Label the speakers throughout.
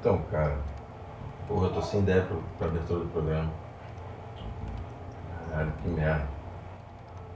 Speaker 1: Então, cara, porra, eu tô sem ideia pra, pra abertura do programa. Caralho, que merda.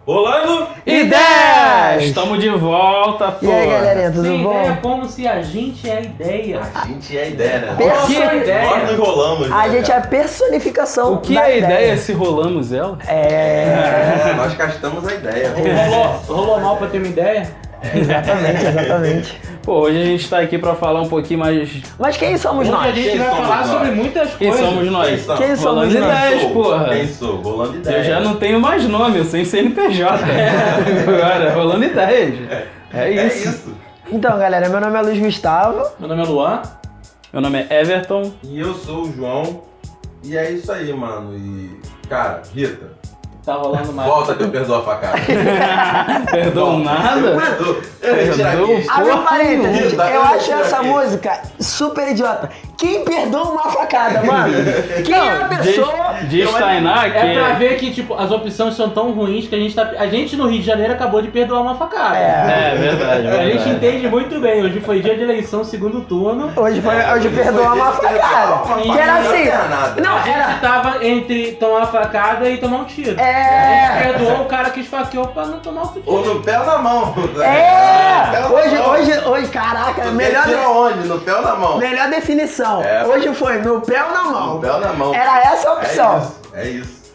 Speaker 1: Orlando!
Speaker 2: Ideias!
Speaker 3: Estamos de volta, pô.
Speaker 2: E aí, galerinha, tudo
Speaker 4: Sem
Speaker 2: bom?
Speaker 4: ideia é como se a gente é a ideia.
Speaker 1: A gente é ideia, né?
Speaker 2: Pensa
Speaker 1: Nossa,
Speaker 2: a
Speaker 4: ideia.
Speaker 1: Agora nós rolamos.
Speaker 2: A
Speaker 1: né,
Speaker 2: gente é
Speaker 1: cara?
Speaker 2: a personificação
Speaker 3: O que é
Speaker 2: da
Speaker 3: a ideia se rolamos ela?
Speaker 2: É,
Speaker 1: é. Nós gastamos a ideia.
Speaker 4: Rolou, rolou mal pra ter uma ideia?
Speaker 2: exatamente, exatamente.
Speaker 3: Pô, hoje a gente tá aqui pra falar um pouquinho mais
Speaker 2: Mas quem somos
Speaker 4: Hoje a
Speaker 2: nós?
Speaker 4: gente
Speaker 1: Quem
Speaker 4: vai
Speaker 1: somos
Speaker 4: falar
Speaker 1: nós?
Speaker 4: sobre muitas
Speaker 3: quem
Speaker 4: coisas.
Speaker 3: somos nós.
Speaker 2: Quem somos
Speaker 3: Rolando
Speaker 2: nós?
Speaker 3: ideias,
Speaker 1: Sou,
Speaker 3: porra.
Speaker 1: Quem sou? Rolando ideia.
Speaker 3: Eu já não tenho mais nome, eu sou em CNPJ. Agora, rolando ideias. É
Speaker 1: É
Speaker 3: isso.
Speaker 1: isso.
Speaker 2: Então, galera, meu nome é Luiz Gustavo.
Speaker 4: Meu nome é Luan.
Speaker 3: Meu nome é Everton.
Speaker 1: E eu sou o João. E é isso aí, mano. E, cara, Rita,
Speaker 4: Tá rolando mais.
Speaker 1: volta que eu perdoo a facada.
Speaker 3: Perdão
Speaker 1: Volta.
Speaker 3: nada?
Speaker 1: Eu perdoo. Eu retiro aqui.
Speaker 2: Abre
Speaker 3: Porra
Speaker 2: parênteses,
Speaker 1: nenhuma.
Speaker 2: eu acho essa
Speaker 1: Aqui.
Speaker 2: música super idiota. Quem perdoa uma facada, mano? Quem é a pessoa...
Speaker 3: De, de Steinar, que
Speaker 4: É pra ver que, tipo, as opções são tão ruins que a gente tá. A gente no Rio de Janeiro acabou de perdoar uma facada.
Speaker 2: É,
Speaker 3: É, verdade.
Speaker 4: A
Speaker 3: verdade.
Speaker 4: gente entende muito bem. Hoje foi dia de eleição, segundo turno.
Speaker 2: hoje foi hoje perdoa uma facada. Que era assim... Não,
Speaker 4: a gente
Speaker 2: era...
Speaker 4: tava entre tomar uma facada e tomar um tiro. A gente
Speaker 2: É...
Speaker 4: perdoou o cara que esfaqueou pra não tomar outro tiro.
Speaker 1: Ou no pé ou na mão.
Speaker 2: É!
Speaker 1: Pé ou na
Speaker 2: Hoje,
Speaker 1: mão.
Speaker 2: hoje, hoje, caraca,
Speaker 1: Você
Speaker 2: melhor...
Speaker 1: Tira onde? No pé ou na mão?
Speaker 2: Melhor definição.
Speaker 1: É.
Speaker 2: Hoje foi no pé ou na
Speaker 1: No
Speaker 2: mão.
Speaker 1: pé ou na mão.
Speaker 2: Era essa a
Speaker 1: É
Speaker 2: opção.
Speaker 1: isso, É isso.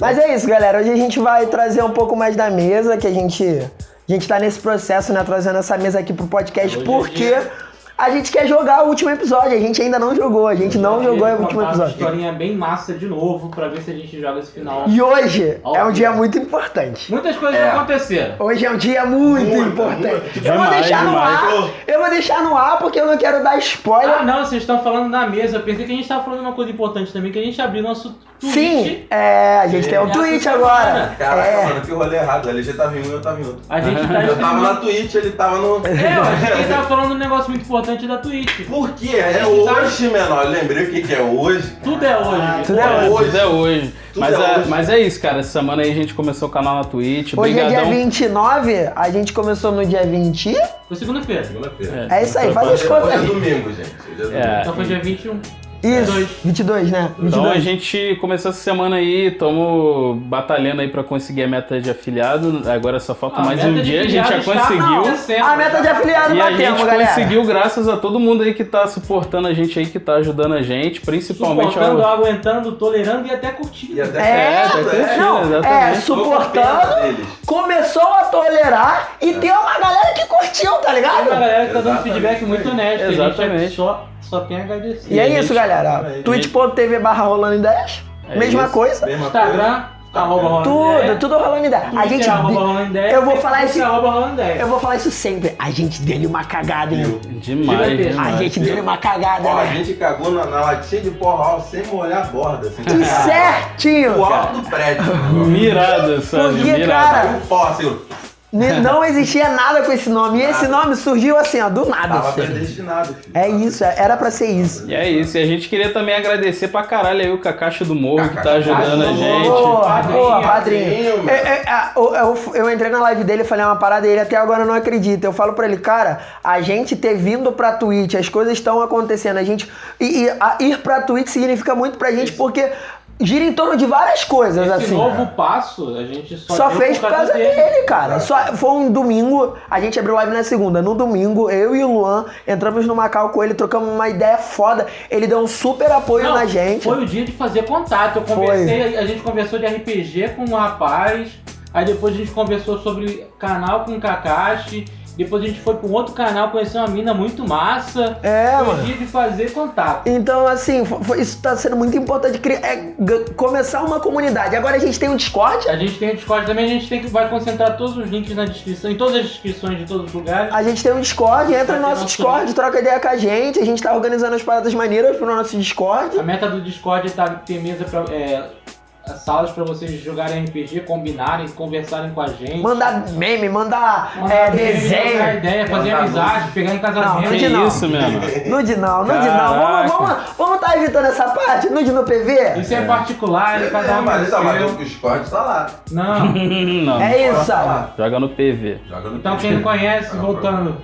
Speaker 2: Mas é isso, galera. Hoje a gente vai trazer um pouco mais da mesa, que a gente, a gente tá nesse processo, né? Trazendo essa mesa aqui pro podcast,
Speaker 4: Hoje é
Speaker 2: porque
Speaker 4: dia.
Speaker 2: a gente quer jogar o último episódio. A gente ainda não jogou, a gente não jogou o último
Speaker 4: é Contar Uma
Speaker 2: episódio.
Speaker 4: historinha bem massa de novo pra ver se a gente joga esse final.
Speaker 2: E hoje
Speaker 4: Ó,
Speaker 2: é um dia
Speaker 4: cara.
Speaker 2: muito importante.
Speaker 4: Muitas coisas
Speaker 1: É.
Speaker 4: aconteceram.
Speaker 2: Hoje é um dia muito,
Speaker 1: Muito,
Speaker 2: importante.
Speaker 1: muito.
Speaker 2: eu vou
Speaker 3: Demais,
Speaker 2: deixar no
Speaker 3: demais.
Speaker 2: ar. Eu vou deixar no ar porque eu não quero dar spoiler.
Speaker 4: Ah não, vocês estão falando na mesa. Eu pensei que a gente tava falando uma coisa importante também, que a gente abriu nosso tweet.
Speaker 2: Sim, é, a gente tem o
Speaker 4: Sim.
Speaker 2: Twitch
Speaker 4: Essa
Speaker 2: agora.
Speaker 4: semana.
Speaker 1: Caraca,
Speaker 2: É.
Speaker 1: mano, que rolê errado. O LG tava em um e eu tava em outro.
Speaker 4: A gente tá
Speaker 1: Eu tava
Speaker 4: streamando.
Speaker 1: na Twitch, ele tava no.
Speaker 4: É, eu acho que ele tava falando um negócio muito importante da Twitch.
Speaker 1: Por quê? É hoje, menor. Eu lembrei o que, que é hoje.
Speaker 4: Tudo é hoje.
Speaker 2: tudo é
Speaker 1: Pô,
Speaker 3: Tudo é hoje.
Speaker 1: Tudo
Speaker 3: Mas
Speaker 1: é
Speaker 3: é,
Speaker 1: hoje.
Speaker 3: mas é isso, cara. Essa semana aí a gente começou o canal na Twitch.
Speaker 2: Hoje é dia
Speaker 3: Brigadão.
Speaker 2: 29, a gente começou no dia 20.
Speaker 4: Foi segunda-feira.
Speaker 1: Segunda-feira.
Speaker 2: É isso aí,
Speaker 3: foi
Speaker 2: faz
Speaker 3: pra-
Speaker 2: as contas
Speaker 1: Hoje é
Speaker 2: aí.
Speaker 1: domingo, gente. Hoje é domingo.
Speaker 3: É.
Speaker 4: Então foi dia 21.
Speaker 2: Isso,
Speaker 4: 22.
Speaker 2: 22, né?
Speaker 3: Então a
Speaker 2: 22.
Speaker 3: gente começou essa semana aí, estamos batalhando aí pra conseguir a meta de afiliado. Agora só falta
Speaker 4: A
Speaker 3: mais
Speaker 4: meta
Speaker 3: um
Speaker 4: de
Speaker 3: dia, a gente
Speaker 4: filiado
Speaker 3: já
Speaker 4: está-
Speaker 3: conseguiu.
Speaker 4: Não, é certo.
Speaker 2: A meta de afiliado
Speaker 3: E a
Speaker 2: batemos,
Speaker 3: gente
Speaker 2: galera.
Speaker 3: conseguiu graças a todo mundo aí que tá suportando a gente aí, que tá ajudando a gente, principalmente
Speaker 4: Suportando,
Speaker 3: ao...
Speaker 4: aguentando, tolerando e até curtindo.
Speaker 1: E até
Speaker 2: É,
Speaker 3: tá
Speaker 1: certo,
Speaker 3: curtindo,
Speaker 2: Não, é,
Speaker 3: exatamente.
Speaker 1: Tô com pena
Speaker 2: suportando,
Speaker 1: deles.
Speaker 2: começou a tolerar e tem uma galera que curtiu, tá
Speaker 4: Tem uma
Speaker 2: ligado?
Speaker 4: galera que tá dando
Speaker 1: Exatamente.
Speaker 4: feedback muito honesto. que A gente
Speaker 3: Exatamente.
Speaker 4: só, só tem a agradecer.
Speaker 2: E é
Speaker 3: gente,
Speaker 2: isso, galera.
Speaker 1: gente.
Speaker 2: twitch.tv barra rolando 10.
Speaker 3: É
Speaker 2: Mesma
Speaker 3: isso.
Speaker 2: coisa.
Speaker 1: Mesma
Speaker 4: Instagram, arroba rolando
Speaker 2: Tudo,
Speaker 4: ideia.
Speaker 2: tudo rolando 10. A
Speaker 4: Twitter,
Speaker 2: gente.
Speaker 4: é arroba
Speaker 2: de-
Speaker 4: rolando ideia.
Speaker 2: eu vou falar
Speaker 4: Facebook,
Speaker 2: esse-
Speaker 4: é arroba rolando ideia.
Speaker 2: Eu vou falar isso sempre. A gente deu uma cagada, hein?
Speaker 1: coisa.
Speaker 3: Demais,
Speaker 4: Gigantesco.
Speaker 2: A
Speaker 3: demais.
Speaker 2: gente deu uma cagada,
Speaker 1: Ó, a
Speaker 2: né?
Speaker 1: gente cagou na, na latinha de porra sem molhar a borda. Assim,
Speaker 2: Que certinho!
Speaker 1: O alto do prédio.
Speaker 2: Uhum.
Speaker 3: Mirado, sabe?
Speaker 2: Porque,
Speaker 3: Mirado.
Speaker 2: cara,
Speaker 1: Saiu um pó, assim, ó.
Speaker 2: Ne- Não existia nada com esse nome. E esse nome surgiu assim, ó, do nada.
Speaker 1: tava
Speaker 2: assim.
Speaker 1: predestinado, filho.
Speaker 2: É isso, é- era pra ser isso.
Speaker 3: E é isso, e a gente queria também agradecer pra caralho aí o Cacacho do Morro que tá
Speaker 1: Cacacho do
Speaker 3: ajudando a
Speaker 1: Morro.
Speaker 3: gente.
Speaker 2: Boa,
Speaker 4: Padrinho,
Speaker 2: boa, padrinho.
Speaker 1: padrinho, mano.
Speaker 2: É, é, é, Eu, eu- eu entrei na live dele, falei uma parada e ele até agora não acredita. Eu falo pra ele, cara, a gente ter vindo pra Twitch, as coisas estão acontecendo. A gente. E, e a- ir pra Twitch significa muito pra gente porque gira em torno de várias coisas,
Speaker 4: Esse
Speaker 2: assim.
Speaker 4: novo passo, a gente só,
Speaker 2: Só
Speaker 4: deu
Speaker 2: fez por causa dele, cara. Só, foi um domingo, a gente abriu live na segunda. No domingo, eu e o Luan entramos no Macau com ele, trocamos uma ideia foda. Ele deu um super apoio
Speaker 4: Não,
Speaker 2: na gente.
Speaker 4: Foi o dia de fazer contato. Eu conversei, a gente conversou de RPG com um rapaz, aí depois a gente conversou sobre canal com o Kakashi, depois a gente foi pra um outro canal conhecer uma mina muito massa.
Speaker 2: É,
Speaker 4: foi
Speaker 2: mano.
Speaker 4: o dia de fazer contato.
Speaker 2: Então, assim, fo- foi- isso tá sendo muito importante. cri- é g- começar uma comunidade. Agora a gente tem um Discord.
Speaker 4: A gente tem o Discord também, a gente tem que vai concentrar todos os links na descrição, em todas as descrições de todos os lugares.
Speaker 2: A gente tem um Discord, entra no
Speaker 4: Vai ter
Speaker 2: nosso
Speaker 4: nosso
Speaker 2: Discord, troca ideia com a gente. A gente tá organizando as paradas maneiras pro nosso Discord.
Speaker 4: A meta do Discord é tá, ter mesa pra. é, salas pra vocês jogarem RPG, combinarem, conversarem com a gente.
Speaker 2: Mandar meme, mandar,
Speaker 4: Mandar
Speaker 2: é,
Speaker 4: DM, trocar
Speaker 2: desenho.
Speaker 4: ideia, fazer
Speaker 1: Mandar
Speaker 4: amizade, pegar em casamento.
Speaker 2: Não,
Speaker 3: Que
Speaker 2: Nude não.
Speaker 3: isso, mano.
Speaker 2: Nude não, nude não. Vamos,
Speaker 3: Caraca.
Speaker 2: vamos, vamos tá evitando essa parte? Nude no PV?
Speaker 4: Isso é, particular, é cada
Speaker 1: É,
Speaker 4: um
Speaker 1: mas
Speaker 4: seu.
Speaker 1: tá, mas o Scott tá lá.
Speaker 4: Não.
Speaker 3: Não,
Speaker 2: É isso,
Speaker 1: Tá
Speaker 2: ó.
Speaker 1: lá.
Speaker 3: joga no PV.
Speaker 1: Joga no
Speaker 4: Então
Speaker 1: time.
Speaker 4: quem não conhece,
Speaker 1: Ah,
Speaker 4: voltando.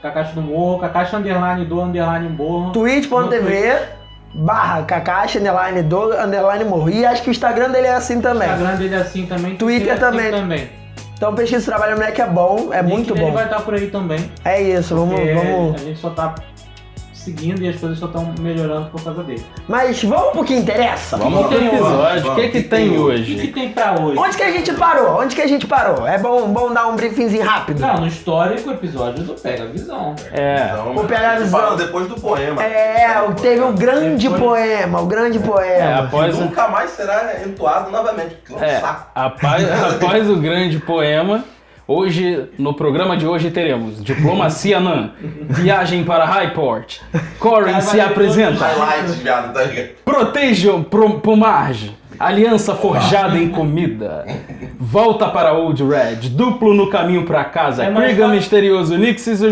Speaker 4: Kakashi do Morro, Kakashi Underline do Underline Morro.
Speaker 2: twitch.tv barra Kakashi, underline do, underline morro. E acho que o Instagram dele é assim
Speaker 4: O
Speaker 2: também.
Speaker 4: Instagram dele é assim também.
Speaker 2: Twitter
Speaker 4: é assim
Speaker 2: também. Então pesquisa o trabalho do moleque é bom, é
Speaker 4: O link
Speaker 2: muito
Speaker 4: dele
Speaker 2: bom.
Speaker 4: vai estar por aí também.
Speaker 2: É isso, vamos,
Speaker 4: porque
Speaker 2: vamos.
Speaker 4: A gente só tá seguindo e as coisas só estão melhorando por causa dele.
Speaker 2: Mas vamos pro que interessa.
Speaker 3: Vamos
Speaker 4: que
Speaker 3: pro
Speaker 4: tem hoje?
Speaker 3: episódio. O que,
Speaker 1: Vamos,
Speaker 3: que
Speaker 1: que
Speaker 3: tem
Speaker 1: tem
Speaker 4: O que, que
Speaker 3: hoje?
Speaker 4: tem pra hoje?
Speaker 2: Onde que a gente parou? Onde que a gente parou? É bom, bom dar um briefingzinho rápido.
Speaker 4: Não, no histórico episódio do Pega a Visão.
Speaker 3: É.
Speaker 1: Então,
Speaker 2: Vou pegar a visão.
Speaker 1: fala depois do poema.
Speaker 2: É, o- teve um grande
Speaker 4: Depois-
Speaker 2: poema, o grande
Speaker 3: É,
Speaker 2: poema.
Speaker 1: Que
Speaker 3: após, o-
Speaker 1: nunca mais será entoado novamente. Que é um
Speaker 3: é,
Speaker 1: saco.
Speaker 3: após, após o grande poema, hoje, no programa de hoje, teremos Diplomacia Nan, Viagem para Highport, Corin se apresenta,
Speaker 1: Highlight, viado, tá ligado?
Speaker 3: Protejam pro- Pomarge, Aliança Forjada em Comida, Volta para Old Red, Duplo no Caminho para Casa,
Speaker 4: É
Speaker 3: é
Speaker 4: mais fácil.
Speaker 3: Misterioso, Nixis... Ah,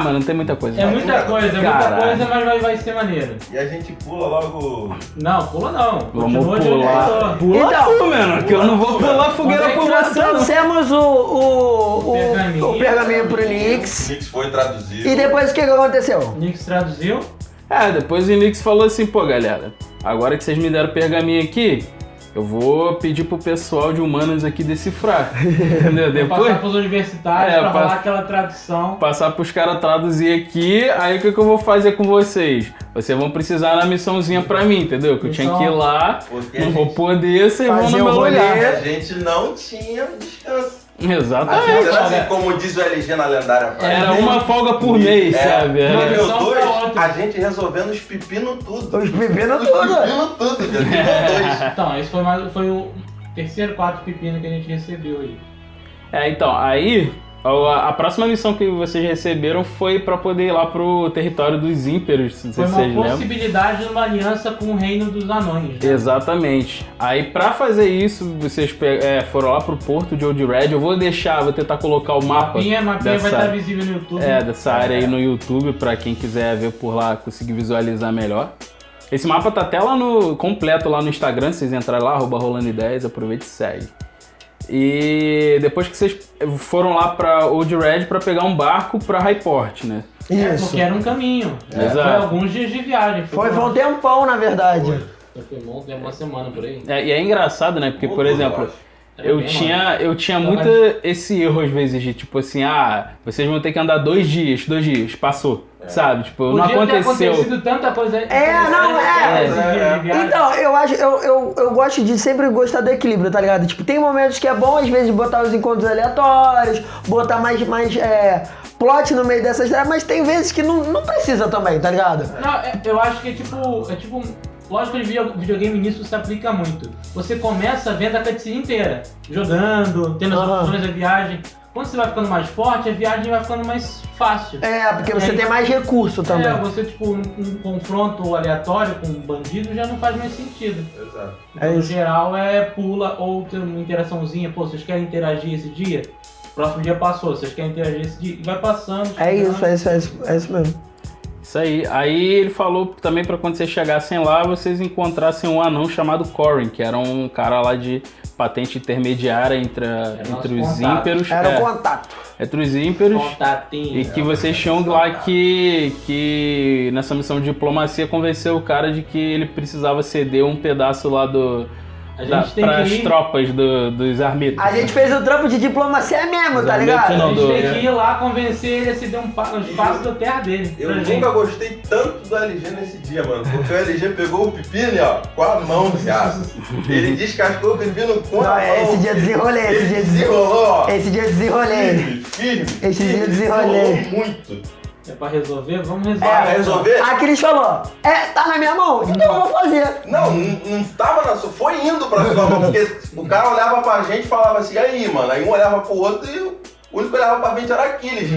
Speaker 3: mano, tem muita coisa.
Speaker 4: É muita coisa, é muita
Speaker 3: Caralho.
Speaker 4: coisa, mas vai, vai ser maneiro.
Speaker 1: E a gente pula logo.
Speaker 4: Não, pula não. Continua
Speaker 3: Vamos
Speaker 4: de onde
Speaker 3: pular.
Speaker 4: parou.
Speaker 3: Pula
Speaker 2: Então,
Speaker 3: tu, mano, que eu não vou pular fogueira por
Speaker 4: Vamos
Speaker 3: você, não.
Speaker 2: Trouxemos o, o, o,
Speaker 4: Pergaminho.
Speaker 2: o pergaminho pro
Speaker 1: O
Speaker 2: Nix.
Speaker 1: Nix foi traduzido.
Speaker 2: E depois o que, que aconteceu?
Speaker 4: Nix traduziu.
Speaker 3: É, depois o Nix falou assim, pô, galera, agora que vocês me deram pergaminho aqui, eu vou pedir pro pessoal de humanos aqui decifrar. Entendeu? Depois
Speaker 4: Passar pros universitários
Speaker 3: É,
Speaker 4: pra
Speaker 3: passa-
Speaker 4: falar aquela tradução.
Speaker 3: passar pros caras traduzir aqui, aí o que, que eu vou fazer com vocês? Vocês vão precisar da missãozinha pra mim, entendeu? Que eu tinha que ir lá,
Speaker 1: Porque a
Speaker 3: não vou
Speaker 1: gente,
Speaker 3: poder, vocês vão
Speaker 2: Fazer
Speaker 3: no
Speaker 2: o
Speaker 3: meu
Speaker 2: rolê.
Speaker 3: lugar.
Speaker 1: a gente não tinha descanso. A
Speaker 3: Exatamente.
Speaker 1: gente era
Speaker 4: cara.
Speaker 1: assim, como diz o LG na lendária frase.
Speaker 3: Ah, é, Era uma folga por mês,
Speaker 1: É.
Speaker 3: sabe? Era-
Speaker 1: Nível
Speaker 4: Só um pra outro.
Speaker 1: 2, a gente resolvendo os pepino tudo.
Speaker 2: Os pepinos
Speaker 1: Os
Speaker 2: tudo.
Speaker 1: pepino tudo, viado. Nível
Speaker 4: Então, esse foi, mais, foi o terceiro, quarto pepino que a gente recebeu aí.
Speaker 3: É, então, aí a, a próxima missão que vocês receberam foi pra poder ir lá pro território dos ímperos, se
Speaker 4: Foi
Speaker 3: vocês
Speaker 4: uma
Speaker 3: lembram. É,
Speaker 4: possibilidade de uma aliança com o reino dos anões. né?
Speaker 3: Exatamente. Aí pra fazer isso, vocês pe- é, foram lá pro porto de Old Red. Eu vou deixar, vou tentar colocar o mapa.
Speaker 4: Mapinha, mapinha vai
Speaker 3: dessa-
Speaker 4: estar visível no YouTube.
Speaker 3: É, dessa área aí no YouTube, pra quem quiser ver por lá, conseguir visualizar melhor. Esse mapa tá até lá no. completo lá no Instagram, se vocês entrarem lá, arroba rolando ideias, aproveita e segue. E depois que vocês foram lá pra Old Red pra pegar um barco pra Highport, né?
Speaker 4: É,
Speaker 2: Isso.
Speaker 4: porque era um caminho.
Speaker 3: É.
Speaker 4: Foi
Speaker 3: Exato.
Speaker 4: alguns dias de viagem.
Speaker 2: Foi, foi
Speaker 4: uma-
Speaker 2: um tempão, na verdade.
Speaker 4: Foi bom, deu uma semana por aí.
Speaker 3: É, e é engraçado, né? Porque, por
Speaker 1: Voltou, eu
Speaker 3: exemplo,
Speaker 1: acho.
Speaker 4: Era
Speaker 3: eu
Speaker 4: bem, mano.
Speaker 3: tinha, eu tinha
Speaker 4: Tá
Speaker 3: muito
Speaker 4: mais-
Speaker 3: esse erro às vezes de tipo assim, ah, vocês vão ter que andar dois dias, dois dias, passou,
Speaker 4: É.
Speaker 3: sabe? Tipo, não
Speaker 4: Podia ter
Speaker 3: aconteceu.
Speaker 4: acontecido tanta coisa.
Speaker 2: É, não, é. Então, eu acho, eu, eu, eu gosto de sempre gostar do equilíbrio, tá ligado? Tipo, tem momentos que é bom, às vezes, botar os encontros aleatórios, botar mais, mais é, plot no meio dessas história, mas tem vezes que não, não precisa também, tá ligado?
Speaker 4: Não, é- eu acho que é tipo. É tipo. Lógico que video- videogame nisso se aplica muito. Você começa vendo a cutscene inteira, jogando, tendo as
Speaker 2: Aham.
Speaker 4: opções da viagem. Quando você vai ficando mais forte, a viagem vai ficando mais fácil.
Speaker 2: É, porque você
Speaker 4: É.
Speaker 2: tem mais recurso também.
Speaker 4: É, você, tipo, um, um confronto aleatório com um bandido já não faz mais sentido.
Speaker 1: Exato.
Speaker 2: É
Speaker 4: no
Speaker 2: isso.
Speaker 4: geral é pula ou tem uma interaçãozinha, pô, vocês querem interagir esse dia? Próximo dia passou, vocês querem interagir esse dia? E vai passando.
Speaker 2: É isso, é isso, é isso, é isso mesmo.
Speaker 3: Isso aí. Aí ele falou também pra quando vocês chegassem lá, vocês encontrassem um anão chamado Corin, que era um cara lá de patente intermediária entre, a-
Speaker 4: Era
Speaker 3: entre
Speaker 4: É nosso
Speaker 3: os
Speaker 4: contato.
Speaker 3: ímperos.
Speaker 2: Era
Speaker 3: é,
Speaker 2: o contato.
Speaker 3: entre os ímperos.
Speaker 4: Contatinho.
Speaker 3: E que vocês tinham lá que, que nessa missão de diplomacia convenceu o cara de que ele precisava ceder um pedaço lá do
Speaker 4: A gente
Speaker 3: da,
Speaker 4: tem
Speaker 3: para
Speaker 4: que ir.
Speaker 3: tropas do- dos armitas.
Speaker 2: A gente fez o trampo de diplomacia mesmo, tá
Speaker 3: Exatamente,
Speaker 2: ligado?
Speaker 4: A
Speaker 3: não.
Speaker 4: gente
Speaker 3: do-
Speaker 4: tem que ir lá convencer ele a se dar um, pa- um espaço da terra dele.
Speaker 1: Eu
Speaker 4: Pra gente.
Speaker 1: nunca gostei tanto do LG nesse dia, mano. Porque o LG pegou o pepino, ó, com a mão, viado. Ele descascou o pepino com a
Speaker 2: Não,
Speaker 1: mão.
Speaker 2: é, esse dia
Speaker 1: filho.
Speaker 2: desenrolei, esse
Speaker 1: Ele
Speaker 2: dia
Speaker 1: desenrolou, ó.
Speaker 2: Esse dia eu desenrolei.
Speaker 1: Firme, firme.
Speaker 2: Esse dia
Speaker 1: firme,
Speaker 2: desenrolei. É,
Speaker 1: desenrolou Muito.
Speaker 4: É pra resolver? Vamos resolver.
Speaker 1: Para É, resolver?
Speaker 2: A Cris falou, é, tá na minha mão, então eu vou fazer.
Speaker 1: Não, não não tava na sua. Foi indo pra sua mão. Porque o cara olhava pra gente e falava assim, "E aí, mano. Aí um olhava pro outro e o único que olhava pra gente era Aquiles.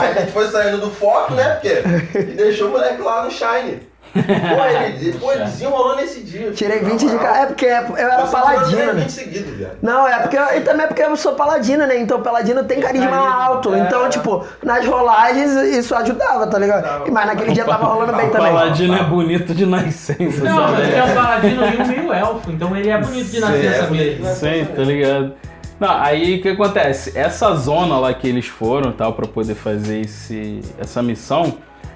Speaker 1: Aí a gente foi saindo do foco, né? Porque. E deixou o moleque lá no Shine. Pô, ele pô, ele desenrolou nesse dia.
Speaker 2: Tirei 20 de cara. É porque eu era
Speaker 1: Você tirou
Speaker 2: paladino, né?
Speaker 1: 20 seguidos, viado.
Speaker 2: Não, é porque. Eu, e também é porque eu sou paladino, né? Então paladino tem carisma
Speaker 4: Carisma,
Speaker 2: alto.
Speaker 4: é.
Speaker 2: Então, tipo, nas rolagens isso ajudava, tá ligado?
Speaker 1: Tava.
Speaker 2: E- Mas naquele dia tava rolando bem também.
Speaker 3: Paladino é bonito de nascença,
Speaker 4: Não,
Speaker 3: sabe?
Speaker 4: mas ele é um paladino e um meio elfo, então ele é bonito de nascença
Speaker 1: Sim, é bonito de
Speaker 4: mesmo.
Speaker 1: nascença.
Speaker 3: Sim, tá ligado? Não, aí o que acontece? Essa zona lá que eles foram e tal para poder fazer esse, essa missão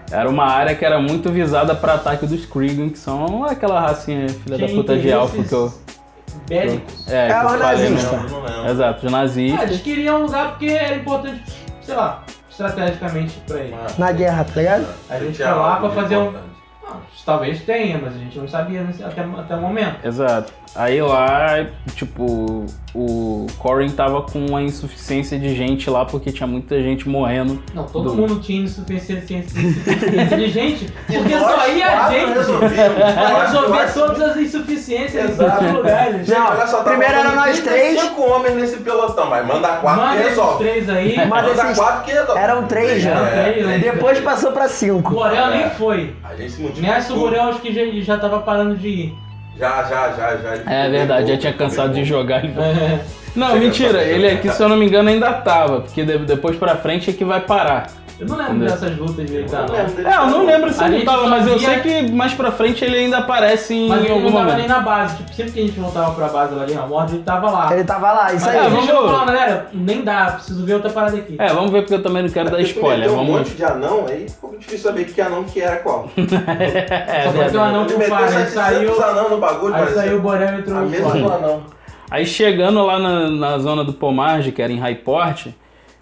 Speaker 3: era uma área que era muito visada para ataque dos Krigan, que são aquela racinha filha da
Speaker 4: Tinha
Speaker 3: puta de elfo que eu.
Speaker 4: interesses Bélicos.
Speaker 3: É,
Speaker 2: É,
Speaker 3: que eu
Speaker 2: o
Speaker 3: falei, né?
Speaker 2: nazista.
Speaker 1: Não lembro.
Speaker 3: Exato, os
Speaker 4: Ah,
Speaker 3: nazistas.
Speaker 4: eles queriam um lugar porque era importante, sei lá, estrategicamente pra eles.
Speaker 2: Na guerra, tá ligado?
Speaker 4: É, A gente
Speaker 1: Tinha
Speaker 4: foi lá pra
Speaker 1: algo de
Speaker 4: fazer um-
Speaker 1: importante.
Speaker 4: Ah, talvez tenha, mas a gente não sabia nesse- até, até o momento.
Speaker 3: Exato. Aí lá, tipo, o Corin tava com uma insuficiência de gente lá porque tinha muita gente morrendo.
Speaker 4: Não, todo
Speaker 3: Do-
Speaker 4: mundo tinha insuficiência insuficiência de gente,
Speaker 1: E
Speaker 4: porque
Speaker 1: nós
Speaker 4: só aí a
Speaker 1: quatro
Speaker 4: gente
Speaker 1: resolvemos.
Speaker 4: pra
Speaker 1: Nós
Speaker 4: resolver
Speaker 1: quatro.
Speaker 4: todas as insuficiências em
Speaker 1: Exato.
Speaker 4: todos os lugares.
Speaker 2: Não,
Speaker 1: Olha só, tá
Speaker 2: primeiro
Speaker 1: faltando
Speaker 2: era nós
Speaker 1: 35 homens nesse pelotão, mas manda quatro
Speaker 4: Manda
Speaker 1: que
Speaker 4: esses
Speaker 1: resolve.
Speaker 4: três aí.
Speaker 2: Mas
Speaker 1: Manda
Speaker 2: esses-
Speaker 1: quatro que resolve.
Speaker 2: eram três já.
Speaker 1: É.
Speaker 4: Três, né?
Speaker 2: Depois passou pra
Speaker 4: O
Speaker 2: cinco.
Speaker 4: Borel nem foi.
Speaker 1: A gente se multiplicou.
Speaker 4: Nessa o Borel acho que já, ele já tava parando de ir.
Speaker 1: Já, já, já, já. ele
Speaker 3: É
Speaker 1: ficou
Speaker 3: verdade,
Speaker 1: bem
Speaker 3: já tinha
Speaker 1: pouco,
Speaker 3: cansado
Speaker 1: bem
Speaker 3: de jogar. Ele...
Speaker 4: É.
Speaker 3: Não,
Speaker 1: Chega,
Speaker 3: mentira,
Speaker 1: chega.
Speaker 3: ele aqui, se eu não me engano, ainda tava, porque de- depois pra frente é que vai parar.
Speaker 4: Eu não lembro
Speaker 3: Entendeu?
Speaker 4: dessas lutas direito,
Speaker 1: pouco.
Speaker 4: não.
Speaker 1: Não lembro dele.
Speaker 3: É, eu não lembro se
Speaker 4: A
Speaker 3: ele
Speaker 4: gente
Speaker 3: tava,
Speaker 4: só
Speaker 3: mas eu
Speaker 4: via-
Speaker 3: sei que mais pra frente ele ainda aparece em
Speaker 4: Mas ele
Speaker 3: algum
Speaker 4: não tava nem
Speaker 3: momento.
Speaker 4: na base. Tipo, sempre que a gente voltava pra base lá ali na morte, ele tava lá.
Speaker 2: Ele tava lá, isso aí.
Speaker 4: Mas
Speaker 3: É,
Speaker 4: a gente
Speaker 3: vamos-
Speaker 4: não falou, galera, nem dá, preciso ver outra parada aqui.
Speaker 3: É, vamos ver porque eu também não quero dar
Speaker 1: Porque tu
Speaker 3: spoiler.
Speaker 1: meteu um
Speaker 3: Vamos.
Speaker 1: monte de anão aí, ficou difícil saber que anão que era qual.
Speaker 3: É,
Speaker 4: Só
Speaker 3: verdade.
Speaker 4: porque o anão
Speaker 1: Ele
Speaker 4: com
Speaker 1: meteu
Speaker 4: fara, aí
Speaker 1: 700
Speaker 4: saiu.
Speaker 1: anão no bagulho,
Speaker 4: Aí saiu o
Speaker 1: parecia
Speaker 4: Borel e
Speaker 1: a
Speaker 4: entrou no
Speaker 1: mesa do
Speaker 4: quarto.
Speaker 1: anão.
Speaker 3: Aí chegando lá na, na zona do Pomarge, que era em Raiport,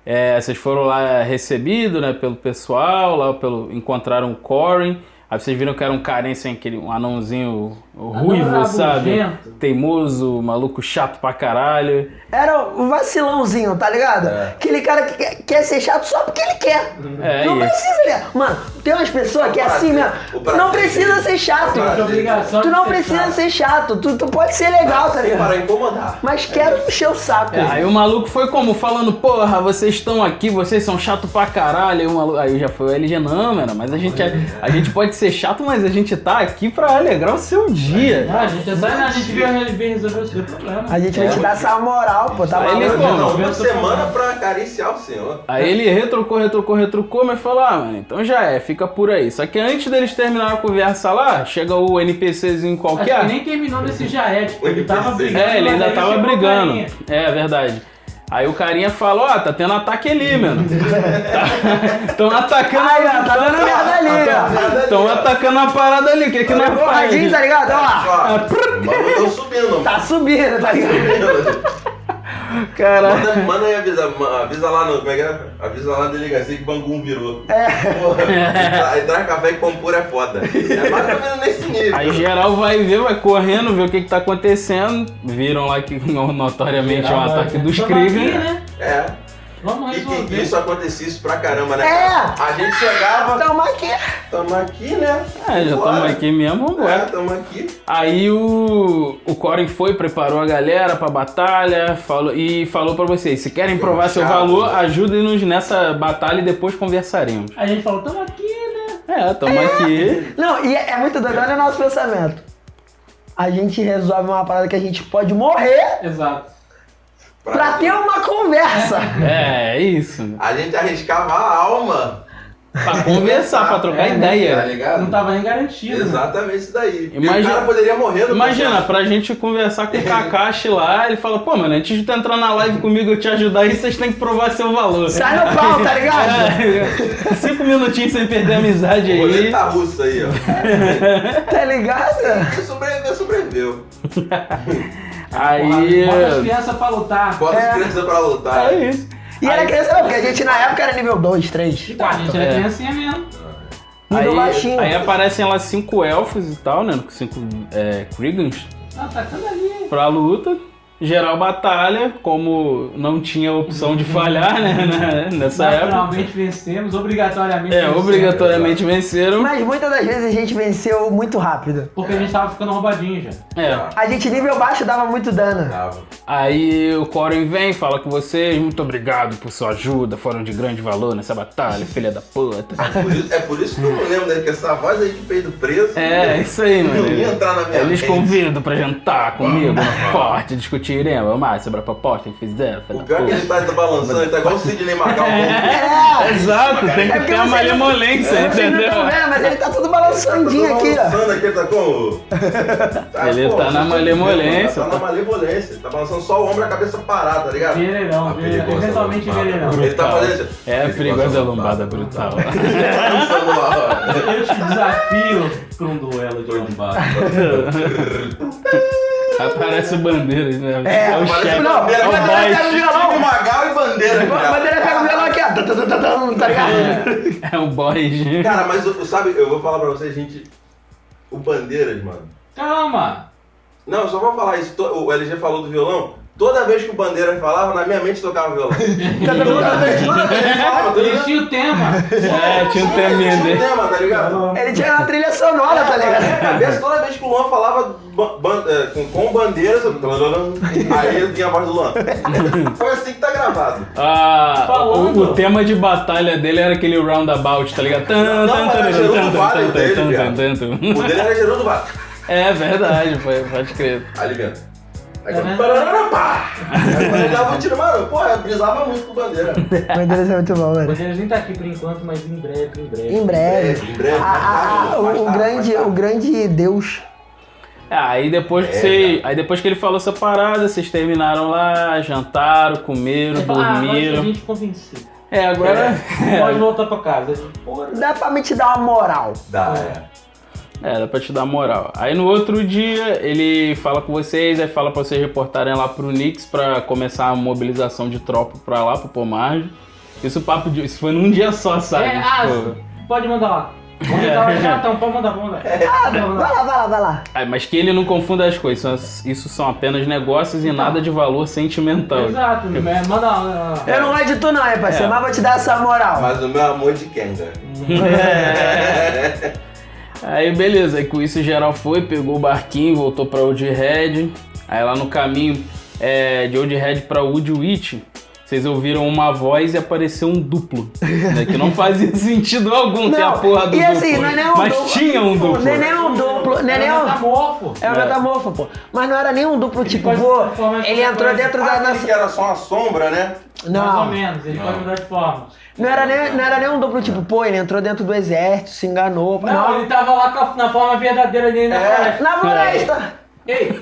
Speaker 3: é, vocês foram lá recebidos né, pelo pessoal, lá pelo, encontraram o Corin. Aí vocês viram que era um carência, aquele, um anãozinho ruivo,
Speaker 4: rabugento.
Speaker 3: sabe? Teimoso, maluco chato pra caralho.
Speaker 2: Era um vacilãozinho, tá ligado? Aquele cara que quer, quer ser chato só porque ele quer.
Speaker 3: É,
Speaker 2: não
Speaker 3: e-
Speaker 2: precisa, ele. Mano, tem umas pessoas que é assim
Speaker 1: prazer,
Speaker 2: mesmo.
Speaker 1: o prazer.
Speaker 2: Não precisa ser chato.
Speaker 1: O
Speaker 4: Tem
Speaker 1: prazer.
Speaker 4: obrigação
Speaker 2: Tu
Speaker 4: de
Speaker 2: não
Speaker 4: ser
Speaker 2: precisa
Speaker 4: chato.
Speaker 2: ser chato. Tu, tu pode ser legal, tá
Speaker 1: Sem
Speaker 2: ligado?
Speaker 1: para incomodar.
Speaker 2: Mas quero encher o saco.
Speaker 3: É, aí o maluco foi como? Falando, porra, vocês estão aqui, vocês são chato pra caralho. Aí, o maluco, aí já foi o LG, não, mano, mas a gente, é- a, gente pode ser chato, mas a gente tá aqui pra alegrar o seu dia.
Speaker 4: Ah, a gente é só a gente veio resolver- resolver o seu problema.
Speaker 2: A gente vai te dar essa moral, pô. Tá
Speaker 3: É, Aí ele
Speaker 2: maluco?
Speaker 1: Eu
Speaker 3: como?
Speaker 1: não, uma semana pra acariciar o senhor.
Speaker 3: Aí ele retrucou, retrucou, retrucou, mas falou, ah, mano, então já é, fica por aí. Só que antes deles terminarem a conversa lá, chega o NPCzinho
Speaker 4: Acho que
Speaker 3: qualquer.
Speaker 4: nem terminou nesse já é, tipo, ele tava brigando.
Speaker 3: É, ele
Speaker 4: mas
Speaker 3: ainda
Speaker 4: aí
Speaker 3: tava
Speaker 4: chegou o
Speaker 3: brigando.
Speaker 4: carinha.
Speaker 3: É, verdade. Aí o carinha falou, ó, tá tendo ataque ali, mano. Estão atacando
Speaker 2: Aí, ó, tá dando merda ali, ó.
Speaker 3: Estão atacando a parada ali, o que que nós faz?
Speaker 2: Porradinho, tá ligado? Olha lá.
Speaker 1: Ó, o maluco tô subindo.
Speaker 2: Tá subindo, tá ligado?
Speaker 3: Caralho.
Speaker 1: Manda, manda aí avisa, ma- avisa lá no. Como é que é? Avisa lá na delegacia que Bangum virou. É. Porra, entrar, entrar café e compor é foda. É mais ou menos nesse nível.
Speaker 3: Aí geral vai ver, vai correndo, ver o que que tá acontecendo. Viram lá que notoriamente é um
Speaker 4: Geral,
Speaker 3: ataque
Speaker 4: né?
Speaker 3: dos
Speaker 4: Tamo aqui,
Speaker 3: Kriven.
Speaker 4: né?
Speaker 1: É.
Speaker 4: Vamos
Speaker 1: E que- que
Speaker 4: resolver.
Speaker 1: isso acontecia isso pra caramba, né?
Speaker 2: É.
Speaker 1: cara? A gente chegava.
Speaker 2: Toma aqui.
Speaker 1: Tamo aqui, né?
Speaker 3: Então- É, já estamos
Speaker 1: Bora.
Speaker 3: aqui mesmo,
Speaker 1: É,
Speaker 3: vambora.
Speaker 1: tamo aqui.
Speaker 3: Aí o, o Corin foi, preparou a galera pra batalha falou, e falou pra vocês: se querem provar seu
Speaker 1: chato,
Speaker 3: valor,
Speaker 1: né?
Speaker 3: ajudem-nos nessa batalha e depois conversaremos.
Speaker 4: A gente falou, tamo aqui, né?
Speaker 3: É, tamo aqui.
Speaker 2: Não, e é, é muito doido. Olha o nosso pensamento. A gente resolve uma parada que a gente pode morrer
Speaker 4: Exato.
Speaker 2: pra ter uma conversa.
Speaker 3: É, é isso.
Speaker 1: A gente arriscava a alma.
Speaker 3: Pra conversar, pra trocar
Speaker 4: É, né?
Speaker 1: Tá
Speaker 3: ideia.
Speaker 1: ligado?
Speaker 4: Não tava nem garantido. né?
Speaker 1: Exatamente isso daí. Porque
Speaker 3: Imagina-
Speaker 1: o cara poderia morrer no
Speaker 3: Imagina, pra gente conversar com o Kakashi lá, ele fala, pô, mano, antes de tu entrar na live comigo eu te ajudar aí, vocês têm que provar seu valor.
Speaker 2: Sai no pau, tá ligado?
Speaker 3: É, cinco minutinhos sem perder a amizade aí.
Speaker 1: Roleta russa aí, ó.
Speaker 2: Tá ligado?
Speaker 1: Quem sobreviveu, sobreviveu.
Speaker 3: Aí.
Speaker 4: Bota as crianças pra lutar.
Speaker 1: Bota as crianças pra lutar.
Speaker 3: É isso.
Speaker 2: E era criança, não, porque a gente na época era nível 2, 3,
Speaker 4: Pô, Tipo, a gente
Speaker 2: 4.
Speaker 4: era
Speaker 3: É.
Speaker 4: criancinha mesmo.
Speaker 2: Nível
Speaker 3: Aí,
Speaker 2: baixinho.
Speaker 3: aí aparecem lá cinco elfos e tal, né? Cinco é, Krigans
Speaker 4: Tá atacando ali.
Speaker 3: pra luta. Geral batalha, como não tinha opção de falhar, né? né, Nessa época.
Speaker 4: Naturalmente vencemos, obrigatoriamente
Speaker 3: É,
Speaker 4: vencemos.
Speaker 3: obrigatoriamente venceram.
Speaker 2: Mas muitas das vezes a gente venceu muito rápido.
Speaker 4: Porque a gente tava ficando roubadinho já.
Speaker 3: É.
Speaker 1: Ah.
Speaker 2: A gente nível baixo dava muito dano.
Speaker 1: Tava.
Speaker 3: Aí o Corin vem, fala com vocês, muito obrigado por sua ajuda, foram de grande valor nessa batalha, filha da puta.
Speaker 1: Por isso- é por isso que eu não lembro, né? Que essa voz aí de peido preso.
Speaker 3: É, isso aí, mano.
Speaker 1: Não ia entrar na minha
Speaker 3: Eles
Speaker 1: mente.
Speaker 3: convidam pra jantar comigo na porta, discutiremos mais sobre a proposta que fizeram, filha
Speaker 1: O
Speaker 3: da
Speaker 1: pior é que ele
Speaker 3: puta.
Speaker 1: tá, tá balançando, ele tá igual o Sidney Magal.
Speaker 2: É!
Speaker 3: Exato, tem
Speaker 2: É
Speaker 3: que
Speaker 2: porque
Speaker 3: ter a
Speaker 2: vocês não-
Speaker 3: malemolência,
Speaker 2: Vocês não
Speaker 3: entendeu?
Speaker 2: estão vendo, mas ele tá todo o Sandinho aqui, ó.
Speaker 1: Sandinho aqui, tá como? Tá,
Speaker 3: Ele tá na
Speaker 1: você
Speaker 3: malevolência,
Speaker 1: Tá na malevolência. Tá balançando só o ombro e a cabeça parada, tá ligado?
Speaker 4: Vereirão,
Speaker 1: Ah,
Speaker 4: vereirão.
Speaker 1: perigoso,
Speaker 4: Eventualmente
Speaker 1: mano.
Speaker 4: vereirão.
Speaker 1: Ele tá fazendo Tá isso.
Speaker 3: É, perigosa
Speaker 1: um
Speaker 3: lombada brutal.
Speaker 4: Eu te desafio pra um duelo de lombada.
Speaker 3: Aparece o bandeiras, né?
Speaker 2: É,
Speaker 3: o
Speaker 2: aparece-
Speaker 3: chefe. é
Speaker 2: não,
Speaker 3: o
Speaker 2: mas não
Speaker 3: boss.
Speaker 2: é violão.
Speaker 1: Tipo Magal e bandeira.
Speaker 2: A bandeira pega o violão aqui, ó. Tá, tá, tá, tá, tá, tá ligado?
Speaker 3: É o boys.
Speaker 1: Cara, mas eu- sabe, eu vou falar pra vocês, gente. O Bandeiras, mano.
Speaker 4: Calma!
Speaker 1: Não, eu só vou falar isso. to- O LG falou do violão. Toda vez que o Bandeiras falava, na minha mente tocava violão. toda vez, toda vez que ele falava, toda
Speaker 4: Ele
Speaker 1: vez.
Speaker 4: tinha o tema.
Speaker 3: É, tinha um teminha
Speaker 1: Tinha um
Speaker 3: dele.
Speaker 1: tema, tá ligado?
Speaker 2: Ele tinha uma trilha sonora, tá
Speaker 1: Na minha
Speaker 2: ligado?
Speaker 1: cabeça, toda vez que o Luan falava ba- ban- é, com, com bandeiras, eu... aí vinha a voz do Luan. Foi assim que tá gravado.
Speaker 3: Ah,
Speaker 4: Falando.
Speaker 3: O, o tema de batalha dele era aquele roundabout, tá ligado? Tan,
Speaker 1: Não,
Speaker 3: tan,
Speaker 1: mas
Speaker 3: tan,
Speaker 1: era
Speaker 3: tan,
Speaker 1: Gerudo
Speaker 3: tan,
Speaker 1: Vale
Speaker 3: tan,
Speaker 1: dele,
Speaker 3: tan,
Speaker 1: viado.
Speaker 3: tan, tan, tan.
Speaker 1: O dele era Geraldo Vato.
Speaker 3: É verdade, foi, pode crer.
Speaker 1: Alimenta. Aí
Speaker 4: Uhum.
Speaker 1: quando parará, pá! Aí quando ele dava um tiro, mano, porra, brisava muito com bandeira.
Speaker 2: Bandeiras é muito bom,
Speaker 4: O
Speaker 2: mano.
Speaker 4: Bandeiras nem tá aqui por enquanto, mas em breve, em breve.
Speaker 2: Em breve.
Speaker 1: Em breve, mais
Speaker 2: Ah, ah,
Speaker 1: tarde, mais
Speaker 2: o, o
Speaker 1: tarde,
Speaker 2: grande,
Speaker 1: mais tarde.
Speaker 2: o grande Deus.
Speaker 3: Ah, Aí depois que
Speaker 1: É,
Speaker 3: você, aí depois que ele falou essa parada, vocês terminaram lá, jantaram, comeram,
Speaker 4: Ele fala, ah, agora a
Speaker 3: dormiram.
Speaker 4: gente convenceu.
Speaker 3: É, agora.
Speaker 4: Pode voltar pra casa. É, Eu digo, Porra.
Speaker 2: Dá pra me te dar uma moral.
Speaker 1: Dá, é.
Speaker 3: É, dá pra te dar moral. Aí no outro dia ele fala com vocês, aí fala pra vocês reportarem lá pro Nix pra começar a mobilização de tropa pra lá, pro Pomar. Isso papo de. Isso foi num dia só, sabe?
Speaker 4: É, ah,
Speaker 3: Tipo,
Speaker 4: pode mandar lá. Pode mandar lá, já, então, pode mandar, pode mandar.
Speaker 2: Ah, vai lá, vai lá, vai lá.
Speaker 3: ah, mas que ele não confunda as coisas, são- isso são apenas negócios e nada de valor sentimental.
Speaker 4: Então. Exato, né? manda lá, lá. lá.
Speaker 2: Eu não gosto de tu não, é, parceiro,
Speaker 3: É.
Speaker 2: mas vou te dar essa moral.
Speaker 1: Mas o meu amor é de Kenga.
Speaker 3: É. Aí beleza, aí com isso geral foi, pegou o barquinho, voltou pra Old Red. Aí lá no caminho é, de Old Red pra Woodwitch, vocês ouviram uma voz e apareceu um duplo. né, que não fazia sentido algum ter a porra do
Speaker 2: e assim,
Speaker 3: duplo.
Speaker 2: não é nem um
Speaker 3: mas
Speaker 2: duplo.
Speaker 3: tinha um duplo.
Speaker 2: Não é nem um duplo, não é nem
Speaker 4: Era
Speaker 2: um...
Speaker 4: metamorfo.
Speaker 2: É o metamorfo, pô. Mas não era nem um duplo tipo,
Speaker 4: pode
Speaker 2: pô,
Speaker 4: transformar em
Speaker 2: ele entrou
Speaker 4: qualquer
Speaker 2: dentro da
Speaker 1: Ah, aquele
Speaker 2: nossa.
Speaker 1: que era só uma sombra, né?
Speaker 4: Mais ou
Speaker 2: Não.
Speaker 4: menos, ele pode mudar de forma.
Speaker 2: Não era, nem, não era nem um duplo tipo, pô, ele entrou dentro do exército, se enganou. pô.
Speaker 4: Não,
Speaker 2: Não,
Speaker 4: ele tava lá com a- na forma verdadeira dele na
Speaker 1: É.
Speaker 4: floresta.
Speaker 2: na floresta!
Speaker 4: Ei,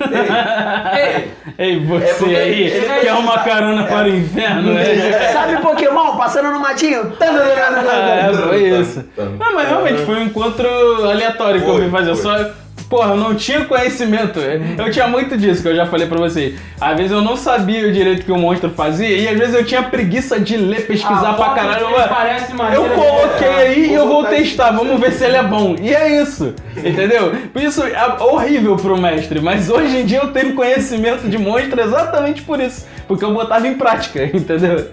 Speaker 4: ei,
Speaker 3: Ei,
Speaker 1: É
Speaker 3: você
Speaker 1: porque
Speaker 3: aí,
Speaker 1: ele
Speaker 3: que é uma carona para o inferno, né?
Speaker 2: Sabe Pokémon? Passando no matinho.
Speaker 3: Ah, é, foi
Speaker 1: tá,
Speaker 3: isso.
Speaker 1: Tam, tam,
Speaker 3: Não, mas realmente foi um encontro aleatório que eu
Speaker 1: Foi,
Speaker 3: fui fazer. Eu
Speaker 1: foi.
Speaker 3: Só, porra, eu não tinha conhecimento. Eu tinha muito disso que eu já falei pra vocês. Às vezes eu não sabia o direito que o monstro fazia e às vezes eu tinha preguiça de ler, pesquisar pra
Speaker 4: A foto
Speaker 3: caralho.
Speaker 4: dele
Speaker 3: Ué,
Speaker 4: parece maneira
Speaker 3: Eu
Speaker 4: de
Speaker 3: coloquei
Speaker 4: desenhar.
Speaker 3: aí e eu vou
Speaker 1: Vou botar
Speaker 3: testar, vamos ver se ele é bom. E é isso, entendeu? Por isso é horrível pro mestre, mas hoje em dia eu tenho conhecimento de monstro exatamente por isso. Porque eu botava em prática, entendeu?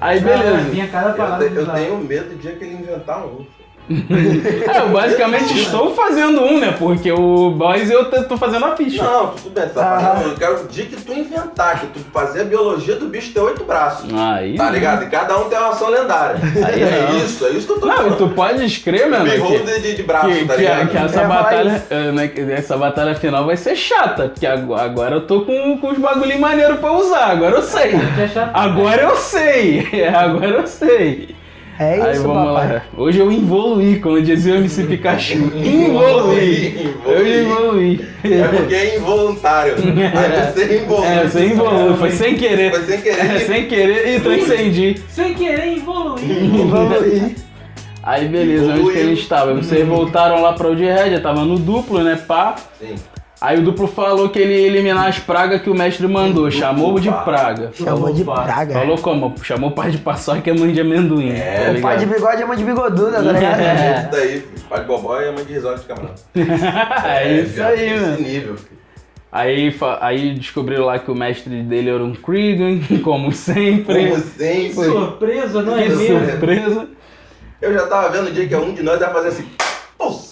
Speaker 3: Aí beleza.
Speaker 4: Minha cara
Speaker 1: Eu,
Speaker 4: Ah, parada.
Speaker 1: te- eu tenho medo de dia que ele inventar um.
Speaker 3: É, eu basicamente estou fazendo um, né? Porque o Boys eu t- tô fazendo a ficha.
Speaker 1: Não, tudo bem, tá falando. Eu quero o dia que tu inventar, que tu fazer a biologia do bicho ter oito braços.
Speaker 3: Aí.
Speaker 1: Tá ligado? E cada um tem uma ação lendária.
Speaker 3: Aí
Speaker 1: é
Speaker 3: não.
Speaker 1: isso, é isso que eu tô
Speaker 3: Não, e
Speaker 1: falando.
Speaker 3: tu pode escrever, mano.
Speaker 1: Behold
Speaker 3: Que,
Speaker 1: de, de, de braço,
Speaker 3: que,
Speaker 1: tá
Speaker 3: que a-
Speaker 1: ligado?
Speaker 3: que essa,
Speaker 2: É, vai.
Speaker 3: batalha, eh, né, que essa batalha final vai ser chata. Porque ago- agora, eu tô com, com os bagulho maneiro pra usar. Agora eu sei.
Speaker 4: é chato.
Speaker 3: Agora eu sei. É, agora eu sei.
Speaker 2: É
Speaker 3: Aí
Speaker 2: isso,
Speaker 3: vamos
Speaker 2: papai.
Speaker 3: lá. Hoje eu evoluí, como dizia o MC Pikachu. Involuí. Eu evoluí.
Speaker 1: É porque é involuntário. Aí você
Speaker 3: É,
Speaker 1: involuntariamente.
Speaker 3: você evoluiu, foi sem querer.
Speaker 1: Foi sem querer.
Speaker 3: É, sem querer e transcendi.
Speaker 4: Sem querer evoluir.
Speaker 3: Aí beleza, onde
Speaker 1: Evoluiu.
Speaker 3: que a gente tava? Vocês voltaram lá pra Old Red, eu tava no duplo, né, pá?
Speaker 1: Sim.
Speaker 3: Aí o duplo falou que ele ia eliminar as pragas que o mestre mandou, chamou de
Speaker 1: pá.
Speaker 3: praga.
Speaker 2: Chamou de praga. é.
Speaker 3: Falou como? Chamou o pai de paçoca e a mãe de amendoim.
Speaker 1: É,
Speaker 3: tá
Speaker 2: O pai de
Speaker 3: ligado?
Speaker 2: bigode é mãe de bigoduda, tá ligado?
Speaker 3: É.
Speaker 1: Isso daí, filho. pai de bobó e a mãe de risório de camarão.
Speaker 3: É isso
Speaker 1: viado,
Speaker 3: aí,
Speaker 1: esse
Speaker 3: mano.
Speaker 1: nível, filho.
Speaker 3: Aí, fa- aí descobriram lá que o mestre dele era um Cregan, como sempre.
Speaker 1: Como sempre.
Speaker 4: Surpresa, não é
Speaker 3: Que
Speaker 4: mesmo?
Speaker 3: surpresa.
Speaker 1: Eu já tava vendo o dia que um de nós ia fazer assim.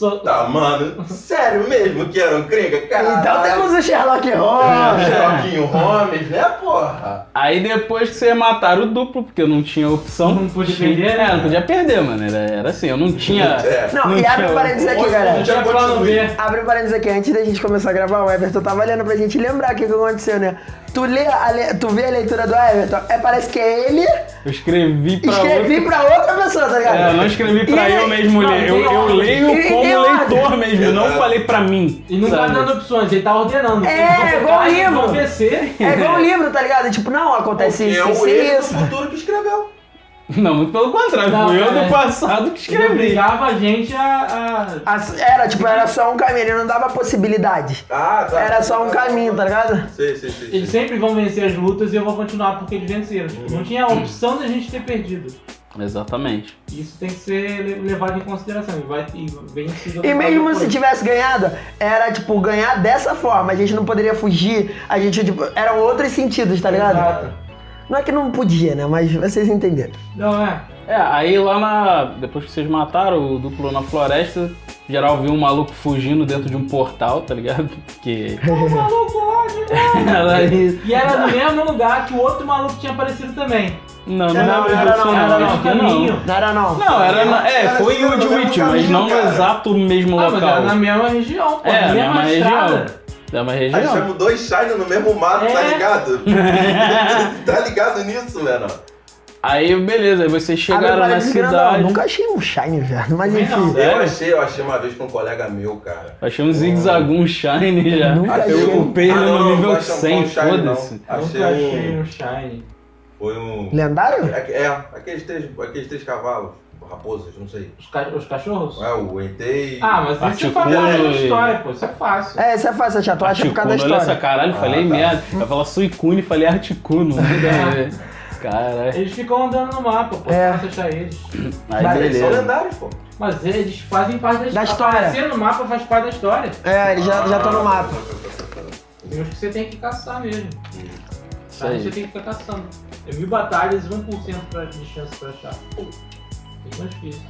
Speaker 1: Puta, mano. Sério mesmo que era um cringa? Caralho.
Speaker 2: Então temos um É. o Sherlock Holmes.
Speaker 1: Joaquim Holmes, né, porra?
Speaker 3: Aí depois que vocês mataram o duplo, porque eu não tinha opção.
Speaker 4: Não podia
Speaker 3: Tinha-
Speaker 4: perder, né?
Speaker 3: É, não podia perder, mano. Era, era assim, eu não tinha.
Speaker 1: É.
Speaker 2: Não,
Speaker 3: Não
Speaker 2: e
Speaker 3: tinha
Speaker 2: abre
Speaker 3: o-
Speaker 2: parênteses aqui,
Speaker 1: Hoje
Speaker 2: galera.
Speaker 1: não tinha
Speaker 4: Já pra não ver.
Speaker 2: Abre um parênteses aqui, antes da gente começar a gravar, o Everton tava olhando pra gente lembrar o que, que aconteceu, né? Tu, lê a le- tu vê a leitura do Everton, é, parece que é ele,
Speaker 3: Eu escrevi pra
Speaker 2: escrevi
Speaker 3: outro.
Speaker 2: pra outra pessoa, tá ligado?
Speaker 3: É, eu não escrevi pra
Speaker 2: E
Speaker 3: eu
Speaker 2: ele-
Speaker 3: mesmo
Speaker 4: Não,
Speaker 3: ler. Eu,
Speaker 4: tem
Speaker 3: eu
Speaker 4: ordem.
Speaker 2: E,
Speaker 3: leio como
Speaker 2: tem ordem.
Speaker 3: leitor mesmo, eu não
Speaker 1: Exato.
Speaker 3: falei pra mim.
Speaker 4: E não tá
Speaker 3: sabe?
Speaker 4: dando opções, ele tá ordenando.
Speaker 2: É,
Speaker 4: Eles vão pegar,
Speaker 2: igual
Speaker 4: eles
Speaker 2: livro.
Speaker 4: vão descer.
Speaker 2: É igual um livro, tá ligado? Tipo, não, acontece
Speaker 3: é
Speaker 1: Porque
Speaker 3: um
Speaker 1: eu,
Speaker 2: isso, isso,
Speaker 1: ele do
Speaker 2: isso.
Speaker 1: futuro que escreveu.
Speaker 3: Não, muito pelo contrário,
Speaker 4: Não, é.
Speaker 3: fui eu
Speaker 4: cara.
Speaker 3: do passado que
Speaker 4: Ele
Speaker 3: escrevi.
Speaker 4: obrigava a gente a. a...
Speaker 2: As- Era, tipo, era só um caminho, ele não dava possibilidade.
Speaker 1: Ah, tá.
Speaker 2: Era só um caminho, tá ligado?
Speaker 1: Sei, sei, sei.
Speaker 4: Eles
Speaker 1: sei.
Speaker 4: sempre vão vencer as lutas e eu vou continuar porque eles venceram. Tipo, não tinha a opção da gente ter perdido.
Speaker 3: Exatamente.
Speaker 4: Isso tem que ser le- levado em consideração. E, vai, e vem sido
Speaker 2: E mesmo se tivesse ganhado, era tipo ganhar dessa forma. A gente não poderia fugir, a gente, tipo, eram outros sentidos, tá ligado?
Speaker 4: Exato.
Speaker 2: Não é que não podia, né? Mas vocês entenderam.
Speaker 4: Não, é.
Speaker 3: É, aí lá na. Depois que vocês mataram o duplo na floresta, geral viu um maluco fugindo dentro de um portal, tá ligado? Porque.
Speaker 4: O maluco lá de
Speaker 3: Aí-
Speaker 4: E era no mesmo lugar que o outro maluco tinha aparecido também.
Speaker 3: Não, não, não,
Speaker 2: Não, não, não, não,
Speaker 4: era
Speaker 3: não,
Speaker 4: no
Speaker 3: não,
Speaker 4: caminho.
Speaker 3: não.
Speaker 2: Não era não.
Speaker 3: Não, era. na- É, foi em
Speaker 1: Era
Speaker 3: de
Speaker 1: no
Speaker 3: Witch, mas
Speaker 1: caminho,
Speaker 3: não no
Speaker 1: cara.
Speaker 3: exato mesmo
Speaker 4: Ah, mas era na
Speaker 3: local.
Speaker 4: mesma região, pô.
Speaker 3: É,
Speaker 4: na
Speaker 3: na
Speaker 4: mesma,
Speaker 3: mesma região.
Speaker 4: estrada.
Speaker 3: Da mesma
Speaker 1: Aí
Speaker 3: região.
Speaker 1: chama dois Shine no mesmo mato, tá
Speaker 4: É.
Speaker 1: ligado? tá ligado nisso, velho?
Speaker 3: Aí, beleza, aí vocês
Speaker 2: Abre
Speaker 3: chegaram na
Speaker 2: parênteses grandão,
Speaker 3: cidade.
Speaker 2: Nunca achei um shine, velho. Mas
Speaker 4: Também não.
Speaker 2: enfim.
Speaker 1: Eu
Speaker 3: Sério?
Speaker 1: achei, eu achei uma vez com um colega meu, cara.
Speaker 3: Achei um zigzagum shine já.
Speaker 2: Nunca
Speaker 1: Achei
Speaker 2: achei.
Speaker 3: Eu upei
Speaker 1: Ah,
Speaker 3: ele
Speaker 1: não, não,
Speaker 3: no
Speaker 1: não
Speaker 3: nível
Speaker 1: achei um
Speaker 3: 100,
Speaker 1: shine, não.
Speaker 3: foda-se.
Speaker 1: Achei
Speaker 4: Nunca achei
Speaker 1: um.
Speaker 4: um Shine.
Speaker 1: Foi um.
Speaker 2: Né? Lendário?
Speaker 1: É, é, aqueles três, aqueles três cavalos, raposas, não sei.
Speaker 4: Os, ca- os cachorros?
Speaker 1: É, o ET. e-
Speaker 4: Ah, mas isso é
Speaker 3: Articulo
Speaker 4: fácil é uma
Speaker 3: e-
Speaker 4: história, pô. Isso é fácil.
Speaker 2: É, isso é fácil, achar. Tu acha por causa da
Speaker 3: Tipo, olha essa
Speaker 2: história.
Speaker 3: caralho, falei
Speaker 1: Ah, tá.
Speaker 3: merda. Eu falar Suicune, falei Articuno. não dá, né? Caralho.
Speaker 4: Eles ficam andando no mapa, pô.
Speaker 2: É.
Speaker 4: É fácil achar eles.
Speaker 3: Aí
Speaker 1: Mas eles são
Speaker 3: beleza.
Speaker 1: lendários, pô.
Speaker 4: Mas eles fazem parte da,
Speaker 2: Da história.
Speaker 4: Aparecer no mapa faz parte da história.
Speaker 2: É, ele já, já tá no mapa.
Speaker 4: Tem uns que você tem que caçar mesmo.
Speaker 3: Isso
Speaker 4: Tá? Você
Speaker 3: aí.
Speaker 4: tem que ficar caçando. É mil batalhas, 1% pra, de chance pra achar. Tem mais difícil.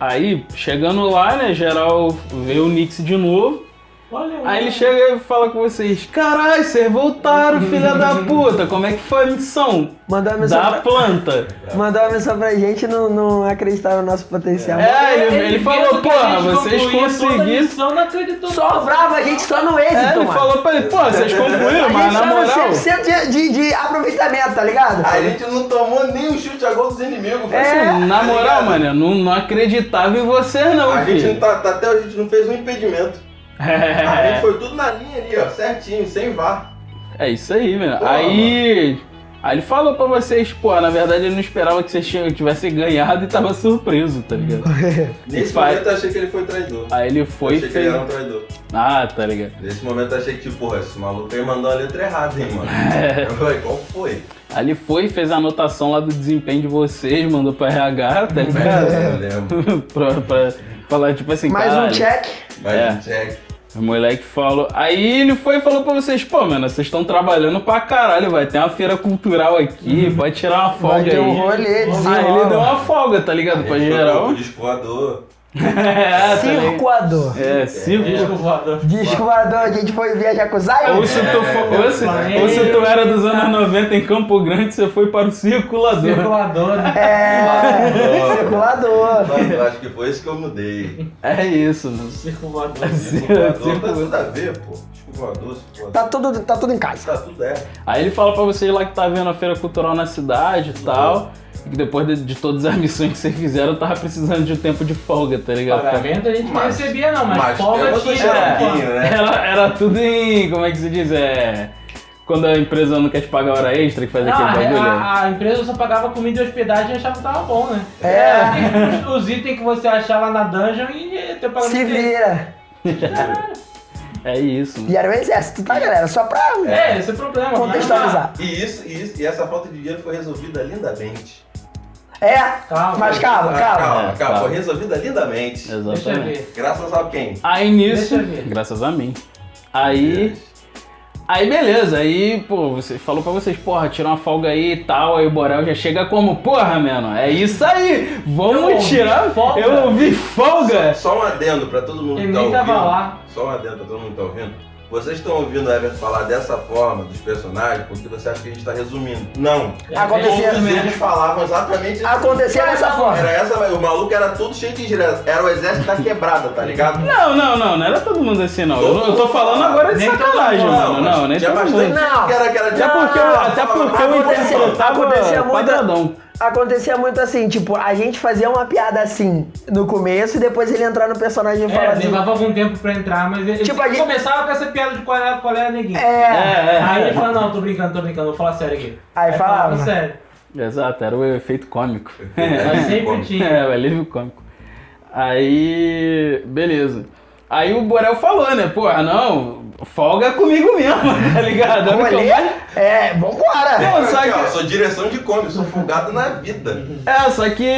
Speaker 3: Aí, chegando lá, né, geral vê o Nix de novo.
Speaker 4: Olha
Speaker 3: Aí ele chega e fala com vocês: Caralho, vocês voltaram, filha da puta. Como é que foi a missão?
Speaker 2: Mandou uma mensagem
Speaker 3: Da planta.
Speaker 2: pra... Mandou uma mensagem pra gente e não, não acreditar no nosso potencial.
Speaker 3: É, ele, ele falou: Porra, vocês conseguiram.
Speaker 4: Missão, não acreditou
Speaker 2: Só bravo, a gente só no êxito,
Speaker 3: É,
Speaker 1: então
Speaker 3: ele
Speaker 2: mano.
Speaker 3: falou pra ele: Pô, vocês concluíram,
Speaker 2: a
Speaker 3: mas
Speaker 2: gente
Speaker 3: na
Speaker 2: só no
Speaker 3: moral.
Speaker 2: 100% de, de, de aproveitamento, tá ligado?
Speaker 1: A gente não tomou nem o chute a gol dos inimigos,
Speaker 3: Assim,
Speaker 1: velho.
Speaker 3: na
Speaker 1: Tá
Speaker 3: moral,
Speaker 1: ligado?
Speaker 3: mano, eu não, não acreditava em você, não,
Speaker 1: A
Speaker 3: filho.
Speaker 1: gente não tá, tá- até a gente não fez um impedimento. A gente
Speaker 3: É,
Speaker 1: foi tudo na linha ali, ó, certinho, sem vá.
Speaker 3: é isso aí, mano.
Speaker 1: Porra,
Speaker 3: Aí. Aí ele falou pra vocês, pô, na verdade ele não esperava que vocês tinham- tivessem ganhado e tava surpreso, tá ligado?
Speaker 1: Nesse
Speaker 3: Vai.
Speaker 1: momento eu achei que ele foi traidor.
Speaker 3: Aí ele foi e
Speaker 1: achei que ele
Speaker 3: fez.
Speaker 1: era um traidor.
Speaker 3: Ah, tá ligado.
Speaker 1: Nesse momento eu achei que, tipo, porra, esse maluco aí mandou a letra errada, hein, mano. Eu falei, qual foi?
Speaker 3: Aí ele foi e fez a anotação lá do desempenho de vocês, mandou pra RH,
Speaker 2: Uhum.
Speaker 3: tá ligado?
Speaker 1: Eu lembro.
Speaker 3: pra, pra falar, tipo assim,
Speaker 2: Mais um
Speaker 3: caralho,
Speaker 2: check.
Speaker 1: Mas é.
Speaker 3: O moleque falou. Aí ele foi e falou pra vocês, pô, mano, vocês estão trabalhando pra caralho, vai ter uma feira cultural aqui, pode tirar uma folga
Speaker 2: Uhum. Vai ter
Speaker 3: aí.
Speaker 2: um rolê,
Speaker 3: Aí ele deu
Speaker 2: desenrola.
Speaker 3: uma folga, tá ligado? Pra geral.
Speaker 1: Disco voador.
Speaker 3: É, tá ligado?
Speaker 2: Circoador.
Speaker 3: É, circo.
Speaker 4: Disco voador.
Speaker 2: Descobrador, a gente foi viajar com o Zion.
Speaker 3: Ou se, tu for- ou, se,
Speaker 4: É.
Speaker 3: ou se tu era dos anos 90 em Campo Grande, você foi para o circulador.
Speaker 4: Circulador. né?
Speaker 2: É, circulador.
Speaker 1: Mas eu acho que foi isso que eu mudei.
Speaker 3: É isso, mano.
Speaker 4: Circo voador.
Speaker 1: Disco voador, tá tudo a ver, pô. Disco voador, disco voador.
Speaker 2: Tá tudo, tá tudo em casa.
Speaker 1: Tá tudo é.
Speaker 3: Aí ele fala pra vocês lá que tá vendo a feira cultural na cidade e tal. E que depois de, de todas as missões que vocês fizeram, eu tava precisando de um tempo de folga, tá ligado?
Speaker 4: Pagamento a gente não
Speaker 1: Mas-
Speaker 4: recebia não, Ah, mas,
Speaker 1: mas
Speaker 4: folga
Speaker 1: temos o
Speaker 4: tinha.
Speaker 2: um
Speaker 4: né, pô?
Speaker 1: xeroquinho, né?
Speaker 3: Era, era tudo em. Como é que se diz? É. Quando a empresa não quer te pagar hora extra que faz
Speaker 4: Não,
Speaker 3: aquele bagulho.
Speaker 4: a, a- a empresa só pagava comida e hospedagem e achava que tava bom, né?
Speaker 2: É.
Speaker 4: Tem os- Os itens que você achar lá na dungeon e é teu pagamento.
Speaker 2: Se
Speaker 4: dele.
Speaker 2: vira.
Speaker 3: É isso.
Speaker 2: E era o exército, tá, galera? Só pra
Speaker 4: É, esse é o problema.
Speaker 2: contextualizar.
Speaker 1: E isso, e isso, e essa falta de dinheiro foi resolvida lindamente.
Speaker 2: É,
Speaker 4: Calma.
Speaker 2: mas calma,
Speaker 1: Ah, calma,
Speaker 2: calma.
Speaker 3: É,
Speaker 1: calma,
Speaker 3: calma. É.
Speaker 1: foi resolvida lindamente.
Speaker 4: Deixa eu
Speaker 3: Exatamente.
Speaker 4: ver.
Speaker 1: Graças a quem?
Speaker 3: Aí nisso.
Speaker 4: Deixa eu ver.
Speaker 3: Graças a mim. Aí. Aí beleza, aí, pô, você falou pra vocês, porra, tirar uma folga aí e tal, aí o Borel já chega como, porra, mano, é isso aí, vamos
Speaker 4: Eu ouvi
Speaker 3: tirar,
Speaker 4: folga.
Speaker 3: eu ouvi folga.
Speaker 1: Só um adendo pra todo mundo
Speaker 4: Ele
Speaker 1: que tá
Speaker 4: nem
Speaker 1: ouvindo.
Speaker 4: tava lá.
Speaker 1: Só um adendo pra todo mundo que tá ouvindo. Vocês estão ouvindo o Everton falar dessa forma dos personagens porque você acha que a gente tá resumindo. Não.
Speaker 3: É,
Speaker 2: Acontecia-
Speaker 1: Todos eles falavam exatamente isso.
Speaker 2: Acontecia dessa
Speaker 1: Era
Speaker 2: forma.
Speaker 1: essa, o maluco era todo cheio de indireta. Era o exército da quebrada, tá ligado?
Speaker 3: Não, não, não, não era todo mundo assim, não. Eu, eu tô falando agora de
Speaker 4: Nem todo
Speaker 3: sacanagem,
Speaker 4: mundo,
Speaker 1: mas
Speaker 3: mano. Não, nem
Speaker 1: tinha
Speaker 3: todo
Speaker 1: bastante
Speaker 3: mundo.
Speaker 2: mundo.
Speaker 1: gente que era, que era de-
Speaker 3: Até porque, eu- tá?" até porque eu
Speaker 2: acontecia-
Speaker 3: interpretava
Speaker 2: acontecia muito-
Speaker 3: quadradão.
Speaker 2: Acontecia muito assim, tipo, a gente fazia uma piada assim no começo e depois ele entrar no personagem e falar
Speaker 4: É,
Speaker 2: assim.
Speaker 4: levava algum tempo pra entrar, mas ele
Speaker 2: Tipo,
Speaker 4: sempre
Speaker 2: a gente-
Speaker 4: começava com essa piada de qual era, qual era neguinho.
Speaker 2: É.
Speaker 3: É,
Speaker 4: Aí ele fala, não, tô brincando, tô brincando, vou falar sério aqui.
Speaker 2: Aí falava.
Speaker 4: sério.
Speaker 3: Exato, era o efeito cômico.
Speaker 4: Mas sempre tinha.
Speaker 3: É, o alívio cômico. Aí, beleza. Aí o Borel falou, né? Porra, não, folga comigo mesmo, tá ligado? Olha o que eu
Speaker 2: Olê?
Speaker 3: mais-
Speaker 2: É, vambora!
Speaker 3: Não, só
Speaker 1: Aqui, ó,
Speaker 3: que,
Speaker 1: sou direção de cômico, sou folgado na vida.
Speaker 3: é, só que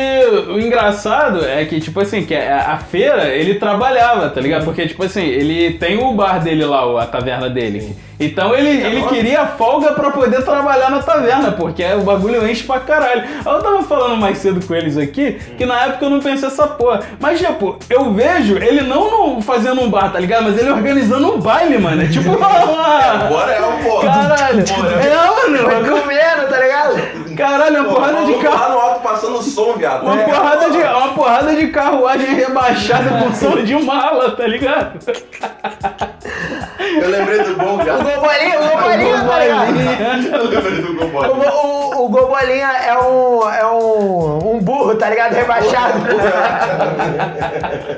Speaker 3: o engraçado é que, tipo assim, que a, a feira ele trabalhava, tá ligado? Porque, tipo assim, ele tem o bar dele lá, o- a taverna dele. Então ele, ele
Speaker 1: lógico.
Speaker 3: queria folga pra poder trabalhar na taverna, porque o bagulho enche pra caralho. Aí Eu tava falando mais cedo com eles aqui, que na época eu não pensei essa porra. Mas, tipo, eu vejo ele não no- fazendo um bar, tá ligado? Mas ele organizando um baile, mano. É tipo uma- uma.
Speaker 1: Agora é o pô. Porra.
Speaker 3: Caralho, é,
Speaker 2: Foi
Speaker 3: mano.
Speaker 2: comendo, tá ligado?
Speaker 3: Caralho, é uma
Speaker 1: Pô,
Speaker 3: porrada de
Speaker 1: maluco
Speaker 3: carro.
Speaker 1: Lá no alto passando som, viado.
Speaker 3: Uma
Speaker 1: É.
Speaker 3: porrada de, uma porrada de carruagem rebaixada com som de mala, tá ligado?
Speaker 1: Eu lembrei do gol,
Speaker 2: O
Speaker 1: viado.
Speaker 2: Gobolinha, o Gobolinha, tá ligado?
Speaker 1: Eu lembrei do gol,
Speaker 2: O,
Speaker 1: mano.
Speaker 2: Go- o, o Gobolinha é um. é um. um burro, tá ligado? Rebaixado.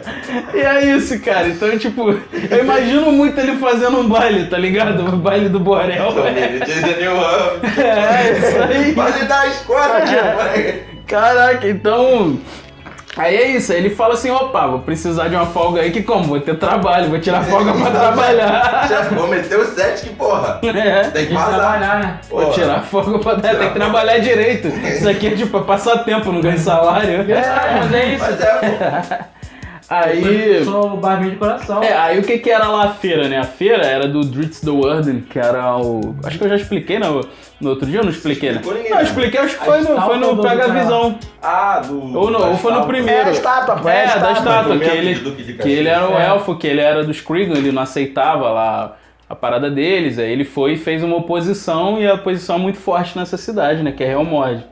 Speaker 3: E é isso, cara. Então, tipo, eu imagino muito ele fazendo um baile, tá ligado? O baile do Borel. É, é isso aí.
Speaker 1: Vale da escola,
Speaker 3: É.
Speaker 1: tio.
Speaker 3: Caraca, então. Aí é isso, aí ele fala assim, opa, vou precisar de uma folga aí, que como? Vou ter trabalho, vou tirar folga pra trabalhar.
Speaker 1: Já vou meter o set que, porra.
Speaker 3: É.
Speaker 1: Tem que
Speaker 4: Tem que
Speaker 1: vazar.
Speaker 4: trabalhar, né?
Speaker 1: Porra.
Speaker 3: Vou tirar folga pra tem que trabalhar direito. Isso aqui é tipo, é passar tempo, não ganho salário.
Speaker 4: É, mas é isso.
Speaker 1: Mas é,
Speaker 3: Aí.
Speaker 4: Eu Sou o barbeiro de coração.
Speaker 3: É, aí o que que era lá a feira, né? A feira era do Dritz the Warden, que era o... Acho que eu já expliquei no, no outro dia, eu não expliquei, né?
Speaker 1: Explicou ninguém,
Speaker 3: Não, eu
Speaker 1: né?
Speaker 3: expliquei, acho que foi no, foi no
Speaker 4: estátua do
Speaker 3: Pega a
Speaker 4: cara lá.
Speaker 3: Visão.
Speaker 1: pô. Ah, do.
Speaker 3: Ou não,
Speaker 1: da
Speaker 3: ou foi no
Speaker 1: estátua.
Speaker 3: primeiro.
Speaker 2: É a estátua, pô, é a
Speaker 3: É, da
Speaker 2: estátua.
Speaker 3: estátua, que
Speaker 1: Documento
Speaker 3: ele,
Speaker 1: de Duque de
Speaker 3: que ele era um
Speaker 4: Caxias. É.
Speaker 3: elfo, que ele era dos Creedon, ele não aceitava lá a parada deles. Aí ele foi e fez uma oposição, e a oposição é muito forte nessa cidade, né? Que é Helmord.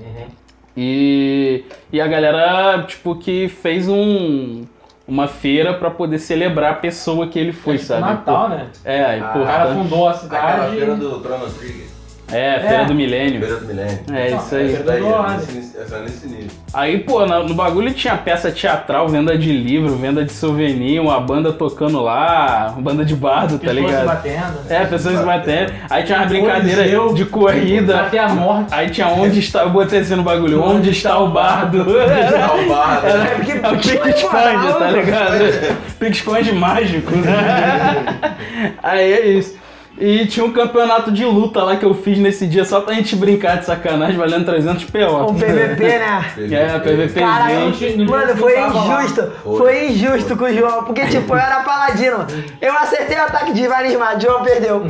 Speaker 4: Uhum.
Speaker 3: E, e a galera, tipo, que fez um... Uma feira pra poder celebrar a pessoa que ele foi, sabe?
Speaker 4: Natal, né?
Speaker 3: É, aí,
Speaker 1: Ah,
Speaker 3: porra,
Speaker 4: O cara
Speaker 3: tanto-
Speaker 4: fundou a
Speaker 1: Aquela
Speaker 4: cidade.
Speaker 1: feira do Trono Trigger.
Speaker 3: É, Feira
Speaker 4: É.
Speaker 3: do Milênio.
Speaker 1: Feira do Milênio.
Speaker 3: É
Speaker 4: Não,
Speaker 3: isso aí.
Speaker 1: Essa daí,
Speaker 4: do
Speaker 1: ó,
Speaker 4: lado.
Speaker 1: nesse- Essa é nesse nível.
Speaker 3: Aí, pô, na- no, bagulho tinha peça teatral, venda de livro, venda de souvenir, uma banda tocando lá, uma banda de bardo, tá
Speaker 4: pessoas se
Speaker 3: ligado?
Speaker 4: batendo.
Speaker 3: É, pessoas se batendo. Aí tinha umas
Speaker 4: Coliseu.
Speaker 3: brincadeiras de corrida.
Speaker 4: Até a morte.
Speaker 3: Aí tinha onde está. Eu botei assim no bagulho, onde está o bardo? Era,
Speaker 1: Salvada.
Speaker 3: era,
Speaker 2: porque-
Speaker 3: é o pique esconde, tá ligado? Pique esconde mágico. Aí é isso. E tinha um campeonato de luta lá que eu fiz nesse dia só pra gente brincar de sacanagem, valendo 300 PO.
Speaker 2: Um PVP, né?
Speaker 3: É, PVP.
Speaker 2: Caralho,
Speaker 4: Gente, no dia
Speaker 2: mano,
Speaker 4: que
Speaker 2: foi
Speaker 4: eu tava lá.
Speaker 2: injusto.
Speaker 1: Foi.
Speaker 2: Foi injusto com o João, porque tipo, eu era paladino. Eu acertei o ataque de Vanismar, João perdeu.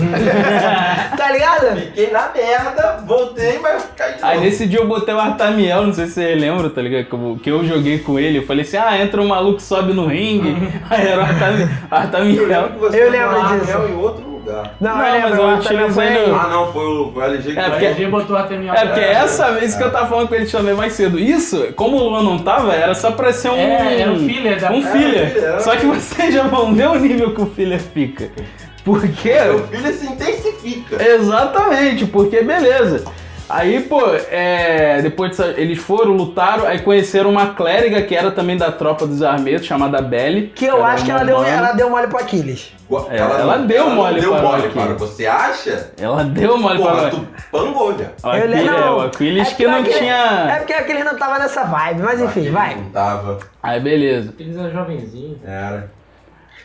Speaker 2: tá ligado?
Speaker 1: Fiquei na merda, voltei, mas caí de
Speaker 3: Aí
Speaker 1: novo.
Speaker 3: nesse dia eu botei o Artamiel, não sei se você lembra, tá ligado? Que eu, que eu joguei com ele. Eu falei assim: ah, entra um maluco, sobe no ringue. Aí era o Artami-
Speaker 1: Eu lembro que
Speaker 3: Artamiel.
Speaker 1: você
Speaker 2: Eu
Speaker 1: foi
Speaker 2: lembro
Speaker 1: lá,
Speaker 2: disso.
Speaker 1: Mel, em outro lugar.
Speaker 2: Não,
Speaker 3: Não,
Speaker 2: eu lembro,
Speaker 3: mas eu
Speaker 2: eu também foi
Speaker 3: utilizei
Speaker 2: aí.
Speaker 3: no-
Speaker 1: Ah, não, foi o, foi o LG que
Speaker 3: É,
Speaker 1: foi.
Speaker 3: porque-
Speaker 4: Porque... O LG botou até minha
Speaker 3: É, porque essa vez isso que eu tava falando com ele também mais cedo. Isso, como o Luan não tava, era só pra ser um.
Speaker 4: É, era um filler da-
Speaker 3: Um
Speaker 4: era
Speaker 1: um
Speaker 3: filler.
Speaker 1: filler.
Speaker 3: Só que vocês já vão ver o nível que o filler fica. Porque.
Speaker 1: Seu filho se intensifica.
Speaker 3: Exatamente, porque beleza. Aí, pô, é, depois dessa- eles foram, lutaram, aí conheceram uma clériga que era também da tropa dos armeiros, chamada Belly.
Speaker 2: Que eu
Speaker 3: Era
Speaker 2: acho que
Speaker 3: uma
Speaker 2: ela deu,
Speaker 3: humana.
Speaker 2: ela deu mole pro Aquiles.
Speaker 3: É, ela deu
Speaker 1: não
Speaker 3: mole
Speaker 1: deu
Speaker 3: para o
Speaker 1: mole,
Speaker 3: Aquiles.
Speaker 1: cara. Você acha?
Speaker 3: Ela deu mole pra
Speaker 1: Porra,
Speaker 3: nós.
Speaker 1: tu pangou, já.
Speaker 3: O Aquiles,
Speaker 2: le-
Speaker 3: é, o Aquiles
Speaker 2: é
Speaker 3: que não
Speaker 2: Aquiles- É
Speaker 3: tinha.
Speaker 2: porque o Aquiles não tava nessa vibe, mas enfim, vai.
Speaker 1: Não tava.
Speaker 3: Aí, beleza.
Speaker 4: Eles eram jovenzinhos.
Speaker 1: Era.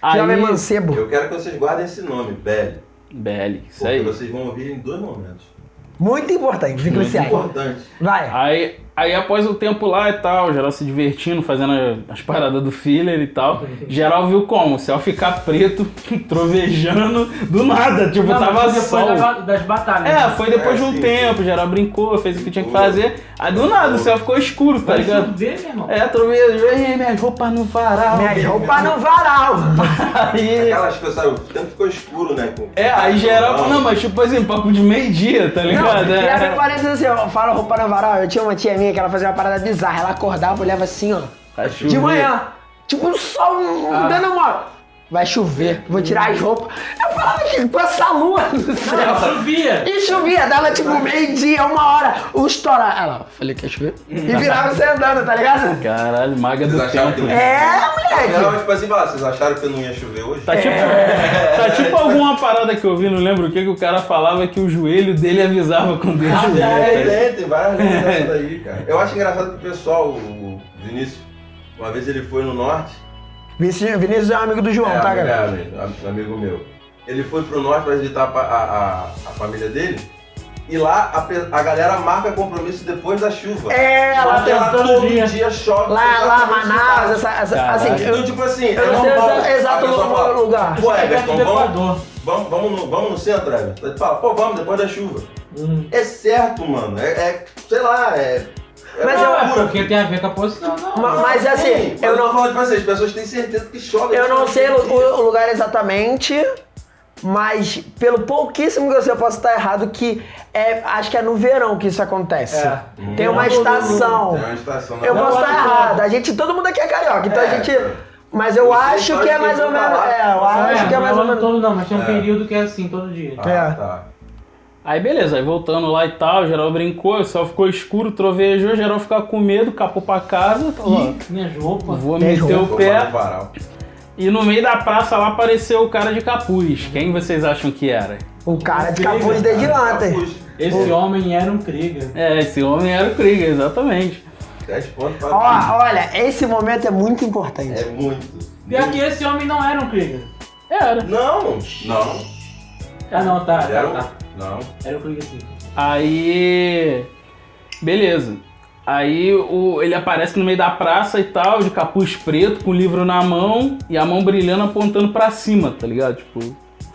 Speaker 3: Aí,
Speaker 2: Jovem mancebo.
Speaker 1: Eu quero que vocês guardem esse nome, Belly.
Speaker 3: Belly, isso
Speaker 1: Porque
Speaker 3: aí.
Speaker 1: vocês vão ouvir em dois momentos.
Speaker 2: Muito importante, cruciais.
Speaker 1: Importante.
Speaker 2: Vai.
Speaker 3: Aí, aí após o tempo lá e tal, geral se divertindo, fazendo as paradas do filler e tal, geral viu como? O céu ficar preto, trovejando, do nada, tipo,
Speaker 4: Não, mas
Speaker 3: tava
Speaker 4: foi depois
Speaker 3: sol.
Speaker 4: da ba- das batalhas.
Speaker 3: É,
Speaker 4: né?
Speaker 3: foi depois
Speaker 1: É,
Speaker 3: de um
Speaker 1: sim,
Speaker 3: tempo, geral brincou, fez o que tinha que
Speaker 1: Brincou.
Speaker 3: fazer. Aí do nada o céu ficou escuro, tá
Speaker 4: Vai
Speaker 3: ligado?
Speaker 4: chover, meu irmão.
Speaker 3: É, trovejou, e minhas roupas no varal.
Speaker 2: Minhas roupas no varal.
Speaker 3: Aí.
Speaker 1: Aquelas coisas, sabe? O tempo ficou escuro, né? com-
Speaker 3: É, aí geral. Não, mas tipo assim, papo de meio-dia, tá ligado?
Speaker 2: Não, e abre
Speaker 3: é.
Speaker 2: parênteses assim, ó, fala roupa no varal. Eu tinha uma tia minha que ela fazia uma parada bizarra. Ela acordava, olhava assim, ó.
Speaker 3: Tá
Speaker 2: de
Speaker 3: chovendo.
Speaker 2: manhã. Tipo, o sol
Speaker 4: Ah.
Speaker 2: dando uma. Vai chover, vou tirar as roupas. Eu falava que passa a lua no céu.
Speaker 4: Não, chovia.
Speaker 2: E chovia, dava tipo meio-dia, uma hora, o estourar. Ela, falei que ia chover. E virava você andando, tá ligado?
Speaker 3: Caralho, maga do
Speaker 1: Vocês acharam que
Speaker 3: tempo.
Speaker 1: não ia
Speaker 2: É, moleque.
Speaker 1: Não, tipo assim, fala, vocês acharam que não ia chover hoje? É,
Speaker 3: Tá tipo, tá tipo alguma parada que eu vi, não lembro o que, que o cara falava que o joelho dele avisava quando ele
Speaker 1: Ah, é,
Speaker 3: chovia.
Speaker 1: é, tem várias lembranças aí, cara. Eu acho engraçado que o pessoal, o Vinícius, uma vez ele foi no norte.
Speaker 2: Vinícius Vinícius é um amigo do João,
Speaker 1: é,
Speaker 2: tá,
Speaker 1: amigo-
Speaker 2: galera?
Speaker 1: é, amigo, amigo meu. Ele foi pro norte pra visitar a, pa- a, a, a família dele. E lá a, pe- a galera marca compromisso depois da chuva.
Speaker 2: É, lá,
Speaker 1: Lá,
Speaker 2: tem-
Speaker 1: lá
Speaker 4: todo
Speaker 1: todo
Speaker 4: dia.
Speaker 1: dia, chove.
Speaker 2: lá, lá,
Speaker 1: exatamente
Speaker 2: Manaus,
Speaker 1: isso,
Speaker 2: essa, essa,
Speaker 3: Caralho.
Speaker 2: assim,
Speaker 1: cara. Então,
Speaker 2: eu,
Speaker 1: tipo assim,
Speaker 2: eu
Speaker 1: é
Speaker 2: não sei
Speaker 1: normal.
Speaker 2: o exato
Speaker 1: A pessoa
Speaker 2: lu-
Speaker 1: fala,
Speaker 2: lugar. é
Speaker 1: Pô,
Speaker 4: Tá perto
Speaker 1: Everton,
Speaker 4: do
Speaker 1: vamos,
Speaker 4: Equador.
Speaker 1: vamos, vamos, no, vamos no centro, Everton. Ele fala, pô, vamos depois da chuva.
Speaker 4: Hum.
Speaker 1: É certo, mano. É, é- sei lá, é. é
Speaker 2: Mas
Speaker 4: Não,
Speaker 2: eu-
Speaker 4: é
Speaker 1: loucura.
Speaker 4: porque tem a ver com a posição, não.
Speaker 2: Ma- mas
Speaker 1: Sim,
Speaker 2: assim,
Speaker 1: mas
Speaker 2: eu
Speaker 1: tô
Speaker 2: não,
Speaker 1: falando pra vocês, as pessoas têm certeza que chove.
Speaker 2: eu não sei o,
Speaker 1: o.
Speaker 2: o lugar exatamente, mas pelo pouquíssimo que eu sei, eu posso estar errado, que é, acho que é no verão que isso acontece.
Speaker 4: É.
Speaker 2: Tem uma estação.
Speaker 1: É uma estação. né?
Speaker 2: Eu
Speaker 4: Não,
Speaker 2: posso estar
Speaker 4: não, não.
Speaker 2: errado. A gente, todo mundo aqui é carioca, então a
Speaker 1: É.
Speaker 2: gente. Mas eu
Speaker 1: Eu sei
Speaker 2: acho
Speaker 1: só
Speaker 2: que é
Speaker 1: de
Speaker 2: mais
Speaker 1: quem
Speaker 2: ou
Speaker 1: tá
Speaker 2: menos.
Speaker 1: lá.
Speaker 2: É, eu
Speaker 1: Ah,
Speaker 2: acho que é mais ou
Speaker 4: não
Speaker 2: menos.
Speaker 4: todo não, mas tem um
Speaker 1: É.
Speaker 4: período que é assim, todo dia.
Speaker 1: Ah,
Speaker 2: É.
Speaker 1: tá.
Speaker 3: Aí beleza, aí voltando lá e tal, geral brincou, só ficou escuro, trovejou, geral ficou com medo, capou pra casa, falou,
Speaker 4: Minhas
Speaker 3: ó,
Speaker 4: roupas.
Speaker 3: vou
Speaker 2: Beijou.
Speaker 3: meter o
Speaker 1: Vou
Speaker 3: pé.
Speaker 1: lá no varal.
Speaker 3: E no meio da praça lá apareceu o cara de capuz. Quem vocês acham que era?
Speaker 2: O cara de capuz
Speaker 4: Incrível,
Speaker 2: desde lá, tem.
Speaker 1: Capuz.
Speaker 4: Esse homem era um Krieger.
Speaker 3: É, esse homem era o Krieger, exatamente.
Speaker 1: 10 pontos pra mim.
Speaker 2: Ó, olha, esse momento é muito importante.
Speaker 1: É muito.
Speaker 4: Pior que esse homem não era um Krieger.
Speaker 3: Era.
Speaker 1: Não, não.
Speaker 4: Ah não, tá,
Speaker 1: Era
Speaker 4: tá,
Speaker 1: um-
Speaker 4: tá.
Speaker 1: Não.
Speaker 4: Era um Krieger sim.
Speaker 3: Aí. Beleza. Aí o, ele aparece no meio da praça e tal, de capuz preto, com o livro na mão e a mão brilhando apontando pra cima, tá ligado? Tipo,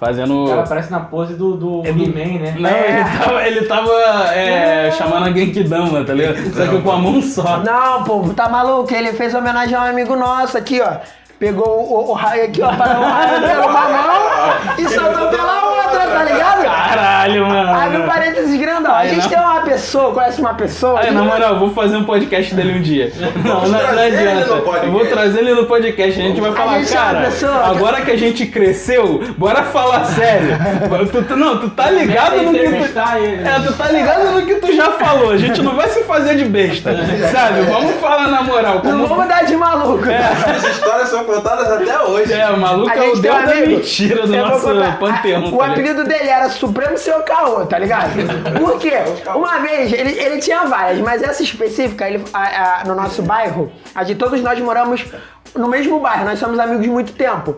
Speaker 3: fazendo.
Speaker 4: O cara tá aparece na pose do, do
Speaker 3: É do-
Speaker 4: He-Man, né?
Speaker 3: Não,
Speaker 2: É.
Speaker 3: ele tava, ele tava é, chamando a Genkidama, tá ligado? Só que com a mão só.
Speaker 2: Não, pô, tá maluco? Ele fez homenagem a um amigo nosso aqui, ó. Pegou o, o raio aqui, ó, parou o raio pela uma mão e soltou pela outra, tá ligado?
Speaker 3: Caralho, mano.
Speaker 2: Abre um parênteses grandão. A
Speaker 3: Aí,
Speaker 2: gente
Speaker 3: não.
Speaker 2: tem uma pessoa, conhece uma pessoa.
Speaker 3: Aí, na moral, eu vou fazer um podcast dele um dia. Não, não, não
Speaker 1: trazer ele
Speaker 3: adianta.
Speaker 1: no podcast.
Speaker 3: Eu vou trazer ele no podcast. A gente vai falar,
Speaker 2: gente é uma
Speaker 3: cara,
Speaker 2: pessoa que-
Speaker 3: agora que a gente cresceu, bora falar sério. Tu- tu- não, tu tá ligado no que tu.
Speaker 4: entrevistar ele. né?
Speaker 3: É, tu tá ligado no que tu já falou. A gente não vai se fazer de besta. Sabe? Vamos falar na moral.
Speaker 2: Não
Speaker 3: Como...
Speaker 2: vamos dar de maluco.
Speaker 1: As histórias são contadas até hoje.
Speaker 3: É, o maluco
Speaker 2: A
Speaker 3: é o
Speaker 2: gente tem um
Speaker 3: deus da
Speaker 2: amigo.
Speaker 3: mentira do
Speaker 2: Eu vou
Speaker 3: nosso
Speaker 2: contar.
Speaker 3: panteão.
Speaker 2: O
Speaker 3: tá ligado?
Speaker 2: apelido dele era Supremo Seu Caô, tá ligado? Por quê? Uma vez, ele, ele tinha várias, mas essa específica, ele- a- a- no nosso bairro, a de todos nós moramos no mesmo bairro, nós somos amigos de muito tempo.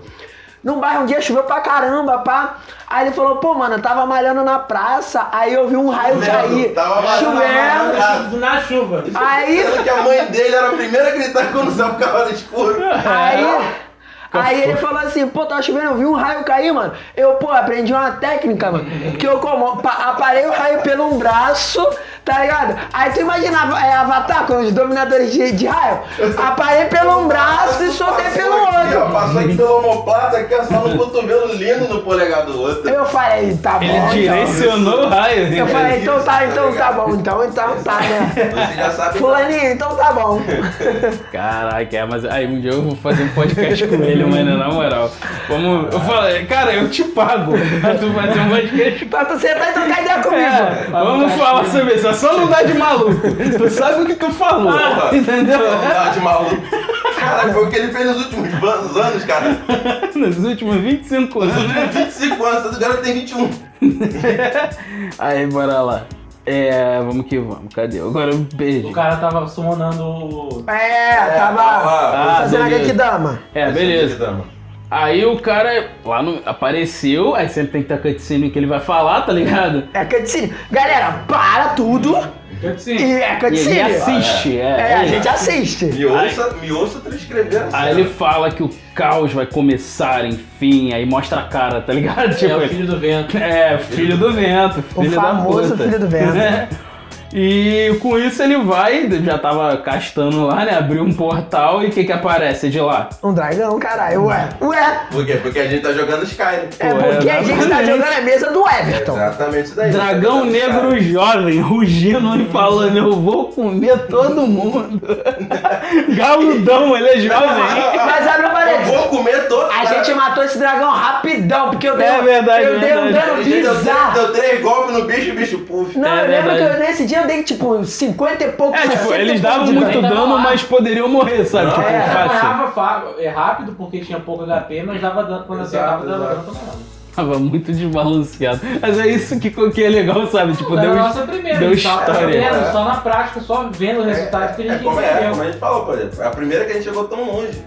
Speaker 2: Num bairro um dia choveu pra caramba, pá. Aí ele falou, pô, mano, eu tava malhando na praça, aí eu vi um raio
Speaker 1: Não,
Speaker 2: cair.
Speaker 1: tava malhando na
Speaker 2: Chovendo.
Speaker 1: Ah.
Speaker 4: Na chuva.
Speaker 2: Aí.
Speaker 1: Sendo que a mãe dele era a primeira a gritar quando o céu ficava escuro.
Speaker 2: Aí,
Speaker 1: É.
Speaker 2: aí ele falou assim, pô, tava chovendo, eu vi um raio cair, mano. Eu, pô, aprendi uma técnica, mano. Que eu como, pa- aparei o raio pelo um braço, tá ligado? Aí tu imagina é, Avatar, com os dominadores de, de raio. Aparei pelo um braço e soltei
Speaker 1: Passou
Speaker 2: pelo
Speaker 1: aqui, ó,
Speaker 2: outro.
Speaker 1: Passou aqui pelo homoplata, aqui ó, só no cotovelo lindo no polegar do outro.
Speaker 2: Eu falei, tá bom.
Speaker 3: Ele
Speaker 2: então.
Speaker 3: direcionou o raio.
Speaker 2: Eu falei, então tá, então tá
Speaker 1: Tá ligado?
Speaker 2: bom, então, então tá, né?
Speaker 1: Você já sabe.
Speaker 2: Fulaninho, então tá bom.
Speaker 3: Caraca, é, mas aí um dia eu vou fazer um podcast com ele, mano, na moral. Vamos. Eu falei, cara, eu te pago pra tu fazer um podcast
Speaker 2: Pra tu sentar e trocar ideia
Speaker 3: comigo.
Speaker 2: comigo.
Speaker 3: vamos falar sobre isso. É só não dar de maluco. Tu sabe o que tu falou.
Speaker 2: Ah,
Speaker 1: Porra,
Speaker 3: entendeu?
Speaker 1: tá de maluco. Cara, foi o que ele fez nos últimos van- anos, cara.
Speaker 3: Nos últimos 25
Speaker 1: Nos
Speaker 3: anos.
Speaker 1: últimos 25 anos, o cara tem 21.
Speaker 3: Aí, bora lá. É, vamos que vamos. Cadê? Agora um beijo.
Speaker 4: O cara tava summonando o.
Speaker 2: É, tava
Speaker 1: Ah,
Speaker 2: fazendo a
Speaker 3: beleza.
Speaker 2: Gekidama.
Speaker 3: É, beleza. Aí o cara lá no, apareceu, aí sempre tem que ter cutscene que ele vai falar, tá ligado?
Speaker 2: É cutscene. Galera, para tudo e
Speaker 4: Cutscene.
Speaker 2: é
Speaker 3: E ele
Speaker 2: cutscene.
Speaker 3: assiste, é.
Speaker 2: É, a
Speaker 3: ele-
Speaker 2: gente assiste.
Speaker 1: Me ouça, me ouça transcrever essa.
Speaker 3: Aí ele fala que o caos vai começar, enfim, aí mostra a cara, tá ligado?
Speaker 4: É o
Speaker 3: ele-
Speaker 4: filho do vento.
Speaker 3: É, filho do vento, filho da
Speaker 2: famoso
Speaker 3: puta.
Speaker 2: filho do vento.
Speaker 3: É. E com isso ele vai, já tava castando lá, né? Abriu um portal e o que que aparece de lá?
Speaker 2: Um dragão, caralho. Ué, ué.
Speaker 1: Por quê? Porque a gente tá jogando Skyrim.
Speaker 2: É
Speaker 3: Pô,
Speaker 2: porque a gente Então. tá
Speaker 3: exatamente.
Speaker 2: jogando a mesa do Everton.
Speaker 1: Exatamente isso daí. Tá
Speaker 3: Dragão
Speaker 1: jogando
Speaker 3: negro jovem, rugindo e falando, eu vou comer todo mundo. Galudão, ele é jovem.
Speaker 2: Mas
Speaker 1: Skyrim.
Speaker 2: abre o
Speaker 1: Eu
Speaker 2: parede.
Speaker 1: vou comer todo.
Speaker 2: A gente é matou esse dragão rapidão, porque eu dei,
Speaker 3: É verdade,
Speaker 2: eu dei um
Speaker 3: verdade.
Speaker 2: dano
Speaker 1: Gente, deu, três,
Speaker 2: bizarro.
Speaker 1: deu três golpes no bicho e o bicho puff.
Speaker 2: Não,
Speaker 3: um É
Speaker 2: eu lembro que eu-
Speaker 3: verdade.
Speaker 2: nesse dia eu dei tipo 50 e poucos,
Speaker 3: É,
Speaker 2: 60
Speaker 3: tipo,
Speaker 2: e
Speaker 3: eles davam
Speaker 2: poucos de
Speaker 3: muito
Speaker 2: dano.
Speaker 4: dano.
Speaker 3: dano, mas poderiam morrer, sabe?
Speaker 1: Não,
Speaker 3: Tipo,
Speaker 2: é.
Speaker 3: fácil.
Speaker 4: Apanhava fa- é rápido porque tinha pouco HP, mas dava dano quando
Speaker 1: Exato,
Speaker 4: acertava, dava
Speaker 1: exato.
Speaker 4: dano pra caramba.
Speaker 3: Tava muito desbalanceado. Mas é isso que, que é legal, sabe? Tipo,
Speaker 4: Era
Speaker 3: deu,
Speaker 4: a nossa primeira,
Speaker 3: deu
Speaker 4: a gente tava
Speaker 3: história. né?
Speaker 4: aprendendo, só na prática, só vendo o resultado que a
Speaker 1: É
Speaker 4: gente
Speaker 1: como, é, como
Speaker 4: entendeu.
Speaker 1: a gente falou, por exemplo. É a primeira que a gente chegou tão longe.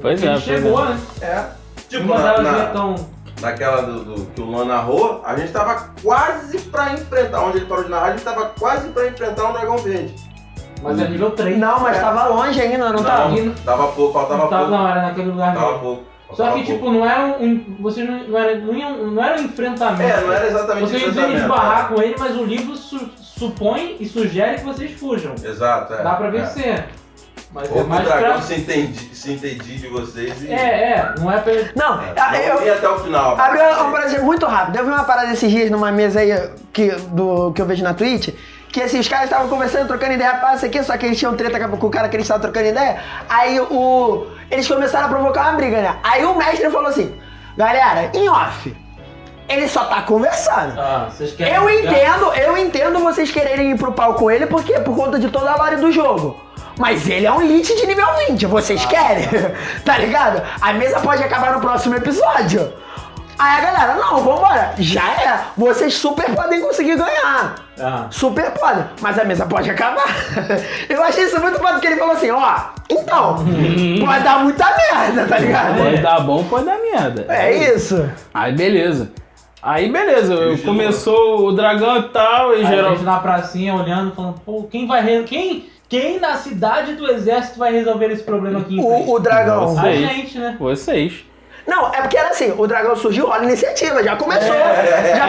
Speaker 3: Pois é,
Speaker 4: a
Speaker 3: pois
Speaker 4: gente chegou,
Speaker 3: é.
Speaker 4: né?
Speaker 1: É. Tipo,
Speaker 4: não
Speaker 1: na,
Speaker 4: dava
Speaker 1: na-
Speaker 4: ser tão.
Speaker 1: naquela do, do- que o Luan narrou, a gente tava quase pra enfrentar. Onde ele parou de narrar, a gente tava quase pra enfrentar um dragão verde.
Speaker 4: Mas é nível 3.
Speaker 2: Não, mas tava longe ainda, não tava.
Speaker 4: vindo.
Speaker 1: Tava pouco, faltava
Speaker 4: Não tava,
Speaker 1: pouco.
Speaker 4: não, era naquele lugar
Speaker 1: Tava
Speaker 4: mesmo.
Speaker 1: pouco.
Speaker 4: Só
Speaker 1: faltava
Speaker 4: que,
Speaker 1: pouco.
Speaker 4: tipo, não era um. um- Vocês não, não, era, não, iam- não era um enfrentamento.
Speaker 1: É, não era exatamente é.
Speaker 4: Vocês
Speaker 1: esse
Speaker 4: iam
Speaker 1: pensamento.
Speaker 4: esbarrar com ele, mas o livro su- supõe e sugere que vocês fujam.
Speaker 1: Exato, é.
Speaker 4: Dá pra
Speaker 1: é.
Speaker 4: vencer. Mas
Speaker 1: Ou
Speaker 4: é
Speaker 1: que o
Speaker 4: mais
Speaker 1: dragão
Speaker 4: pra.
Speaker 1: se, entendi, se entendi de vocês e.
Speaker 4: É, é, não é pra.
Speaker 2: Não, a-
Speaker 1: É,
Speaker 2: eu,
Speaker 1: não ia até o final.
Speaker 2: Abriu um Brasil muito rápido. Eu vi uma parada esses dias numa mesa aí que, do, que eu vejo na Twitch. Que esses caras estavam conversando, trocando ideia, passa aqui, só que eles tinham treta com o cara que eles estavam trocando ideia. Aí o. Eles começaram a provocar uma briga, né? Aí o mestre falou assim: galera, em off, ele só tá conversando.
Speaker 4: Ah, vocês querem.
Speaker 2: Eu entendo, eu entendo vocês quererem ir pro pau com ele, porque por conta de toda a lore do jogo. Mas ele é um elite de nível 20, vocês querem? tá ligado? A mesa pode acabar no próximo episódio. Aí a galera, não, vambora. Já é. Vocês super podem conseguir ganhar.
Speaker 4: Ah.
Speaker 2: Super pode, mas a mesa pode acabar. Eu achei isso muito foda, porque ele falou assim, ó, então, pode dar muita merda, tá ligado?
Speaker 3: Pode dar bom, pode dar merda.
Speaker 2: É isso.
Speaker 3: Aí beleza. Aí beleza, eu-
Speaker 1: Vigilou.
Speaker 3: começou o dragão e tal, e
Speaker 4: Aí A
Speaker 3: geral.
Speaker 4: gente na pracinha olhando, falando, pô, quem vai. re- Quem, quem na cidade do exército vai resolver esse problema aqui em frente?
Speaker 2: O, o dragão.
Speaker 3: Nossa.
Speaker 4: A
Speaker 3: Sei.
Speaker 4: gente, né?
Speaker 3: é Vocês.
Speaker 2: Não, é porque era assim, o dragão surgiu, olha a iniciativa, já começou.
Speaker 1: É,
Speaker 2: já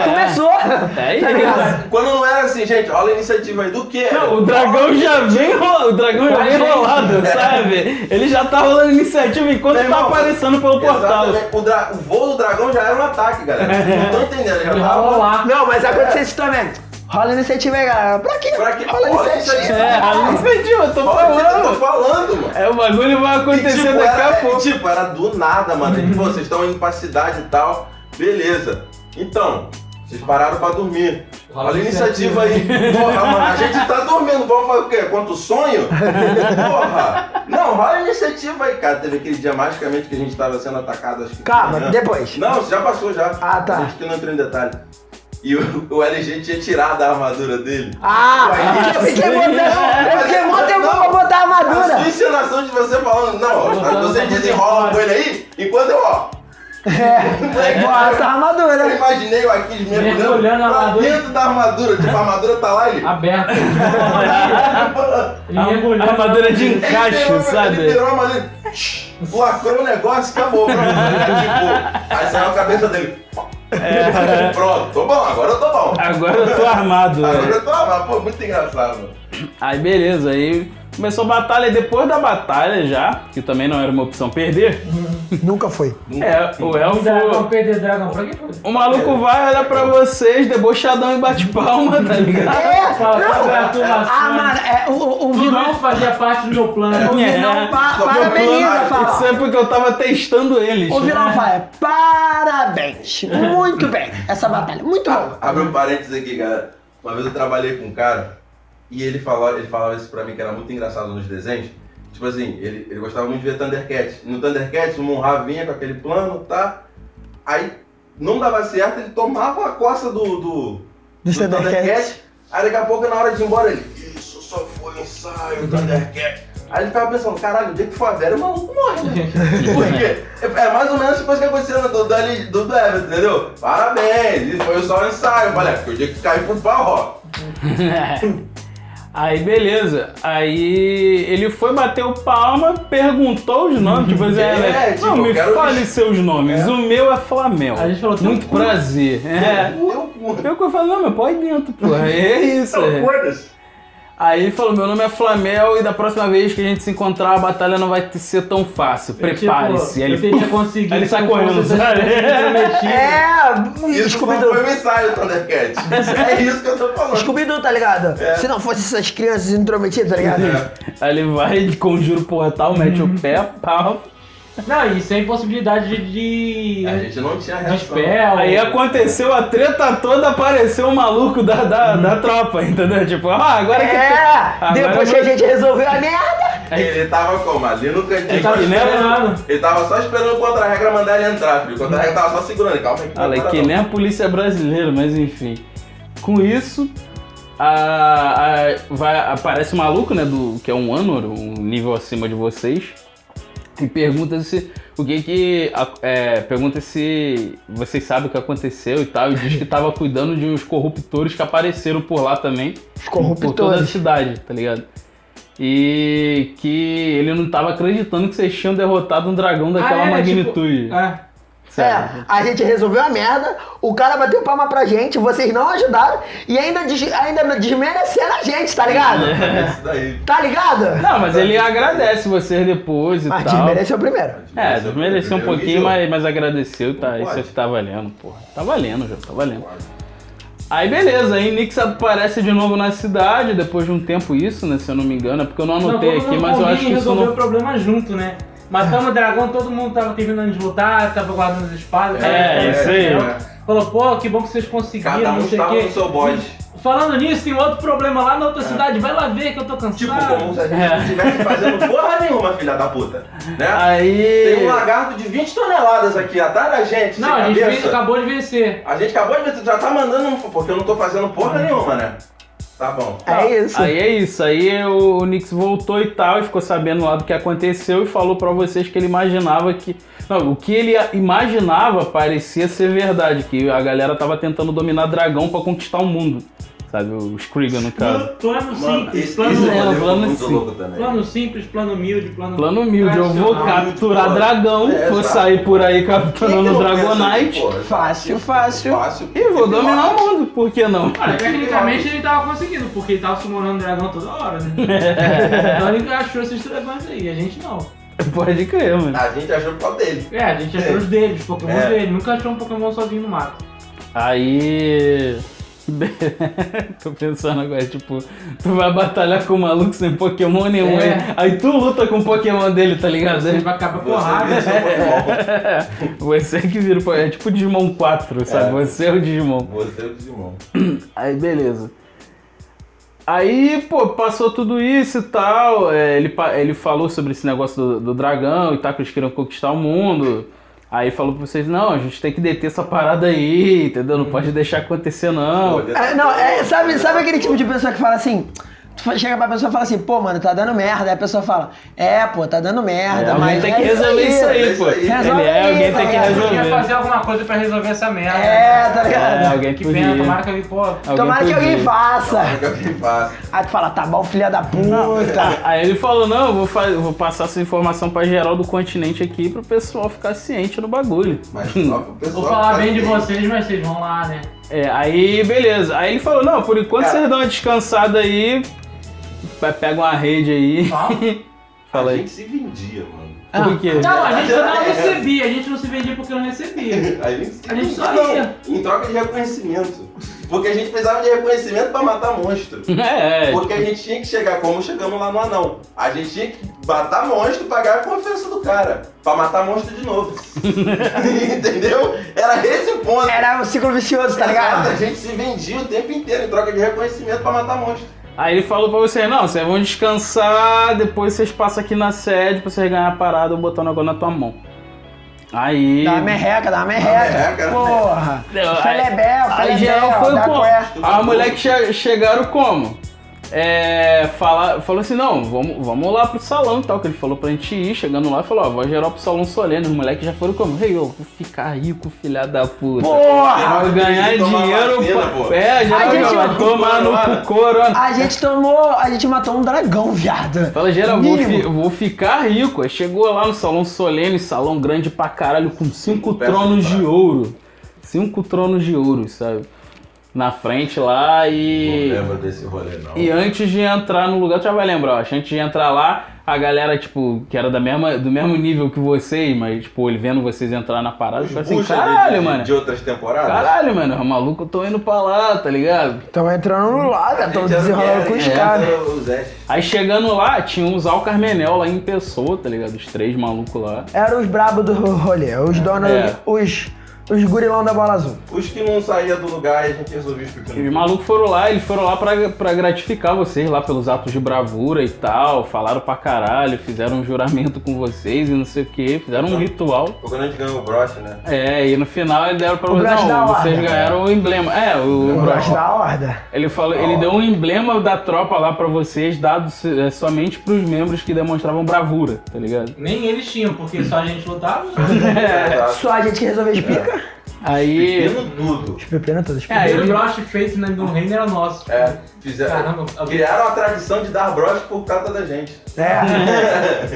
Speaker 2: começou.
Speaker 3: É
Speaker 2: Tá ligado?
Speaker 3: isso.
Speaker 1: Quando não era assim, gente, olha a iniciativa aí. Do quê?
Speaker 3: Não, o dragão já vem rolado, o dragão já
Speaker 4: Vai,
Speaker 3: vem
Speaker 4: gente.
Speaker 3: rolado, sabe? Ele já tá rolando iniciativa enquanto
Speaker 1: Meu
Speaker 3: tá
Speaker 1: irmão,
Speaker 3: aparecendo pelo portal.
Speaker 1: Exatamente. O, dra- o voo do dragão já era um ataque, galera. Vocês Não estão entendendo, já
Speaker 4: Ele
Speaker 1: tava.
Speaker 4: rola lá.
Speaker 2: Não, mas aconteceu isso também. Rola iniciativa aí, galera. Pra quê?
Speaker 1: Pra quê?
Speaker 2: Rola
Speaker 1: Rola
Speaker 2: iniciativa.
Speaker 1: iniciativa.
Speaker 3: É, a iniciativa, eu tô
Speaker 1: Olha o que eu tô
Speaker 3: falando.
Speaker 1: falando, mano.
Speaker 3: É, o bagulho vai
Speaker 1: E,
Speaker 3: acontecer
Speaker 1: tipo,
Speaker 3: daqui
Speaker 1: era,
Speaker 3: a pouco.
Speaker 1: Tipo, era do nada, mano.
Speaker 2: Uhum.
Speaker 1: Tipo, vocês estão indo pra cidade e tal. Beleza. Então, vocês pararam pra dormir.
Speaker 4: Rola
Speaker 1: Olha a iniciativa
Speaker 4: iniciativa.
Speaker 1: aí. Porra, mano, a gente tá dormindo. Vamos fazer o quê? Quanto sonho? Porra. Não, rola a iniciativa aí, cara. Teve aquele dia magicamente que a gente tava sendo atacado. Acho que
Speaker 2: Calma,
Speaker 1: né?
Speaker 2: depois.
Speaker 1: Não, isso já passou já.
Speaker 2: Ah, tá.
Speaker 1: Acho que não entrou em detalhe. E o, o LG tinha tirado a armadura dele.
Speaker 2: Ah, eu fiquei
Speaker 3: sim.
Speaker 2: botando. É Eu fiquei mó tempo pra botar a
Speaker 1: A sua
Speaker 2: armadura.
Speaker 1: encenação de você falando, não, ó,
Speaker 4: Voltando
Speaker 1: você
Speaker 4: pra
Speaker 1: desenrola com ele aí, enquanto eu, ó.
Speaker 2: É, bota a
Speaker 1: Eu
Speaker 2: armadura.
Speaker 1: imaginei o Aquiles mergulhando
Speaker 4: Mergulhando na
Speaker 1: pra
Speaker 4: armadura.
Speaker 1: dentro da armadura. Tipo, a armadura tá lá, ele.
Speaker 4: Aberto. Ele
Speaker 3: A-
Speaker 4: mergulhou.
Speaker 3: a armadura de
Speaker 1: Ele virou,
Speaker 3: encaixe,
Speaker 1: Ele
Speaker 3: sabe?
Speaker 1: virou a armadura. Lacrou o negócio e acabou. Pronto. Tipo, aí saiu a cabeça dele. Pronto, tô bom, agora eu tô bom.
Speaker 3: Agora eu tô armado.
Speaker 1: Agora
Speaker 3: né?
Speaker 1: eu tô armado. Pô, muito engraçado, mano.
Speaker 3: Aí beleza, aí começou a batalha e depois da batalha já, que também não era uma opção perder,
Speaker 2: Nunca foi.
Speaker 3: é, o elfo.
Speaker 4: Dragão, perder dragão. Pra que foi?
Speaker 3: O maluco vai, olha pra vocês, debochadão e bate palma, tá ligado?
Speaker 2: É,
Speaker 4: Fala,
Speaker 2: não.
Speaker 4: fala, Arthur,
Speaker 2: Ah, mano, é, o, o, o
Speaker 1: um
Speaker 4: Tudo isso
Speaker 2: vilão.
Speaker 4: fazia parte do meu plano.
Speaker 2: O
Speaker 3: É.
Speaker 2: vilão pa-
Speaker 1: Só
Speaker 2: parabeniza,
Speaker 1: né? plano,
Speaker 3: Isso é
Speaker 2: fala.
Speaker 3: porque eu tava testando eles.
Speaker 2: O
Speaker 1: né?
Speaker 2: vilão fala, é, parabéns. Muito bem. Essa batalha, muito boa.
Speaker 1: Abre um parênteses aqui, galera. Uma vez eu trabalhei com um cara e ele falava, ele falava isso pra mim que era muito engraçado nos desenhos. Tipo assim, ele, ele gostava muito de ver Thundercats. No Thundercats, o Monra vinha com aquele plano, tá? Aí não dava certo, ele tomava a coça do, do,
Speaker 2: Do Thundercats.
Speaker 1: Aí daqui a pouco, na hora de ir embora, ele. Isso só foi um
Speaker 3: Uhum.
Speaker 1: ensaio, Thundercats. Aí ele ficava pensando, caralho, o dia que for a velha, o maluco morre, né? Porque é mais ou menos depois que aconteceu no- do, do, L- do, do Everton, entendeu? Parabéns, isso foi só um ensaio, moleque, porque o dia que caiu pro pau, ó.
Speaker 3: Aí beleza, aí ele foi bater o palma, perguntou os nomes, tipo assim,
Speaker 1: É,
Speaker 3: é,
Speaker 1: tipo,
Speaker 3: não me
Speaker 1: eu quero
Speaker 3: fale
Speaker 1: os-
Speaker 3: seus nomes, o meu é Flamengo.
Speaker 4: A gente falou, teu
Speaker 3: Muito
Speaker 4: cu.
Speaker 3: prazer. É.
Speaker 1: Meu cu.
Speaker 3: Eu que eu falei, não, meu pau é dentro, pô. É isso. é.
Speaker 1: Então, foda-se.
Speaker 3: Aí ele falou, meu nome é Flamel e da próxima vez que a gente se encontrar a batalha não vai ser tão fácil, prepare-se.
Speaker 4: Tipo,
Speaker 3: Aí
Speaker 4: Eu
Speaker 3: ele,
Speaker 4: teria
Speaker 3: puf,
Speaker 4: conseguido.
Speaker 3: aí ele sai
Speaker 4: se não fosse
Speaker 3: correndo,
Speaker 4: essas
Speaker 3: sabe?
Speaker 4: coisas que eu mexi.
Speaker 2: É,
Speaker 1: ah, Isso
Speaker 2: scooby
Speaker 1: só foi um ensaio, Thundercats. É isso que eu tô falando.
Speaker 2: Scooby-Doo, tá ligado?
Speaker 3: É.
Speaker 2: Se não fosse essas crianças intrometidas, tá ligado?
Speaker 1: É.
Speaker 3: Aí ele vai, ele conjura o portal, mete o pé, pau.
Speaker 4: Não, e sem possibilidade de.
Speaker 1: É, A
Speaker 4: de...
Speaker 1: gente não tinha
Speaker 4: de
Speaker 1: reação.
Speaker 4: spell.
Speaker 3: Aí aconteceu a treta toda, apareceu o maluco da, da, da tropa, entendeu? Tipo, ah, agora que.
Speaker 2: É, depois que a
Speaker 3: eu-
Speaker 2: gente resolveu a merda.
Speaker 1: Ele tava como? Ali no cantinho.
Speaker 4: Ele tava
Speaker 1: só
Speaker 3: que né? nem a-
Speaker 4: esperando.
Speaker 1: Ele tava só esperando o contra-regra mandar ele entrar, filho. O contra-regra tava só segurando. ele. Calma aí.
Speaker 3: Olha,
Speaker 1: não para
Speaker 3: que
Speaker 1: não.
Speaker 3: nem a polícia brasileira, mas enfim. Com isso, a- a- vai- aparece o maluco, né? Do, que é um ânor, um nível acima de vocês. E pergunta se o que que. a- é, pergunta se vocês sabem o que aconteceu e tal. E diz que tava cuidando de uns corruptores que apareceram por lá também.
Speaker 2: Os
Speaker 3: Por toda a
Speaker 2: corruptores.
Speaker 3: cidade, tá ligado? E que ele não tava acreditando que vocês tinham derrotado um dragão daquela
Speaker 4: Ah, é,
Speaker 3: magnitude.
Speaker 4: tipo, é.
Speaker 3: Sério.
Speaker 2: É, a gente resolveu a merda, o cara bateu palma pra gente, vocês não ajudaram e ainda, des, ainda desmereceram a gente, tá ligado?
Speaker 1: É isso daí.
Speaker 2: Tá ligado?
Speaker 3: Não, mas ele agradece vocês depois e
Speaker 2: Mas
Speaker 3: tal.
Speaker 2: desmereceu primeiro.
Speaker 3: É, mereceu um
Speaker 1: Primeiro
Speaker 3: pouquinho,
Speaker 1: nível.
Speaker 3: mas, mas agradeceu, tá?
Speaker 1: Não
Speaker 3: Isso é o
Speaker 1: pode.
Speaker 3: que tá valendo, porra. Tá valendo, já, tá valendo. Aí beleza, aí Nix aparece de novo na cidade, depois de um tempo isso, né? Se eu não me engano, é porque eu não anotei
Speaker 4: todo
Speaker 3: aqui,
Speaker 4: mundo
Speaker 3: mas eu
Speaker 4: convinha
Speaker 3: acho
Speaker 4: e
Speaker 3: que isso
Speaker 4: resolveu o
Speaker 3: não.
Speaker 4: problema junto, né? Matamos o dragão, todo mundo tava terminando de lutar, tava guardando as espadas. tava
Speaker 3: É,
Speaker 4: guardando
Speaker 3: isso
Speaker 4: o
Speaker 3: aí. tá
Speaker 4: chapéu. Falou, pô, que bom que vocês conseguiram,
Speaker 1: Cada
Speaker 4: não
Speaker 1: um
Speaker 4: sei
Speaker 1: tava
Speaker 4: o
Speaker 1: com o
Speaker 4: quê.
Speaker 1: seu bode.
Speaker 4: Falando nisso, tem outro problema lá na
Speaker 3: É.
Speaker 4: outra cidade, vai lá ver que eu tô cansado.
Speaker 1: Tipo, como se a gente não estivesse fazendo porra nenhuma, filha da puta. Né?
Speaker 3: Aí.
Speaker 1: Tem um lagarto de 20 toneladas aqui atrás da gente.
Speaker 4: Não,
Speaker 1: sem
Speaker 4: a gente
Speaker 1: cabeça.
Speaker 4: veio- acabou de vencer.
Speaker 1: A gente acabou de ver, tu já tá mandando um. Porque eu não tô fazendo porra nenhuma, né? Tá bom.
Speaker 2: É isso.
Speaker 3: Aí é isso, aí o, o Nix voltou e tal, e ficou sabendo lá do que aconteceu e falou pra vocês que ele imaginava que. Não, o que ele imaginava parecia ser verdade, que a galera tava tentando dominar dragão pra conquistar o mundo. Sabe, os Krigan no caso.
Speaker 4: Plano simples,
Speaker 1: isso,
Speaker 4: plano,
Speaker 1: isso é
Speaker 3: plano-
Speaker 1: um rolê muito
Speaker 3: plano
Speaker 1: louco também.
Speaker 4: plano simples, plano humilde, plano.
Speaker 3: Plano humilde, eu vou
Speaker 4: racional.
Speaker 1: humilde,
Speaker 3: capturar
Speaker 1: pô.
Speaker 3: dragão,
Speaker 1: É,
Speaker 3: vou
Speaker 1: exato.
Speaker 3: sair por aí
Speaker 1: Quem é que
Speaker 3: capturando
Speaker 1: não
Speaker 3: Dragonite
Speaker 1: pensa, pô?
Speaker 2: Fácil, fácil.
Speaker 1: Fácil.
Speaker 3: e vou dominar um. o mundo, por que não?
Speaker 4: Olha, tecnicamente ele tava conseguindo, porque ele tava summonando dragão toda hora, né? então ele achou esses dragões aí, a gente não.
Speaker 3: Pode crer, mano.
Speaker 1: A gente achou por causa dele.
Speaker 4: É, a gente achou os dele, os pokémons
Speaker 1: É.
Speaker 4: dele, nunca achou um pokémon sozinho no mato.
Speaker 3: Aí. Tô pensando agora, tipo, tu vai batalhar com o maluco sem Pokémon nenhum, aí-
Speaker 4: É.
Speaker 3: aí tu luta com o Pokémon dele, tá ligado?
Speaker 4: Você vai acabar porrada. né?
Speaker 1: Você vira seu Pokémon.
Speaker 3: Você que vira o Pokémon, é tipo Digimon 4, sabe?
Speaker 1: É.
Speaker 3: Você é o Digimon.
Speaker 1: Você é o Digimon.
Speaker 3: Aí, beleza. Aí, pô, passou tudo isso e tal. é, ele, pa- ele falou sobre esse negócio do, do dragão e tal, que eles queriam conquistar o mundo. Aí falou pra vocês, não, a gente tem que deter essa parada aí, entendeu? Não pode deixar acontecer, não.
Speaker 2: É, não, é, sabe, sabe aquele tipo de pessoa que fala assim? Tu fa- chega pra pessoa e fala assim, pô, mano, tá dando merda. Aí a pessoa fala, é, pô, tá dando
Speaker 3: É,
Speaker 2: merda,
Speaker 3: alguém
Speaker 2: mas.
Speaker 3: tem
Speaker 2: é
Speaker 3: que resolver isso aí,
Speaker 1: é
Speaker 3: pô.
Speaker 1: isso aí.
Speaker 2: Resolve
Speaker 3: ele é,
Speaker 2: aí,
Speaker 3: alguém
Speaker 2: tá
Speaker 3: tem que
Speaker 2: ligado?
Speaker 4: Eu queria
Speaker 3: resolver.
Speaker 4: fazer alguma coisa pra resolver essa merda.
Speaker 2: É, tá
Speaker 3: É,
Speaker 2: ligado?
Speaker 3: alguém
Speaker 4: Que
Speaker 3: podia.
Speaker 4: pena, tomara que alguém pô.
Speaker 2: Tomara que alguém
Speaker 3: podia.
Speaker 2: faça.
Speaker 1: É o que faz.
Speaker 2: Aí tu fala, tá bom, filha da puta.
Speaker 3: Tá, Aí ele falou, não, eu vou, fa- eu vou passar essa informação pra geral do continente aqui pro pessoal ficar ciente do bagulho.
Speaker 1: Mas só pro pessoal.
Speaker 4: Vou falar
Speaker 1: que
Speaker 4: bem de
Speaker 1: faz isso.
Speaker 4: vocês, mas vocês vão lá, né?
Speaker 3: É, aí beleza. Aí ele falou, não, por enquanto
Speaker 1: Cara.
Speaker 3: vocês dão uma descansada aí, pe- pega uma rede aí.
Speaker 4: Fala.
Speaker 3: Fala
Speaker 1: A
Speaker 3: aí.
Speaker 1: gente se vendia, mano.
Speaker 3: Por quê?
Speaker 4: Não, a gente não recebia, a gente não se vendia porque não recebia.
Speaker 1: A gente, se
Speaker 4: A gente só
Speaker 1: vendia,
Speaker 4: ia.
Speaker 1: não, Em troca de reconhecimento. Porque a gente precisava de reconhecimento pra matar monstro.
Speaker 3: É, é.
Speaker 1: Porque a gente tinha que chegar como chegamos lá no anão. A gente tinha que matar monstro e pagar a confiança do cara. Pra matar monstro de novo. Entendeu? Era esse o ponto.
Speaker 2: Era um ciclo vicioso,
Speaker 1: Exato,
Speaker 2: tá
Speaker 1: A
Speaker 2: ligado?
Speaker 1: gente se vendia o tempo inteiro em troca de reconhecimento pra matar monstro.
Speaker 3: Aí ele falou pra vocês, não, vocês vão descansar, depois vocês passam aqui na sede pra vocês ganhar a parada, eu botar o negócio na tua mão. Aí.
Speaker 2: Dá uma merreca, dá uma merreca.
Speaker 1: merreca.
Speaker 2: Porra.
Speaker 3: Não, aí-
Speaker 2: Felebel,
Speaker 3: Aí geral foi
Speaker 2: felebel, dá é? cué.
Speaker 3: como? A mulher que che- chegaram como? É, fala, falou assim, não, vamos, vamos lá pro salão e tal, que ele falou pra gente ir, chegando lá, falou, ó, vou geral pro salão solene, os moleques já foram como? Ei, eu vou ficar rico, filha da puta.
Speaker 2: Porra!
Speaker 3: Vou ganhar
Speaker 1: Tomar
Speaker 3: dinheiro,
Speaker 1: vacina,
Speaker 3: pra-
Speaker 1: pô.
Speaker 3: É, geral,
Speaker 2: A gente
Speaker 3: geral,
Speaker 2: vai
Speaker 3: vai tomar no
Speaker 1: corona.
Speaker 3: cu, corona.
Speaker 2: A gente tomou, a gente matou um dragão, viado.
Speaker 3: Fala, geral, vou,
Speaker 2: Mínimo.
Speaker 3: fi- vou ficar rico. Aí chegou lá no salão solene, salão grande pra caralho, com cinco
Speaker 1: peças
Speaker 3: tronos
Speaker 1: de
Speaker 3: de
Speaker 1: prata.
Speaker 3: ouro. Cinco tronos de ouro, sabe? Na frente lá e.
Speaker 1: Não lembro desse rolê, não.
Speaker 3: E antes de entrar no lugar, tu já vai lembrar, ó, antes de entrar lá, a galera, tipo, que era da mesma, do mesmo nível que vocês, mas, tipo, ele vendo vocês entrar na parada,
Speaker 1: Os
Speaker 3: fica assim,
Speaker 1: bucha de-
Speaker 3: caralho,
Speaker 1: de,
Speaker 3: mano.
Speaker 1: de outras temporadas.
Speaker 3: Caralho, mano, o maluco, eu tô indo pra lá, tá ligado?
Speaker 2: Tão entrando no lado,
Speaker 1: A gente
Speaker 2: tão
Speaker 1: era o que
Speaker 2: desenrolando
Speaker 1: era,
Speaker 2: com os
Speaker 1: né?
Speaker 2: caras.
Speaker 1: Era o Zé.
Speaker 3: Aí chegando lá, tinha um Zal Carmenel lá em pessoa, tá ligado? Os três malucos lá.
Speaker 2: Era os brabos do rolê, os donos,
Speaker 3: É.
Speaker 2: os, os gurilão da bola azul.
Speaker 1: Os que não saíam do lugar e a gente resolvia os
Speaker 3: E os
Speaker 1: pequenos.
Speaker 3: malucos foram lá, eles foram lá pra, pra gratificar vocês lá pelos atos de bravura e tal. Falaram pra caralho, fizeram um juramento com vocês e não sei o que, fizeram um ritual.
Speaker 1: Foi quando a gente ganhou o broche, né?
Speaker 3: É, e no final eles deram pra
Speaker 2: O
Speaker 3: vocês.
Speaker 2: broche da
Speaker 3: Não,
Speaker 2: ordem,
Speaker 3: vocês
Speaker 2: né?
Speaker 3: ganharam o emblema. É, o,
Speaker 2: Eu
Speaker 3: broche.
Speaker 2: gosto da horda.
Speaker 3: Ele falou, ele deu um emblema da tropa lá pra vocês, dado se- é, somente pros membros que demonstravam bravura, tá ligado?
Speaker 4: Nem eles tinham, porque só a gente lutava.
Speaker 1: Exato.
Speaker 2: Só a gente que resolveu as picas.
Speaker 3: Aí.
Speaker 1: Pepino tudo.
Speaker 2: Os pepinos todos. os
Speaker 3: É,
Speaker 2: pepinos.
Speaker 4: o
Speaker 3: ele-
Speaker 4: broche feito na- no reino era nosso.
Speaker 1: É, fizeram.
Speaker 4: Caramba, alguém
Speaker 1: Criaram a tradição de dar broche por causa da gente.
Speaker 2: É.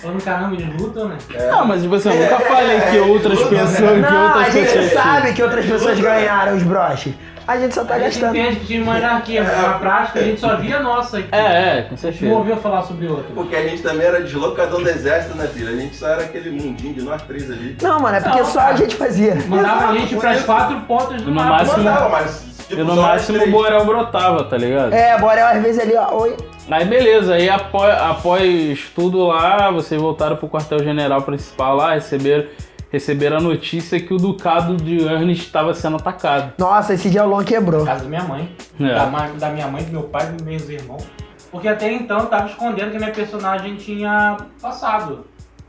Speaker 4: falando caramba de luta, né?
Speaker 3: Ah, mas tipo assim, eu nunca falei que outras
Speaker 1: É.
Speaker 3: pessoas. Que
Speaker 2: Não, a
Speaker 3: outras
Speaker 2: gente
Speaker 3: pessoas.
Speaker 2: sabe que outras pessoas ganharam os broches. A gente só tá
Speaker 4: A gente
Speaker 2: gastando.
Speaker 4: entende que tinha uma hierarquia, mas na prática a gente só via a nossa aqui.
Speaker 3: É, é, com
Speaker 4: A gente não
Speaker 3: certeza.
Speaker 4: ouviu falar sobre outra.
Speaker 1: Porque a gente também era deslocador do exército, né, filha? A gente só era aquele mundinho de nós três ali.
Speaker 2: Não, mano, é porque
Speaker 4: Não,
Speaker 2: só a
Speaker 4: cara.
Speaker 2: gente fazia.
Speaker 4: Mandava a gente
Speaker 1: Exato,
Speaker 4: pras
Speaker 1: isso.
Speaker 4: quatro pontas do
Speaker 3: No
Speaker 4: mapa.
Speaker 3: máximo-
Speaker 1: Mandava, mas.
Speaker 3: E
Speaker 1: Tipo,
Speaker 3: Assim,
Speaker 1: só
Speaker 3: no
Speaker 1: nós
Speaker 3: máximo o
Speaker 1: três.
Speaker 3: Borel brotava, tá ligado?
Speaker 2: É, bora às vezes ali, ó. Oi.
Speaker 3: Aí beleza, aí apó- após, tudo lá, vocês voltaram pro quartel-general principal lá, receberam, receberam a notícia que o ducado de Ernest estava sendo atacado.
Speaker 2: Nossa, esse dia o Long quebrou.
Speaker 4: Casa da minha mãe.
Speaker 3: É.
Speaker 4: Da, ma- da minha mãe, do meu pai, dos meus irmãos. Porque até então eu tava escondendo que a minha personagem tinha passado.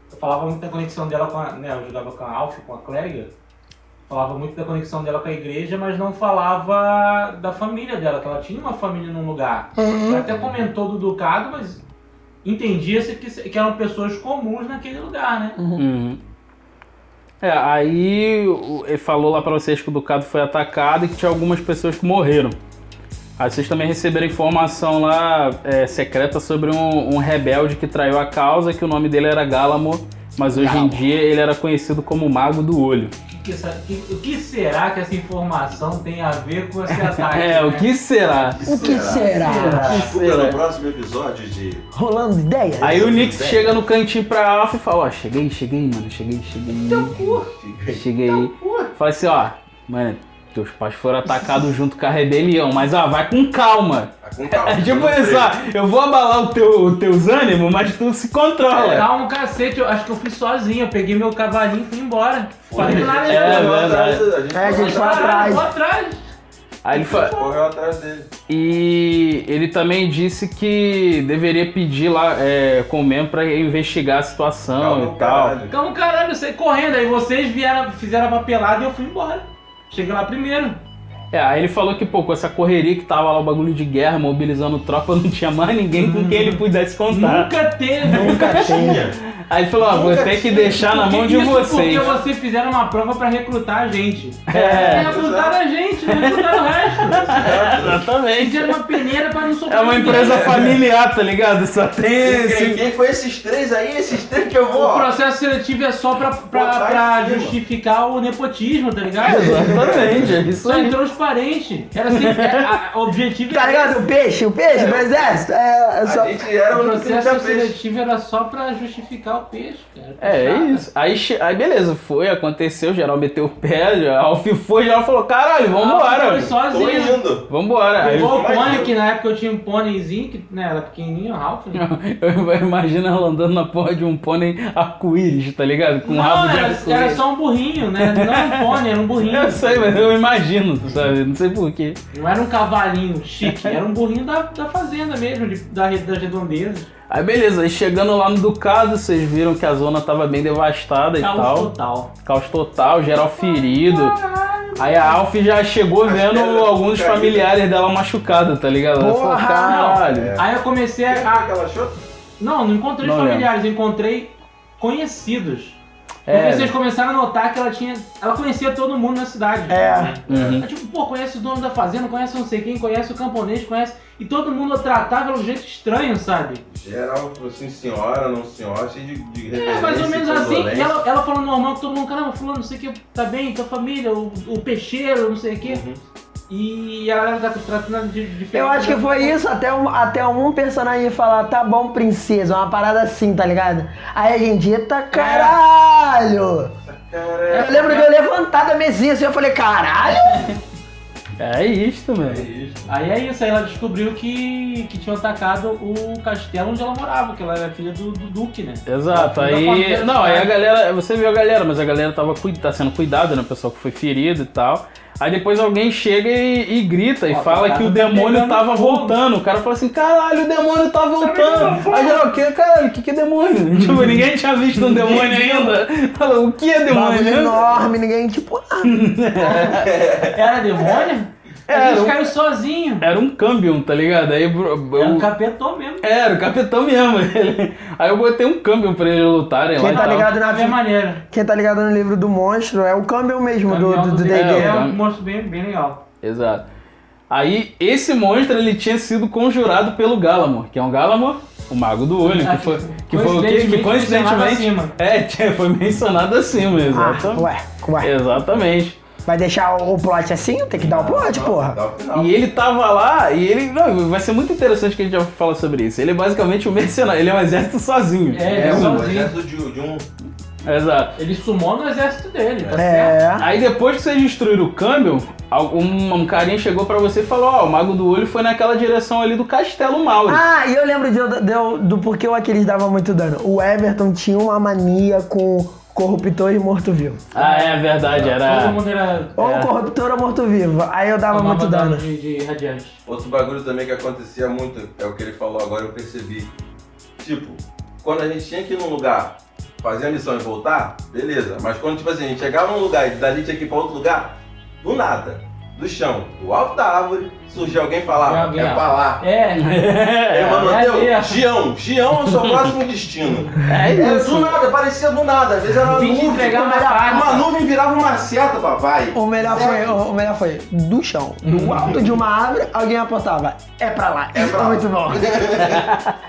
Speaker 4: Eu falava muito da conexão dela com a. Né, eu jogava com a Alf, com a Clélia. Falava muito da conexão dela com a igreja, mas não falava da família dela, que ela tinha uma família num lugar. Ela até comentou do Ducado, mas entendia-se que, que eram pessoas comuns naquele lugar, né?
Speaker 3: Uhum. É, aí o- ele falou lá pra vocês que o Ducado foi atacado e que tinha algumas pessoas que morreram. Aí vocês também receberam informação lá é, secreta sobre um, um rebelde que traiu a causa, que o nome dele era Gálamo, mas hoje em dia ele era conhecido como Mago do Olho.
Speaker 4: Que que essa- que- o que será que essa informação tem a ver com esse ataque?
Speaker 3: É, o
Speaker 4: né?
Speaker 3: que será?
Speaker 2: O que será?
Speaker 4: Será?
Speaker 1: Desculpa,
Speaker 3: Será?
Speaker 1: no Tipo, próximo episódio de.
Speaker 2: Rolando
Speaker 1: É,
Speaker 2: ideias?
Speaker 3: Aí o Nick chega no cantinho pra Alf e fala, ó, cheguei, cheguei, mano, cheguei,
Speaker 1: Tá
Speaker 3: cheguei. Cheguei. Fala assim, ó, mano, teus pais foram atacados junto com a rebelião, mas ó, vai com calma.
Speaker 1: Tá com calma.
Speaker 3: É tipo
Speaker 1: não sei.
Speaker 3: isso, ó, eu vou abalar o teu, os teus ânimos, mas tu se
Speaker 1: É.
Speaker 3: controla.
Speaker 4: Calma, Tá um cacete, eu acho que eu fui sozinho. Eu peguei meu cavalinho e fui embora.
Speaker 1: Foi,
Speaker 4: Falei nada,
Speaker 1: é,
Speaker 4: não.
Speaker 1: correu atrás,
Speaker 2: É, a gente
Speaker 1: correu
Speaker 2: foi atrás.
Speaker 4: Vou atrás.
Speaker 3: Aí ele fala.
Speaker 1: Correu atrás dele.
Speaker 3: E ele também disse que deveria pedir lá é, com o membro pra investigar a situação
Speaker 1: Calma,
Speaker 3: e tal.
Speaker 1: caralho.
Speaker 4: Então, caralho, eu saí correndo. Aí vocês vieram, fizeram a papelada e eu fui embora. Cheguei lá primeiro.
Speaker 3: É, aí ele falou que, pô, com essa correria que tava lá o bagulho de guerra, mobilizando tropa, não tinha mais ninguém com quem ele pudesse contar.
Speaker 4: Hum. Nunca teve.
Speaker 2: Nunca tinha.
Speaker 3: Aí ele falou, ó, vou ter que deixar tá na mão de
Speaker 4: Isso
Speaker 3: vocês.
Speaker 4: Porque vocês fizeram uma prova pra recrutar a gente.
Speaker 3: É.
Speaker 4: Recrutaram a gente, não recrutaram o resto.
Speaker 3: Exatamente.
Speaker 4: Fizeram uma peneira pra não sofrer.
Speaker 3: É uma empresa familiar, tá ligado? Só tem
Speaker 1: Quem- Quem,
Speaker 3: esse...
Speaker 1: quem foi esses três aí? Esses três que eu vou.
Speaker 4: O
Speaker 1: ó.
Speaker 4: processo seletivo é só pra, pra,
Speaker 1: Botar
Speaker 4: pra
Speaker 1: tá em cima.
Speaker 4: justificar o nepotismo, tá ligado?
Speaker 3: Exatamente, é isso
Speaker 4: Só
Speaker 3: aí.
Speaker 4: é transparente. Era sempre. a- a- O objetivo
Speaker 2: Tá
Speaker 4: era
Speaker 2: ligado? O peixe, o peixe, do exército. É, é
Speaker 1: A
Speaker 2: só.
Speaker 1: gente
Speaker 4: esse.
Speaker 1: era
Speaker 4: O
Speaker 1: o que tinha
Speaker 4: processo
Speaker 1: peixe.
Speaker 4: seletivo era só pra justificar o peixe, cara.
Speaker 3: É, é
Speaker 4: Puxada.
Speaker 3: isso. Aí, che- aí beleza, foi, aconteceu, geral meteu o pé, já- Alf foi, geral falou, caralho,
Speaker 4: Ah,
Speaker 3: vambora.
Speaker 4: Foi
Speaker 1: Tô
Speaker 4: sozinho.
Speaker 1: indo.
Speaker 3: Vambora. Aí,
Speaker 4: Levou o
Speaker 1: Imagina.
Speaker 4: pônei, que na época eu tinha um pôneizinho, que né, era pequenininho, o Ralph. né?
Speaker 3: eu imagino ela andando na porra de um pônei arco-íris, tá ligado? Com um
Speaker 4: Não,
Speaker 3: rabo de
Speaker 4: era,
Speaker 3: arco-íris.
Speaker 4: era só um burrinho, né? Não era um pônei, era um burrinho.
Speaker 3: Eu sei, mas eu imagino, sabe? Não sei porquê.
Speaker 4: Não era um cavalinho chique, era um burrinho da, da fazenda mesmo, de, da, das redondezas.
Speaker 3: Aí beleza, aí chegando lá no Ducado, vocês viram que a zona tava bem devastada e
Speaker 4: Caos
Speaker 3: tal.
Speaker 4: total.
Speaker 3: Caos total, geral ferido. Aí a Alf já chegou vendo
Speaker 1: pedras
Speaker 3: alguns
Speaker 1: caídas.
Speaker 3: familiares dela machucada, tá ligado? Ela falou,
Speaker 2: Porra!
Speaker 3: caralho.
Speaker 1: É.
Speaker 4: Aí eu comecei
Speaker 1: Quem foi
Speaker 4: a,
Speaker 1: que ela achou?
Speaker 4: Não, não encontrei
Speaker 3: Não
Speaker 4: familiares, encontrei conhecidos.
Speaker 3: É.
Speaker 4: Porque vocês começaram a notar que ela tinha. Ela conhecia todo mundo na cidade.
Speaker 2: É.
Speaker 3: Uhum.
Speaker 4: Ela, Tipo, pô, conhece o dono da fazenda, conhece não sei quem, conhece o camponês, conhece. E todo mundo a tratava de um jeito estranho, sabe?
Speaker 1: Geral, falou assim, senhora, não senhora, cheio de, de
Speaker 4: É,
Speaker 1: reverência,
Speaker 4: mais ou menos assim.
Speaker 1: condolência.
Speaker 4: E ela, ela falando normal, todo mundo, caramba, fulano, não sei o que, tá bem, tua família, o, o peixeiro, não sei o que.
Speaker 1: Uhum.
Speaker 4: E a galera tá tratando de diferente. né?
Speaker 2: Eu acho que foi isso, até um, até um personagem falar, tá bom, princesa, uma parada assim, tá ligado? Aí a gente, eita caralho! Eu lembro de eu levantar da mesinha assim, eu falei, caralho!
Speaker 3: É isto,
Speaker 1: É
Speaker 3: mano.
Speaker 1: isso.
Speaker 4: Aí é isso, aí ela descobriu que, que tinham atacado o castelo onde ela morava, que ela era filha do, do Duque, né?
Speaker 3: Exato,
Speaker 4: Da
Speaker 3: aí.
Speaker 4: família do
Speaker 3: Não,
Speaker 4: cara.
Speaker 3: aí a galera. Você viu a galera, mas a galera tava cui- tá sendo cuidada, né? O pessoal que foi ferido e tal. Aí depois alguém chega e, e grita e
Speaker 4: Ó,
Speaker 3: fala
Speaker 4: tá
Speaker 3: que o
Speaker 4: pegando
Speaker 3: demônio
Speaker 4: fogo.
Speaker 3: tava voltando. O cara fala assim: caralho, o demônio tá voltando. Aí geral, que, caralho, o que, que é demônio? Tipo, ninguém tinha visto um demônio ainda. Fala, o que é
Speaker 2: Bagulho
Speaker 3: demônio?
Speaker 2: enorme, ninguém, tipo, ah,
Speaker 4: Era demônio?
Speaker 2: É.
Speaker 3: Era,
Speaker 4: a gente
Speaker 3: um-
Speaker 4: caiu sozinho.
Speaker 3: Era um câmbion, tá ligado? Aí bro,
Speaker 4: Era um
Speaker 2: Então,
Speaker 3: eu-
Speaker 4: capetão mesmo.
Speaker 3: Era, o capitão mesmo. Ele- Aí eu botei um câmbio pra eles lutarem lá.
Speaker 2: Quem
Speaker 3: e
Speaker 2: tá
Speaker 3: tal.
Speaker 2: ligado na
Speaker 4: Então, Da minha
Speaker 2: vida.
Speaker 4: maneira.
Speaker 2: Quem tá ligado no livro do monstro é o câmbio mesmo do
Speaker 4: Caminhão
Speaker 2: do- do
Speaker 4: D&D
Speaker 2: D&D.
Speaker 4: é um
Speaker 3: Caminhão.
Speaker 4: monstro bem, bem legal.
Speaker 3: Exato. Aí, esse monstro, ele tinha sido conjurado pelo Galamor, que é um Galamor, o Mago do Olho, que foi, que foi o que, que
Speaker 4: Ah, Coincidentemente,
Speaker 3: coincidentemente...
Speaker 4: mencionado
Speaker 3: É, tinha- foi mencionado acima,
Speaker 2: ah,
Speaker 3: exatamente.
Speaker 2: ué, ué.
Speaker 3: Exatamente.
Speaker 2: Vai deixar o, o plot assim? Tem que dar o plot, porra.
Speaker 1: Dá o final.
Speaker 3: E ele tava lá, e ele... Não, vai ser muito interessante que a gente vai falar sobre isso. Ele é basicamente um mercenário, ele é um exército sozinho.
Speaker 4: É,
Speaker 1: É um
Speaker 4: sozinho.
Speaker 1: exército de, de um.
Speaker 3: Exato.
Speaker 4: Ele sumou no exército dele, tá certo?
Speaker 2: É.
Speaker 3: Aí depois que vocês destruíram o câmbio, algum, um carinha chegou pra você e falou, ó, o Mago do Olho foi naquela direção ali do Castelo Mauro.
Speaker 2: Ah, e eu lembro de, eu- de eu- do porquê o Aquiles dava muito dano. O Everton tinha uma mania com corruptor e morto-vivo.
Speaker 3: Ah, é verdade,
Speaker 4: Todo
Speaker 3: era...
Speaker 4: mundo era...
Speaker 2: Ou corruptor ou morto-vivo. Aí eu dava
Speaker 4: É. tomava
Speaker 2: muito dano.
Speaker 4: De, de radiante.
Speaker 1: Outro bagulho também que acontecia muito, é o que ele falou agora, eu percebi. Tipo, quando a gente tinha que ir num lugar, fazer a missão e voltar, beleza. Mas quando, tipo assim, a gente chegava num lugar e dali tinha que ir pra outro lugar, do nada, do chão, do alto da árvore, surgia alguém e falava,
Speaker 4: Tem alguém,
Speaker 1: é
Speaker 4: ó.
Speaker 1: pra lá.
Speaker 4: É,
Speaker 1: É, mano,
Speaker 4: é ali, ó.
Speaker 1: deu. Gião, Gião é o seu próximo destino.
Speaker 3: É
Speaker 1: É,
Speaker 3: isso.
Speaker 1: do nada, parecia do nada. Às vezes era uma
Speaker 4: Vim te
Speaker 1: nuvem.
Speaker 4: entregar uma
Speaker 1: uma,
Speaker 4: carta.
Speaker 1: nuvem virava uma seta, papai.
Speaker 2: O melhor, foi, o, o melhor foi do chão, do alto de uma árvore, alguém apontava. É pra lá.
Speaker 1: É
Speaker 2: Isso
Speaker 1: pra
Speaker 2: foi
Speaker 1: lá.
Speaker 2: muito bom.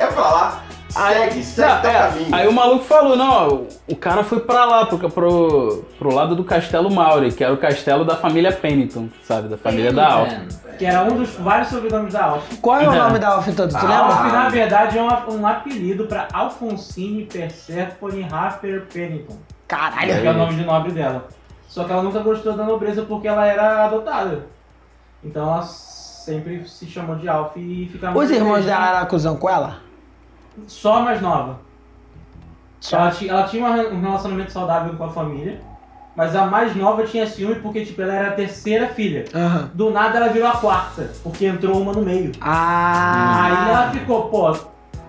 Speaker 1: É pra lá. Segue, segue
Speaker 3: Não,
Speaker 1: teu
Speaker 3: é,
Speaker 1: caminho.
Speaker 3: aí o maluco falou, não, ó, o- o cara foi pra lá, pro, pro, pro lado do Castelo Mauro, que era o castelo da família Pennington, sabe? Da família
Speaker 4: é.
Speaker 3: da
Speaker 4: Tá,
Speaker 3: Alfa.
Speaker 4: que era um dos vários sobrenomes da Alfa.
Speaker 2: Qual é o nome da Alf todo? Tu lembra?
Speaker 4: Alf, na verdade, é um, um apelido pra Alfonsine Persephone Harper Pennington, que
Speaker 2: Caralho.
Speaker 4: é o nome de nobre dela. Só que ela nunca gostou da nobreza porque ela era adotada. Então ela sempre se chamou de Alf e ficava...
Speaker 2: Os irmãos
Speaker 4: triste,
Speaker 2: dela
Speaker 4: né?
Speaker 2: eram acusam com ela?
Speaker 4: Só a mais nova.
Speaker 2: Só.
Speaker 4: Ela, ti- ela tinha uma re- um relacionamento saudável com a família, mas a mais nova tinha ciúme porque tipo, ela era a terceira filha.
Speaker 2: Aham.
Speaker 4: Do nada ela virou a quarta, porque entrou uma no meio. Aí
Speaker 2: Ah.
Speaker 4: ela ficou, pô,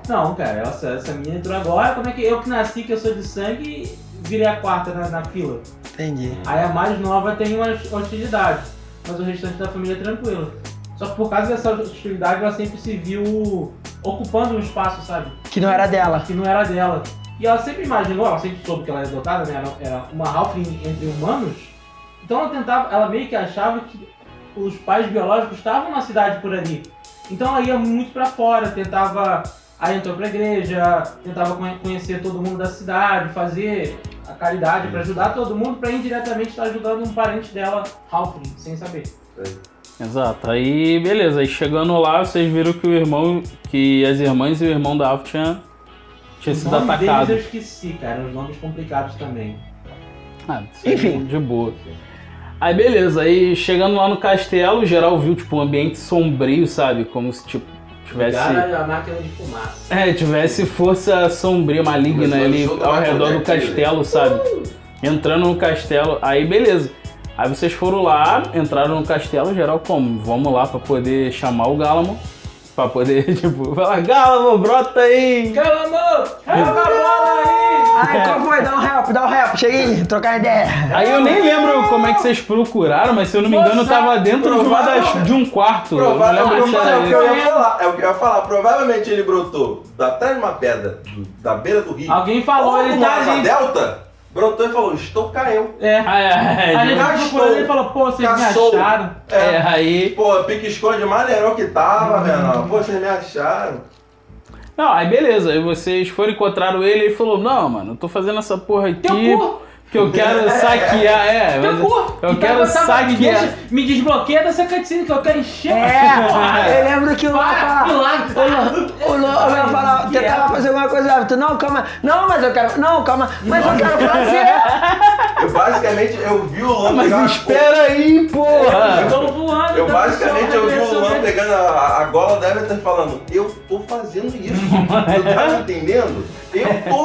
Speaker 4: não, cara, essa, essa menina entrou agora, como é que eu que nasci, que eu sou de sangue, virei a quarta na, na fila.
Speaker 2: Entendi.
Speaker 4: Aí a mais nova tem uma hostilidade, mas o restante da família é tranquilo. Só que por causa dessa hostilidade ela sempre se viu ocupando um espaço, sabe?
Speaker 2: Que não era dela.
Speaker 4: Que não era dela. E ela sempre imaginou, ela sempre soube que ela era adotada, né? Era, era uma halfling entre humanos. Então ela tentava, ela meio que achava que os pais biológicos estavam na cidade por ali. Então ela ia muito pra fora, tentava. Aí entrou pra igreja, tentava conhe- conhecer todo mundo da cidade, fazer a caridade pra ajudar todo mundo, pra indiretamente estar ajudando um parente dela, halfling, sem saber.
Speaker 3: Exato, aí beleza, aí chegando lá, vocês viram que o irmão, que as irmãs e o irmão da Alfa tinha, tinha
Speaker 4: Os
Speaker 3: sido
Speaker 4: nomes
Speaker 3: atacado.
Speaker 4: deles eu esqueci, cara, os nomes complicados também.
Speaker 3: Ah, isso
Speaker 2: Enfim.
Speaker 3: é De boa. Aí beleza, aí chegando lá no castelo, geral viu tipo um ambiente sombrio, sabe? Como se tipo tivesse
Speaker 4: Cara, a máquina de fumaça.
Speaker 3: é, tivesse força sombria maligna
Speaker 1: Começou a
Speaker 3: ali
Speaker 1: jogar
Speaker 3: ao redor do
Speaker 1: boneca, né?
Speaker 3: castelo, sabe? Entrando no castelo, aí beleza. Aí vocês foram lá, entraram no castelo, geral como? Vamos lá pra poder chamar o Galamo, pra poder tipo falar Galamo, brota aí.
Speaker 4: Calma, amor! Joga a bola aí!
Speaker 2: Ai, qual foi? Dá um help, dá um help. Chega aí, trocar ideia.
Speaker 3: Aí eu nem lembro como é que vocês procuraram, mas se eu não me engano,
Speaker 4: Você
Speaker 3: tava dentro de uma
Speaker 1: provavelmente-
Speaker 3: das- de um quarto. Eu não lembro
Speaker 1: Provavelmente
Speaker 3: se
Speaker 1: é
Speaker 3: era
Speaker 1: o que
Speaker 3: isso.
Speaker 1: eu ia falar. É o que eu ia falar. Provavelmente ele brotou da atrás de uma pedra, do- da beira do rio.
Speaker 4: Alguém falou,
Speaker 1: Ou
Speaker 4: ele
Speaker 1: numa
Speaker 4: tá
Speaker 1: asa
Speaker 4: ali.
Speaker 1: Delta brotou e falou: Estou caindo.
Speaker 4: É.
Speaker 3: Ah, é,
Speaker 4: Aí ele
Speaker 3: é,
Speaker 4: vai procurando ele e falou, pô, vocês me
Speaker 1: Caçou.
Speaker 4: acharam.
Speaker 3: é, é, aí.
Speaker 1: Pô, pique-esconde maneirão que
Speaker 4: Uhum.
Speaker 1: tava, Renan. Pô, vocês me acharam.
Speaker 3: Não, aí beleza. Aí vocês foram encontraram ele e ele falou: Não, mano, eu tô fazendo essa porra aqui.
Speaker 4: Teu cu!
Speaker 3: Que eu quero saquear, é. mas
Speaker 4: Acabou.
Speaker 3: eu
Speaker 4: O cara
Speaker 3: quero
Speaker 4: botava,
Speaker 3: saquear.
Speaker 4: tá "Deixa- Me desbloqueia dessa cutscene que eu quero encher.
Speaker 2: É, eu lembro que o Ló
Speaker 4: Para,
Speaker 2: falava.
Speaker 4: milagre.
Speaker 2: O Ló vai falar, tentava fazer alguma coisa, o árbitro, não, calma, não, mas eu quero, não, calma, mas eu quero fazer.
Speaker 1: Eu basicamente, eu vi o Lan pegar
Speaker 3: Mas
Speaker 1: uma
Speaker 3: espera aí, porra!
Speaker 4: Estão voando.
Speaker 1: Eu
Speaker 4: tá,
Speaker 1: basicamente
Speaker 4: pessoal,
Speaker 1: eu
Speaker 3: um
Speaker 1: vi o
Speaker 4: regressão,
Speaker 1: Luan
Speaker 4: né?
Speaker 1: pegando a, a gola da Everton e tá falando, eu tô fazendo isso, tu tá me entendendo? Eu tô,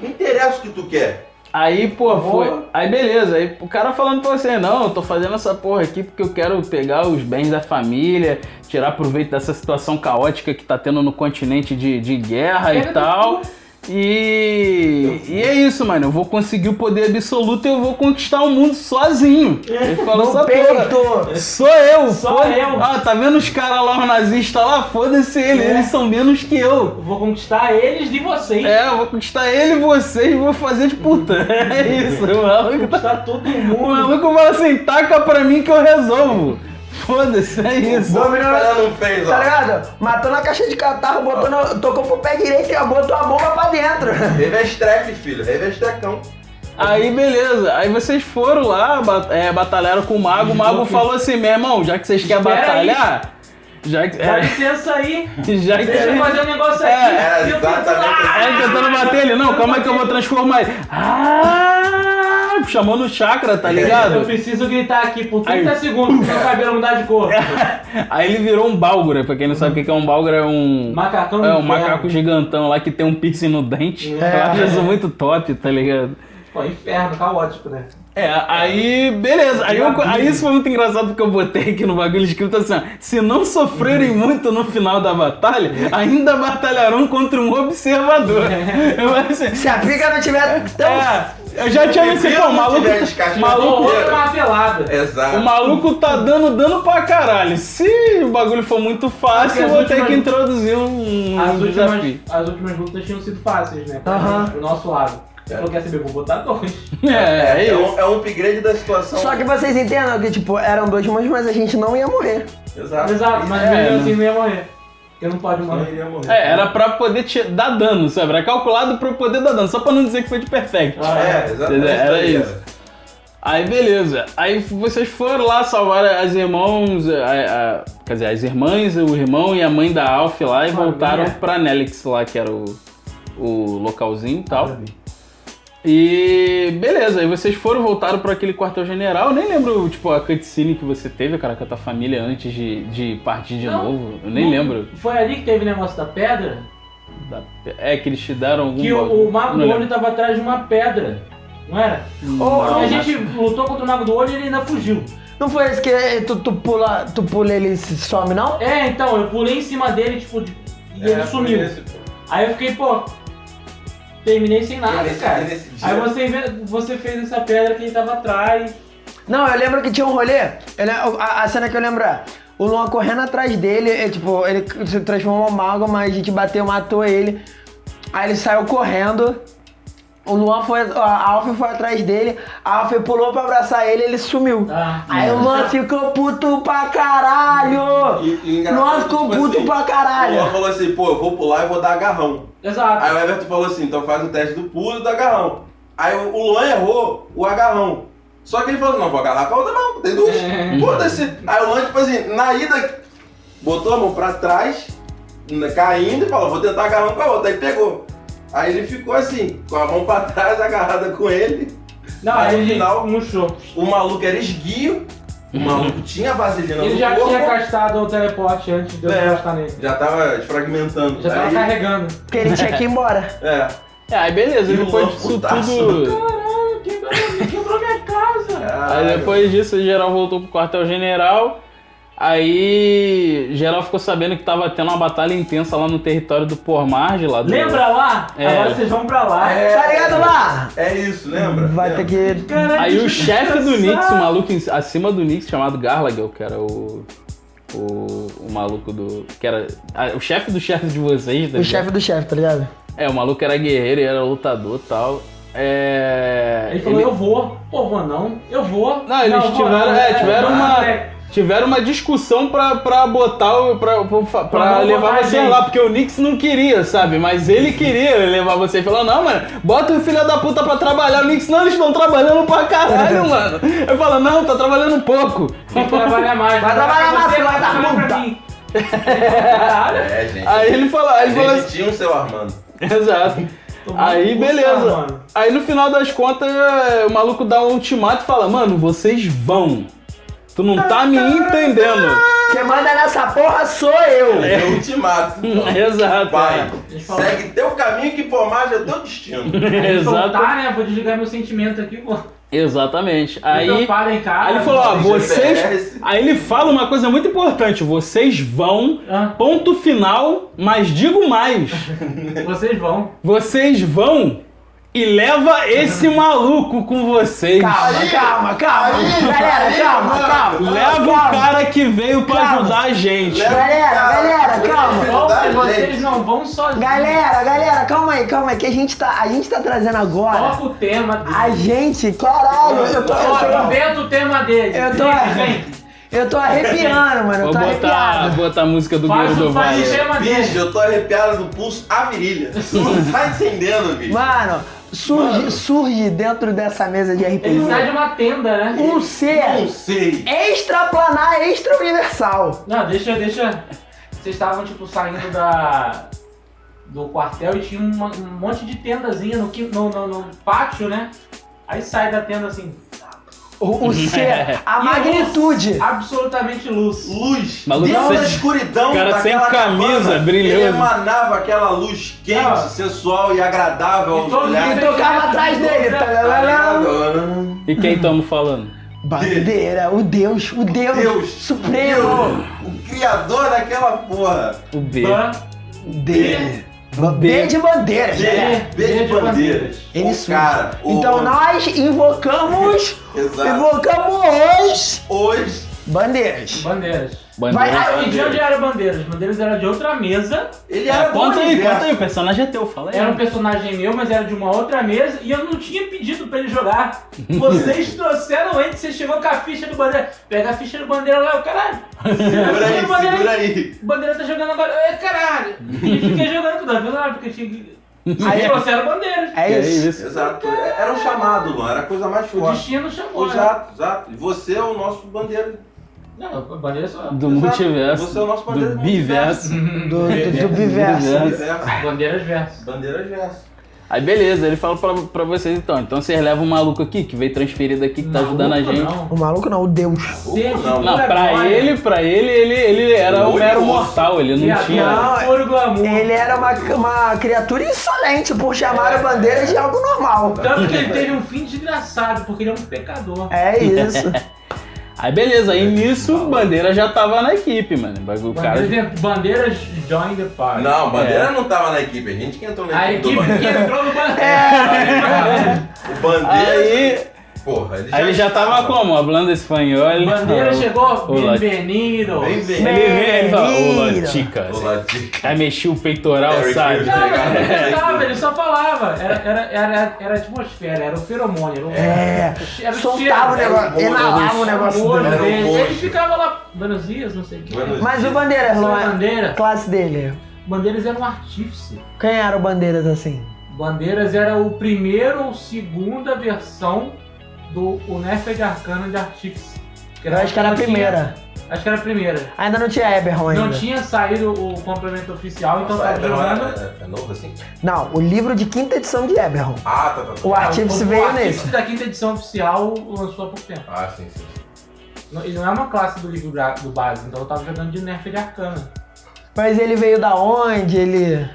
Speaker 1: não interessa o que tu quer.
Speaker 3: Aí, pô, foi.
Speaker 1: Boa.
Speaker 3: Aí, beleza. Aí o cara falando pra você, não, eu tô fazendo essa porra aqui porque eu quero pegar os bens da família, tirar proveito dessa situação caótica que tá tendo no continente de, de guerra e
Speaker 4: Pega
Speaker 3: tal.
Speaker 4: tudo.
Speaker 3: E, e é isso, mano. Eu vou conseguir o poder absoluto e eu vou conquistar o mundo sozinho. Ele falou
Speaker 2: No
Speaker 3: essa porra.
Speaker 2: peito.
Speaker 3: Sou eu,
Speaker 4: Só
Speaker 3: foda-
Speaker 4: eu.
Speaker 3: Ah, tá vendo os caras lá, os nazistas lá? Foda-se eles,
Speaker 4: É.
Speaker 3: eles são menos que eu.
Speaker 4: Vou conquistar eles de vocês.
Speaker 3: É, eu vou conquistar ele e vocês, vou fazer de puta. É isso, o maluco tá-
Speaker 4: Conquistar todo
Speaker 3: o
Speaker 4: mundo.
Speaker 3: maluco fala assim, taca pra mim que eu resolvo. Foda-se, é isso.
Speaker 1: O cara não um fez,
Speaker 2: Tá
Speaker 1: ó.
Speaker 2: ligado? Matando a caixa de catarro, botando, tocou pro pé direito e botou a bomba pra dentro.
Speaker 1: Revestrec, filho, revestracão.
Speaker 3: Aí beleza, aí vocês foram lá, ba- é, batalharam com o mago, o mago falou assim, meu irmão, já que vocês querem
Speaker 4: Espera aí.
Speaker 3: batalhar, já que...
Speaker 4: Dá
Speaker 3: é,
Speaker 4: licença aí.
Speaker 3: já que
Speaker 4: Deixa eu fazer um negócio
Speaker 3: É,
Speaker 4: aqui.
Speaker 1: é,
Speaker 4: Eu tento-
Speaker 1: exatamente.
Speaker 4: Ah!
Speaker 3: É, ele tentando bater ele, não, calma aí que eu vou transformar ele. Ah, chamou no chakra, tá
Speaker 4: Eu
Speaker 3: ligado?
Speaker 4: preciso gritar aqui por 30
Speaker 3: Aí. É.
Speaker 4: segundos é pro meu cabelo mudar de cor.
Speaker 3: Aí ele virou um Bálgora, pra quem não sabe o que que é um Bálgora, é um...
Speaker 4: Macacão
Speaker 3: É, um
Speaker 4: de
Speaker 3: macaco
Speaker 4: inferno.
Speaker 3: gigantão lá que tem um piercing no dente.
Speaker 4: É.
Speaker 3: Eu acho isso muito top, tá ligado?
Speaker 4: Pô, inferno, caótico, né?
Speaker 3: É, aí, beleza. Aí, eu- aí isso foi muito engraçado porque eu botei aqui no bagulho escrito assim: ó, se não sofrerem muito no final da batalha, ainda batalharão contra um observador. Eu falei assim,
Speaker 2: Se a pica não tiver tão.
Speaker 3: é, eu já tinha visto assim, pô, o
Speaker 1: Não
Speaker 3: maluco.
Speaker 1: tiver descarte,
Speaker 3: maluco-
Speaker 1: não
Speaker 4: Ou outra
Speaker 1: tiver.
Speaker 4: uma pelada.
Speaker 1: Exato.
Speaker 3: O maluco tá dando dano pra caralho. Se o bagulho for muito fácil,
Speaker 4: Porque
Speaker 3: eu
Speaker 4: as
Speaker 3: vou ter
Speaker 4: últimas-
Speaker 3: que introduzir um,
Speaker 4: As
Speaker 3: um desafio.
Speaker 4: últimas, as últimas lutas tinham sido fáceis, né?
Speaker 2: Aham.
Speaker 4: Do nosso lado. Você falou que ia saber, vou botar dois.
Speaker 3: É, é
Speaker 1: É
Speaker 4: então,
Speaker 3: isso.
Speaker 1: um, é um upgrade da situação.
Speaker 2: Só que vocês entendam que, tipo, eram dois mãos, mas a gente não ia morrer.
Speaker 1: Exato.
Speaker 4: Exato, mas
Speaker 3: É,
Speaker 4: mesmo
Speaker 3: né?
Speaker 4: assim não ia morrer. Porque não pode
Speaker 1: Não
Speaker 4: morrer.
Speaker 1: iria morrer.
Speaker 3: É, era pra poder te dar dano, sabe? Era calculado pra poder dar dano, só pra não dizer que foi de perfect.
Speaker 4: Ah.
Speaker 1: É, exatamente.
Speaker 3: Era isso. Aí beleza, aí vocês foram lá salvar as irmãos, a- a- quer dizer, as irmãs, o irmão e a mãe da Alf lá e
Speaker 4: Família.
Speaker 3: voltaram pra Nelix lá, que era o, o localzinho e tal. E beleza, aí vocês foram, voltaram pra aquele quartel-general, nem lembro, tipo, a cutscene que você teve, cara, com a tua família antes de, de partir de
Speaker 4: Não,
Speaker 3: novo, eu nem
Speaker 4: Não-
Speaker 3: lembro.
Speaker 4: Foi ali que teve o negócio da pedra?
Speaker 3: da- É que eles te deram algum...
Speaker 4: que o,
Speaker 3: bagulho,
Speaker 4: o Mago
Speaker 3: não
Speaker 4: do
Speaker 3: lembro.
Speaker 4: Olho tava atrás de uma pedra. Não era?
Speaker 2: Ou-
Speaker 4: e
Speaker 2: não,
Speaker 4: a gente lutou contra o Mago do Olho e ele ainda fugiu.
Speaker 2: Não foi esse que tu, tu pula, tu pula ele e se some, não?
Speaker 4: É, então, eu pulei em cima dele, tipo, de- e ele
Speaker 1: É,
Speaker 4: sumiu.
Speaker 1: foi nesse- foi
Speaker 4: Aí eu fiquei, pô, terminei sem nada,
Speaker 1: nesse-
Speaker 4: cara.
Speaker 1: nesse dia.
Speaker 4: Aí você, inve- você fez essa pedra que ele tava atrás.
Speaker 2: Não, eu lembro que tinha um rolê. eu le- a, a cena que eu lembro é. O Luan correndo atrás dele, é, tipo, ele se transformou em mago, mas a gente bateu, matou ele. Aí ele saiu correndo. O Luan foi. A Alf foi atrás dele. A Alf pulou pra abraçar ele ele sumiu.
Speaker 4: Ah.
Speaker 2: Aí o Luan ficou puto pra caralho!
Speaker 1: E- e engraçado,
Speaker 2: Luan ficou
Speaker 1: tipo
Speaker 2: puto
Speaker 1: assim,
Speaker 2: pra
Speaker 1: O Luan
Speaker 2: caralho!
Speaker 1: falou assim, pô, eu vou pular e vou dar agarrão.
Speaker 4: Exato.
Speaker 1: Aí o Everton falou assim, então faz o teste do pulo e do agarrão. Aí o o Luan errou o agarrão. Só que ele falou, assim, não, vou agarrar com a outra mão, tem duas.
Speaker 4: É.
Speaker 1: Foda-se. Aí o Luan, tipo assim, na ida, botou a mão pra trás, na- caindo, e falou, vou tentar agarrar um com a outra. Aí pegou. Aí ele ficou assim, com a mão pra trás, agarrada com ele.
Speaker 4: Não,
Speaker 1: Aí
Speaker 4: aí
Speaker 1: no
Speaker 4: ele um
Speaker 1: final-
Speaker 4: murchou.
Speaker 1: O maluco era esguio, o maluco tinha vaselina
Speaker 4: Ele
Speaker 1: no
Speaker 4: já
Speaker 1: corpo.
Speaker 4: tinha gastado o teleporte antes de eu
Speaker 1: É.
Speaker 4: gastar nele.
Speaker 1: Já tava desfragmentando.
Speaker 4: Já tava
Speaker 1: Aí-
Speaker 4: carregando.
Speaker 2: Porque ele tinha que ir embora.
Speaker 1: É.
Speaker 3: É, aí beleza,
Speaker 1: E o
Speaker 3: depois
Speaker 1: Luan
Speaker 3: disso
Speaker 1: putaço.
Speaker 3: tudo.
Speaker 4: Caralho, quebrou, minha- quebrou minha casa.
Speaker 3: Aí depois disso, o geral voltou pro quartel general. Aí geral ficou sabendo que tava tendo uma batalha intensa lá no território do Pormarge lá do.
Speaker 4: Lembra lá?
Speaker 3: É.
Speaker 4: Agora vocês vão pra lá.
Speaker 1: É.
Speaker 2: Tá ligado, lá?
Speaker 1: É isso, lembra?
Speaker 2: Vai ter
Speaker 1: Lembra?
Speaker 2: que.
Speaker 4: Caralho,
Speaker 3: Aí o
Speaker 4: deixa eu
Speaker 3: chefe do
Speaker 4: descansar.
Speaker 3: Nix, o maluco em- acima do Nix, chamado Garlagel, que era o. O, o maluco do. Que era. ah, o chefe do chefe de vocês, tá
Speaker 2: O
Speaker 3: ligado?
Speaker 2: chefe do chefe, tá ligado?
Speaker 3: É, o maluco era guerreiro e era lutador e tal. É.
Speaker 4: Ele falou, eu vou. Pô, vou não. Eu vou.
Speaker 3: Não, eles
Speaker 4: eu vou
Speaker 3: tiveram- é, tiveram
Speaker 4: eu vou
Speaker 3: uma-
Speaker 4: até.
Speaker 3: Tiveram uma discussão pra, pra botar o. pra, pra- pra
Speaker 4: Pra não
Speaker 3: levar
Speaker 4: botar
Speaker 3: você
Speaker 4: a gente.
Speaker 3: lá, porque o Nix não queria, sabe? Mas ele queria levar você e falou: não, mano, bota o filho da puta pra trabalhar. O Nix, não, eles estão trabalhando pra caralho, mano. Eu falo, não, tá trabalhando um pouco.
Speaker 4: Tem que trabalhar mais.
Speaker 2: Vai trabalhar
Speaker 4: pra
Speaker 2: mais,
Speaker 4: você,
Speaker 2: filha
Speaker 4: vai
Speaker 2: da
Speaker 4: trabalhar pra
Speaker 2: puta.
Speaker 4: mim. Caralho.
Speaker 1: É, gente.
Speaker 3: Aí ele falou, aí ele falou assim.
Speaker 1: Eles tinham o seu Armando.
Speaker 3: Exato.
Speaker 4: Tomou
Speaker 3: Aí
Speaker 4: um
Speaker 3: beleza.
Speaker 4: pulsar, mano.
Speaker 3: Aí no final das contas, o maluco dá um ultimato e fala, mano, vocês vão. Tu não tá me entendendo.
Speaker 2: Quem manda nessa porra sou eu.
Speaker 1: É o ultimato.
Speaker 3: É Exato.
Speaker 1: Vai,
Speaker 4: Eles falaram.
Speaker 1: segue teu caminho que pomagem é teu destino.
Speaker 4: Aí
Speaker 3: Exato.
Speaker 4: soltar, né? Vou desligar meu sentimento aqui, pô.
Speaker 3: Exatamente.
Speaker 4: Então
Speaker 3: Aí,
Speaker 4: para em casa.
Speaker 3: aí ele falou, "Ah, ó,
Speaker 1: Deixa o
Speaker 3: vocês.
Speaker 1: GPS.
Speaker 3: Aí ele fala uma coisa muito importante, vocês vão.
Speaker 4: Ah,
Speaker 3: Ponto final, mas digo mais.
Speaker 4: vocês vão.
Speaker 3: Vocês vão e leva esse maluco com vocês.
Speaker 2: Calma, calma, calma.
Speaker 1: aí,
Speaker 2: Galera,
Speaker 1: aí,
Speaker 2: calma,
Speaker 1: mano.
Speaker 2: calma.
Speaker 3: Leva o
Speaker 2: Calma.
Speaker 3: cara que veio pra
Speaker 2: Calma.
Speaker 3: ajudar a gente.
Speaker 1: Leva o
Speaker 2: Galera,
Speaker 1: cara.
Speaker 2: galera, calma.
Speaker 1: Leva o
Speaker 4: Vão, se
Speaker 1: cara,
Speaker 4: vocês
Speaker 1: gente.
Speaker 4: não vão sozinhos.
Speaker 2: Galera, galera, calma aí, calma aí, que a gente tá, a gente tá trazendo agora.
Speaker 4: Toca o tema.
Speaker 2: A gente, caralho, eu tô, eu
Speaker 4: Ó,
Speaker 2: tô,
Speaker 4: Inventa o tema dele.
Speaker 2: Eu tô-
Speaker 4: Vem, vem.
Speaker 2: eu tô arrepiando, mano, eu
Speaker 3: Vou
Speaker 2: tô
Speaker 3: botar,
Speaker 2: arrepiado.
Speaker 3: botar a música do
Speaker 4: Faz
Speaker 3: Guerreiro
Speaker 4: o-
Speaker 3: do
Speaker 4: faz
Speaker 3: Vale.
Speaker 4: o tema
Speaker 1: Bicho,
Speaker 4: dele.
Speaker 1: eu tô arrepiado do pulso à virilha. Tu não tá entendendo, bicho.
Speaker 2: Mano, surge, surge dentro dessa mesa de
Speaker 4: Ele sai de
Speaker 2: RPG
Speaker 4: uma tenda, né?
Speaker 2: um
Speaker 1: Não
Speaker 2: ser
Speaker 1: sei.
Speaker 2: extraplanar, extra-universal.
Speaker 4: Não, deixa, deixa. Vocês estavam, tipo, saindo da. do quartel e tinha uma- um monte de tendazinha no, qui- no, no, no pátio, né? Aí sai da tenda assim,
Speaker 2: O, o Um ser, a
Speaker 4: E um
Speaker 2: magnitude.
Speaker 4: absolutamente luz.
Speaker 1: Luz.
Speaker 3: Maluco,
Speaker 1: dentro
Speaker 3: sem-
Speaker 1: da escuridão
Speaker 3: cara sem
Speaker 1: daquela
Speaker 3: camisa,
Speaker 1: cabana,
Speaker 3: brilhoso.
Speaker 1: Ele emanava aquela luz quente,
Speaker 4: Ah.
Speaker 1: sensual e agradável
Speaker 4: E
Speaker 1: aos
Speaker 4: todos
Speaker 2: E
Speaker 1: olhares. né?
Speaker 2: tocava atrás dele. tá
Speaker 4: né?
Speaker 2: Talalala.
Speaker 3: E quem estamos falando?
Speaker 2: Bandeira, o Deus, o Deus,
Speaker 1: Deus,
Speaker 2: supremo.
Speaker 1: Deus, o criador daquela porra.
Speaker 3: O B.
Speaker 4: Ban-
Speaker 2: D. B de bandeira,
Speaker 1: D.
Speaker 2: galera.
Speaker 1: É, verde
Speaker 4: verde
Speaker 1: bandeiras.
Speaker 4: bandeiras.
Speaker 1: O
Speaker 2: Ele surge.
Speaker 1: cara, o-
Speaker 2: Então nós invocamos.
Speaker 1: Exato.
Speaker 2: Invocamos os
Speaker 1: Hoje,
Speaker 2: bandeiras.
Speaker 4: Bandeiras.
Speaker 3: Bandeira.
Speaker 2: Vai-
Speaker 4: E de onde era Bandeiras? Bandeiras era de outra mesa.
Speaker 1: ele era do
Speaker 3: É, conta aí,
Speaker 1: universo.
Speaker 3: conta aí, o personagem é teu, fala aí.
Speaker 4: Era um personagem meu, mas era de uma outra mesa. E eu não tinha pedido pra ele jogar. Vocês trouxeram ele, você chegou com a ficha do Bandeira. Pega a ficha do Bandeira lá, o caralho.
Speaker 1: Segura aí, segura aí.
Speaker 4: O Bandeira tá jogando agora. É, caralho. E fiquei jogando toda vez lá, porque tinha que... Aí trouxeram Bandeiras.
Speaker 2: É isso.
Speaker 1: Exato. Era um chamado, mano. Era a coisa mais
Speaker 4: O
Speaker 1: forte.
Speaker 4: destino chamou, né?
Speaker 1: Exato, exato. E você é o nosso bandeiro.
Speaker 4: Não, o Bandeira é só...
Speaker 3: Do
Speaker 1: Exato.
Speaker 3: multiverso.
Speaker 1: Você é o nosso bandeira
Speaker 3: do
Speaker 1: do
Speaker 3: biverso.
Speaker 2: Do, do, do biverso.
Speaker 3: Universo.
Speaker 1: Universo.
Speaker 4: Bandeiras versus.
Speaker 1: Bandeira verso.
Speaker 3: Aí beleza, ele fala pra, pra vocês então. Então vocês levam o maluco aqui, que veio transferido aqui, que tá ajudando a
Speaker 4: Maluco,
Speaker 3: gente.
Speaker 4: não. é
Speaker 2: O maluco não, o Deus.
Speaker 1: Ou não.
Speaker 3: Não,
Speaker 4: Olha,
Speaker 3: pra
Speaker 4: olha.
Speaker 3: ele, pra ele, ele, ele era um
Speaker 1: Olho
Speaker 3: mero
Speaker 1: moço.
Speaker 3: mortal, ele
Speaker 4: E
Speaker 3: não
Speaker 4: a
Speaker 3: tinha.
Speaker 4: piada por glamour.
Speaker 2: Ele era uma, uma criatura insolente por chamar a bandeira de algo normal.
Speaker 4: Tanto que ele teve um fim desgraçado, porque ele é um pecador.
Speaker 2: É isso.
Speaker 3: Aí beleza, aí
Speaker 4: Tá
Speaker 3: nisso o Bandeira já tava na equipe, mano. O bagulho- o cara.
Speaker 4: Bandeiras, bandeiras join the party.
Speaker 1: Não, bandeira não tava na equipe. É. A gente que entrou na
Speaker 4: A
Speaker 1: equipe. do
Speaker 4: equipe que
Speaker 1: bandeira.
Speaker 4: entrou no
Speaker 2: É.
Speaker 4: Bandeira.
Speaker 1: O bandeira.
Speaker 3: Aí,
Speaker 1: Porra, ele já,
Speaker 3: aí ele já tava como? Hablando espanhol.
Speaker 4: Bandeira chegou,
Speaker 3: Olá.
Speaker 4: bem-vindo.
Speaker 1: Bem-vindo.
Speaker 3: Ele vem, ele fala, ô,
Speaker 2: Mentira.
Speaker 3: tica.
Speaker 1: Olá, tica.
Speaker 3: Aí mexia o peitoral,
Speaker 1: Eric
Speaker 3: sabe?
Speaker 4: Não, mas ele não
Speaker 1: É.
Speaker 4: cantava, ele só falava. Era, era, era, era a atmosfera, era o feromônio. Era o,
Speaker 2: É.
Speaker 4: era o
Speaker 2: Soltava o
Speaker 4: cheiro,
Speaker 2: negócio,
Speaker 1: era um
Speaker 2: inalava o
Speaker 1: gosto.
Speaker 4: era o
Speaker 2: negócio
Speaker 4: olho
Speaker 2: dele.
Speaker 1: Era um
Speaker 4: dele. Ele
Speaker 1: gosto.
Speaker 4: ficava lá, Buenos dias, não sei o que.
Speaker 1: Buenos dias.
Speaker 2: Mas o Bandeiras,
Speaker 4: Só
Speaker 2: Luan,
Speaker 4: Bandeira.
Speaker 2: classe dele.
Speaker 4: Bandeiras era um artífice.
Speaker 2: Quem era o Bandeiras assim?
Speaker 4: Bandeiras era o primeiro ou segunda versão do Unefed Arcana de Artífice.
Speaker 2: Eu acho que era a
Speaker 4: Não tinha-
Speaker 2: primeira.
Speaker 4: acho que era a primeira.
Speaker 2: Ainda não tinha Eberron ainda.
Speaker 4: Não tinha saído o complemento oficial, então
Speaker 1: Nossa,
Speaker 4: tava
Speaker 1: é,
Speaker 4: jogando.
Speaker 1: é, é, é novo assim?
Speaker 2: Não, o livro de quinta edição de Eberron.
Speaker 1: Ah, tá, tá. tá.
Speaker 2: O Artífice
Speaker 4: O- o
Speaker 2: veio
Speaker 4: Artífice
Speaker 2: nesse.
Speaker 4: da quinta edição oficial lançou há pouco tempo.
Speaker 1: Ah, sim, sim.
Speaker 4: Não- Ele não é uma classe do livro gra- do básico, então eu tava jogando de Unefed Arcana.
Speaker 2: Mas ele veio da onde? Ele.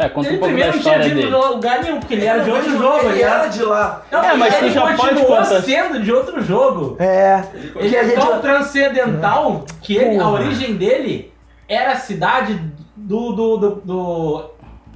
Speaker 3: É, conta
Speaker 4: ele
Speaker 3: um pouco da
Speaker 4: primeiro não tinha
Speaker 3: história
Speaker 4: vindo de
Speaker 3: dele.
Speaker 4: lugar nenhum, porque ele era de
Speaker 1: Ele
Speaker 4: outro
Speaker 1: veio-
Speaker 4: jogo.
Speaker 1: Ele era de lá.
Speaker 4: Não,
Speaker 3: É, mas tu
Speaker 4: ele
Speaker 3: já pode
Speaker 4: continuou
Speaker 3: contar-
Speaker 4: sendo de outro jogo.
Speaker 2: É.
Speaker 1: Ele-
Speaker 4: Ele
Speaker 2: Que a
Speaker 4: é
Speaker 2: gente-
Speaker 4: tão transcendental que ele- a
Speaker 2: Porra.
Speaker 4: origem dele era a cidade do. do. do. do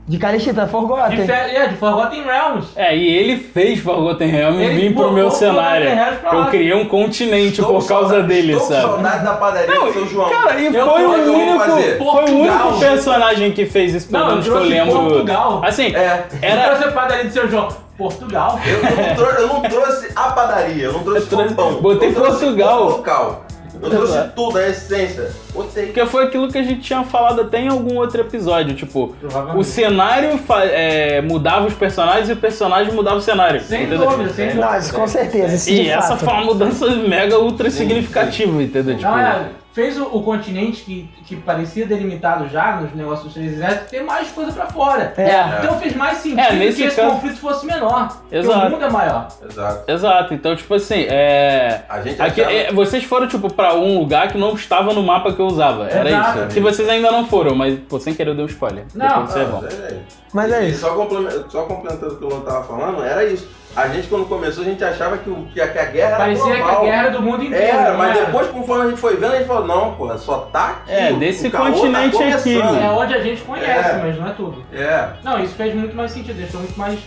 Speaker 2: De Calixita,
Speaker 4: de,
Speaker 2: Forgotten.
Speaker 4: Fe- é, de Forgotten Realms.
Speaker 3: É, e ele fez Forgotten Realm e
Speaker 4: Ele
Speaker 3: vim pro
Speaker 4: botou
Speaker 3: meu
Speaker 4: Forgotten
Speaker 3: cenário.
Speaker 4: Realms pra
Speaker 3: Eu
Speaker 4: lá.
Speaker 3: criei um continente
Speaker 1: Estou
Speaker 3: por
Speaker 1: com
Speaker 3: causa
Speaker 1: saudade-
Speaker 3: dele,
Speaker 1: estou
Speaker 3: sabe?
Speaker 1: com saudade da padaria do seu João.
Speaker 3: Cara, e
Speaker 4: Eu
Speaker 3: foi o,
Speaker 4: vou- eu vou
Speaker 3: único,
Speaker 1: fazer.
Speaker 3: foi o
Speaker 4: Portugal.
Speaker 3: único personagem que fez isso, pelo
Speaker 4: Não,
Speaker 3: menos que
Speaker 4: eu
Speaker 3: eu
Speaker 4: trouxe
Speaker 3: lembro.
Speaker 4: Portugal.
Speaker 3: Assim,
Speaker 1: É.
Speaker 4: Era
Speaker 3: era.
Speaker 4: trouxe a padaria do seu João. Portugal.
Speaker 1: Eu não, trou- eu não trouxe a padaria, eu não trouxe
Speaker 3: Eu trouxe-
Speaker 1: o pão.
Speaker 3: botei
Speaker 1: eu trouxe
Speaker 3: Portugal.
Speaker 1: o local.
Speaker 4: Eu
Speaker 1: Eu trouxe tudo, a essência. Botei.
Speaker 3: Porque foi aquilo que a gente tinha falado até em algum outro episódio, tipo,
Speaker 4: Provavelmente.
Speaker 3: o cenário fa- é, mudava os personagens e o personagem mudava o cenário.
Speaker 4: Sem
Speaker 3: entendeu?
Speaker 4: dúvida, sem dúvida.
Speaker 2: Não, isso com certeza. Isso
Speaker 3: E
Speaker 2: de
Speaker 3: essa
Speaker 2: fato.
Speaker 3: foi uma mudança mega ultra significativa, entendeu? Tipo,
Speaker 4: Não, é, fez o, o continente que, que parecia delimitado já nos negócios dos três exércitos ter mais coisa pra fora.
Speaker 2: É.
Speaker 4: Então fez mais sentido
Speaker 3: É,
Speaker 4: que
Speaker 3: nesse
Speaker 4: esse
Speaker 3: caso-
Speaker 4: conflito fosse menor. porque
Speaker 3: Exato.
Speaker 4: O mundo é maior.
Speaker 1: Exato.
Speaker 3: Exato, então tipo assim, é.
Speaker 1: A gente
Speaker 3: Aqui,
Speaker 1: achava-
Speaker 3: é, vocês foram, tipo, pra um lugar que não estava no mapa que eu usava. Era
Speaker 4: Exato.
Speaker 3: isso. Se vocês ainda não foram, mas, pô, sem querer eu dei um spoiler.
Speaker 4: Não,
Speaker 3: Depois
Speaker 1: Não,
Speaker 3: você é bom.
Speaker 1: mas é isso.
Speaker 2: Mas é
Speaker 1: E
Speaker 2: isso.
Speaker 1: Só, complemen- só complementando o que o Luan tava falando, era isso. A gente, quando começou, a gente achava que, o- que a, que a guerra
Speaker 4: Parecia
Speaker 1: era
Speaker 4: que
Speaker 1: global.
Speaker 4: a guerra era né? do mundo inteiro.
Speaker 1: Era,
Speaker 4: não
Speaker 1: É, mas
Speaker 4: era?
Speaker 1: depois, conforme a gente foi vendo, a gente falou, não, porra, só tá aqui.
Speaker 3: É,
Speaker 1: o-
Speaker 3: desse
Speaker 1: o caô
Speaker 3: continente
Speaker 1: tá
Speaker 3: aqui, né?
Speaker 1: começando.
Speaker 4: É onde a gente conhece,
Speaker 1: É.
Speaker 4: mas não é tudo.
Speaker 1: É,
Speaker 4: Não, isso fez muito mais sentido, deixou muito mais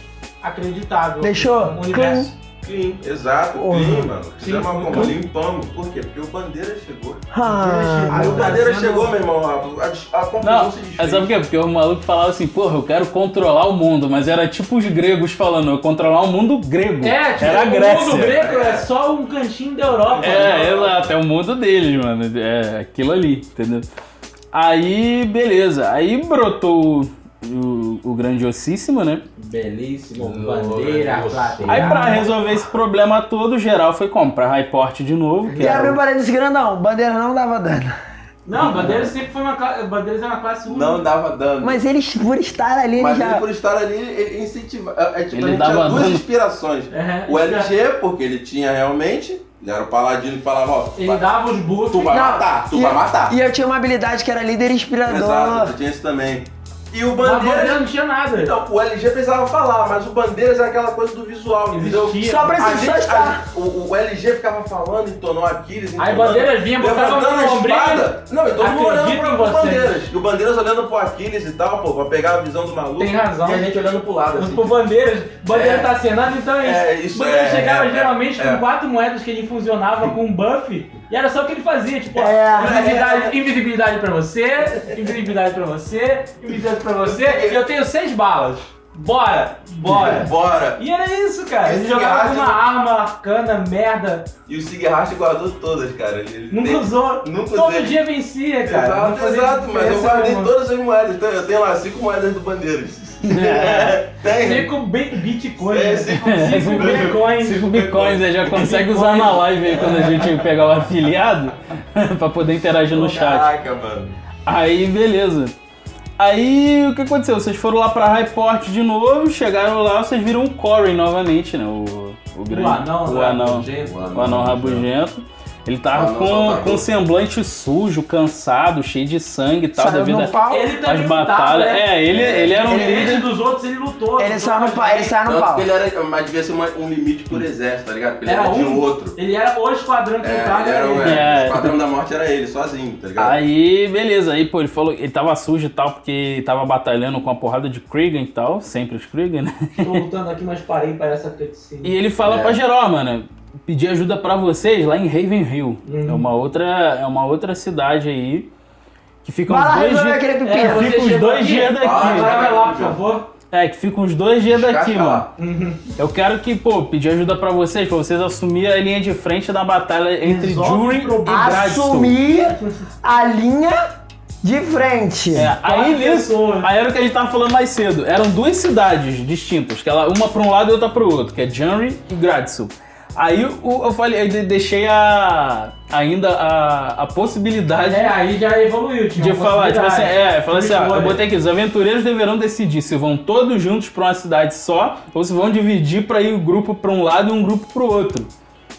Speaker 4: acreditável.
Speaker 2: Deixou?
Speaker 4: O universo.
Speaker 1: clean, exato,
Speaker 2: Porra.
Speaker 1: clean, mano. Fizemos
Speaker 4: Clean.
Speaker 1: uma como? Limpamos. Por quê? Porque o Bandeira chegou.
Speaker 2: Ah,
Speaker 1: Aí o
Speaker 4: mano.
Speaker 1: Bandeira chegou, meu irmão, a, a, a confusão
Speaker 3: Não,
Speaker 1: se desfez.
Speaker 3: mas sabe por quê? Porque o maluco falava assim, porra, eu quero controlar o mundo, mas era tipo os gregos falando, eu controlar o mundo grego.
Speaker 4: É, tipo,
Speaker 3: era a
Speaker 4: o
Speaker 3: Grécia.
Speaker 4: mundo grego é só um cantinho da Europa.
Speaker 3: É, exato, é o mundo deles, mano. É aquilo ali, entendeu? Aí, beleza. Aí brotou o, o, o grandiosíssimo, né?
Speaker 4: Belíssimo,
Speaker 1: Nossa.
Speaker 4: bandeira
Speaker 3: Aí pra
Speaker 4: prateada.
Speaker 3: resolver esse problema todo, geral foi comprar Highport de novo, que
Speaker 2: E abriu
Speaker 3: era
Speaker 2: o parênteses grandão. Bandeira não dava dano.
Speaker 4: Não, bandeira sempre foi uma classe. Bandeiras é uma classe única.
Speaker 1: Não dava dano.
Speaker 2: Mas eles, por estar ali, eles
Speaker 1: Mas ele,
Speaker 2: já.
Speaker 1: por estar ali, ele incentivava. É, tipo,
Speaker 3: Ele
Speaker 1: a gente
Speaker 3: dava
Speaker 1: tinha duas
Speaker 3: dano.
Speaker 1: inspirações.
Speaker 4: É,
Speaker 1: O LG, porque ele tinha realmente. Ele era o paladino que falava, ó, tu
Speaker 4: Ele
Speaker 1: vai-
Speaker 4: dava os buffs.
Speaker 1: tu vai
Speaker 2: Não,
Speaker 1: matar, tu
Speaker 2: e-
Speaker 1: vai matar.
Speaker 2: E eu tinha uma habilidade que era líder inspirador.
Speaker 1: Exato, tu tinha isso também. E o
Speaker 4: Mas bandeira
Speaker 1: Bandeiras.
Speaker 4: não tinha nada.
Speaker 1: Então, o LG precisava falar, mas o Bandeiras era aquela coisa do visual, entendeu?
Speaker 4: Existia.
Speaker 2: Só pra-
Speaker 1: A
Speaker 2: Precisa
Speaker 1: gente,
Speaker 2: só estar.
Speaker 1: a, o, o LG ficava falando, entonou Aquiles,
Speaker 4: Aí
Speaker 1: entonou-
Speaker 4: Bandeiras vinha, botava
Speaker 1: levantando a
Speaker 4: no ombrinho.
Speaker 1: espada. Não, e todo mundo olhando
Speaker 4: Acredita em
Speaker 1: pro, pro
Speaker 4: você.
Speaker 1: Bandeiras. E o Bandeiras olhando pro Aquiles e tal, pô, pra pegar a visão do maluco.
Speaker 4: Tem razão.
Speaker 1: E a gente olhando pro lado,
Speaker 4: Mas
Speaker 1: assim.
Speaker 4: Por bandeiras, bandeira
Speaker 1: É.
Speaker 4: tá acenando, então é isso.
Speaker 1: É, isso
Speaker 4: bandeira
Speaker 1: é,
Speaker 4: chegava
Speaker 1: é,
Speaker 4: geralmente
Speaker 1: é,
Speaker 4: com
Speaker 1: é.
Speaker 4: quatro moedas que ele infusionava com um buff, e era só o que ele fazia, tipo, ó,
Speaker 2: É.
Speaker 4: invisibilidade, invisibilidade pra você, invisibilidade pra você, invisibilidade pra você, e eu tenho seis balas. Bora, bora.
Speaker 1: Bora!
Speaker 4: E era isso, cara. Ele
Speaker 1: Esse
Speaker 4: jogava
Speaker 1: gato-
Speaker 4: com uma arma arcana, merda,
Speaker 1: E o Sigarraste guardou todas, cara. Ele ele
Speaker 4: nunca
Speaker 1: tem-
Speaker 4: usou.
Speaker 1: nunca
Speaker 4: Todo
Speaker 1: usei.
Speaker 4: dia vencia, cara. Não
Speaker 1: Exato,
Speaker 4: fazia
Speaker 1: exato, mas eu
Speaker 4: diferença
Speaker 1: guardei
Speaker 4: nenhuma.
Speaker 1: todas as moedas. Então eu tenho lá cinco moedas do Bandeiras. tem?
Speaker 4: É. Cinco bi- bitcoins.
Speaker 1: É,
Speaker 4: né?
Speaker 1: cinco-
Speaker 4: Cinco bitcoins.
Speaker 3: cinco bitcoins, aí já consegue usar na live aí quando a gente pegar o afiliado pra poder interagir no chat.
Speaker 1: Caraca, mano.
Speaker 3: Aí, beleza. Aí, o que aconteceu? Vocês foram lá pra Highport de novo, chegaram lá, vocês viram o Corey novamente, né? O, o grande...
Speaker 4: O anão,
Speaker 3: o
Speaker 4: lá,
Speaker 3: anão,
Speaker 4: gente.
Speaker 3: o anão rabugento. Ele
Speaker 1: O
Speaker 3: tava
Speaker 1: anão
Speaker 3: com,
Speaker 1: saudável.
Speaker 3: com um semblante sujo, cansado, cheio de sangue e tal,
Speaker 2: Saiu
Speaker 3: devido
Speaker 2: no
Speaker 3: a-
Speaker 2: pau.
Speaker 4: Ele
Speaker 3: às
Speaker 4: também
Speaker 3: batalhas.
Speaker 4: lutava, né?
Speaker 3: É, ele, ele era um
Speaker 4: Ele,
Speaker 3: líder...
Speaker 4: ele dos outros, ele lutou.
Speaker 2: Ele
Speaker 4: lutou
Speaker 2: saiu
Speaker 3: um
Speaker 2: no
Speaker 4: com
Speaker 2: pau. Ele
Speaker 4: as-
Speaker 2: saiu no
Speaker 1: Tanto
Speaker 2: pau.
Speaker 1: que ele era, mas devia ser uma- um limite por exército, tá ligado? Porque ele era,
Speaker 4: Era
Speaker 1: de
Speaker 4: um.
Speaker 1: outro.
Speaker 4: Ele era o esquadrão que
Speaker 1: É,
Speaker 4: lutava.
Speaker 1: ele era o,
Speaker 4: né?
Speaker 1: é,
Speaker 3: É.
Speaker 1: o Esquadrão da Morte era ele, sozinho, tá ligado?
Speaker 3: Aí, beleza, aí, pô, ele falou, ele tava sujo e tal, porque tava batalhando com a porrada de Kriegan e tal, sempre os Kriegan, né?
Speaker 4: Tô lutando aqui, mas parei para essa cutscene.
Speaker 3: E ele fala
Speaker 1: É.
Speaker 3: pra Geró, mano, pedir ajuda pra vocês lá em Raven Hill.
Speaker 4: Uhum.
Speaker 3: É, uma outra, é uma outra cidade aí que fica
Speaker 2: Vai lá
Speaker 3: uns dois
Speaker 2: resolver
Speaker 3: dias.
Speaker 2: aquele
Speaker 4: É,
Speaker 2: pepino.
Speaker 4: você
Speaker 3: fica uns
Speaker 4: chegou
Speaker 3: dois
Speaker 4: aqui?
Speaker 3: dias daqui.
Speaker 4: Agora vai lá, por favor.
Speaker 3: É, que fica uns dois dias daqui,
Speaker 1: Descasca
Speaker 3: mano.
Speaker 1: lá.
Speaker 4: Uhum.
Speaker 3: Eu quero que, pô, pedir ajuda pra vocês, pra vocês assumirem a linha de frente da batalha entre
Speaker 4: Resolve
Speaker 3: Jury e
Speaker 4: o
Speaker 1: é um
Speaker 4: problema.
Speaker 3: Gladstone.
Speaker 2: Assumir a linha de frente.
Speaker 3: É, aí
Speaker 4: Quatro
Speaker 3: nisso,
Speaker 4: pessoas.
Speaker 3: aí era o que a gente tava falando mais cedo. Eram duas cidades distintas, que ela, uma pra um lado e outra pro outro, que é Janry e Gradsul. Aí o- eu falei, eu de- deixei a ainda a, a possibilidade
Speaker 4: É, aí já evoluiu. Tinha
Speaker 3: de
Speaker 4: uma
Speaker 3: falar, tipo assim,
Speaker 4: possibilidade.
Speaker 3: é, falar assim, ó, eu
Speaker 4: Escolha.
Speaker 3: botei aqui, os aventureiros deverão decidir se vão todos juntos pra uma cidade só ou se vão dividir pra ir o grupo pra um lado e um grupo pro outro.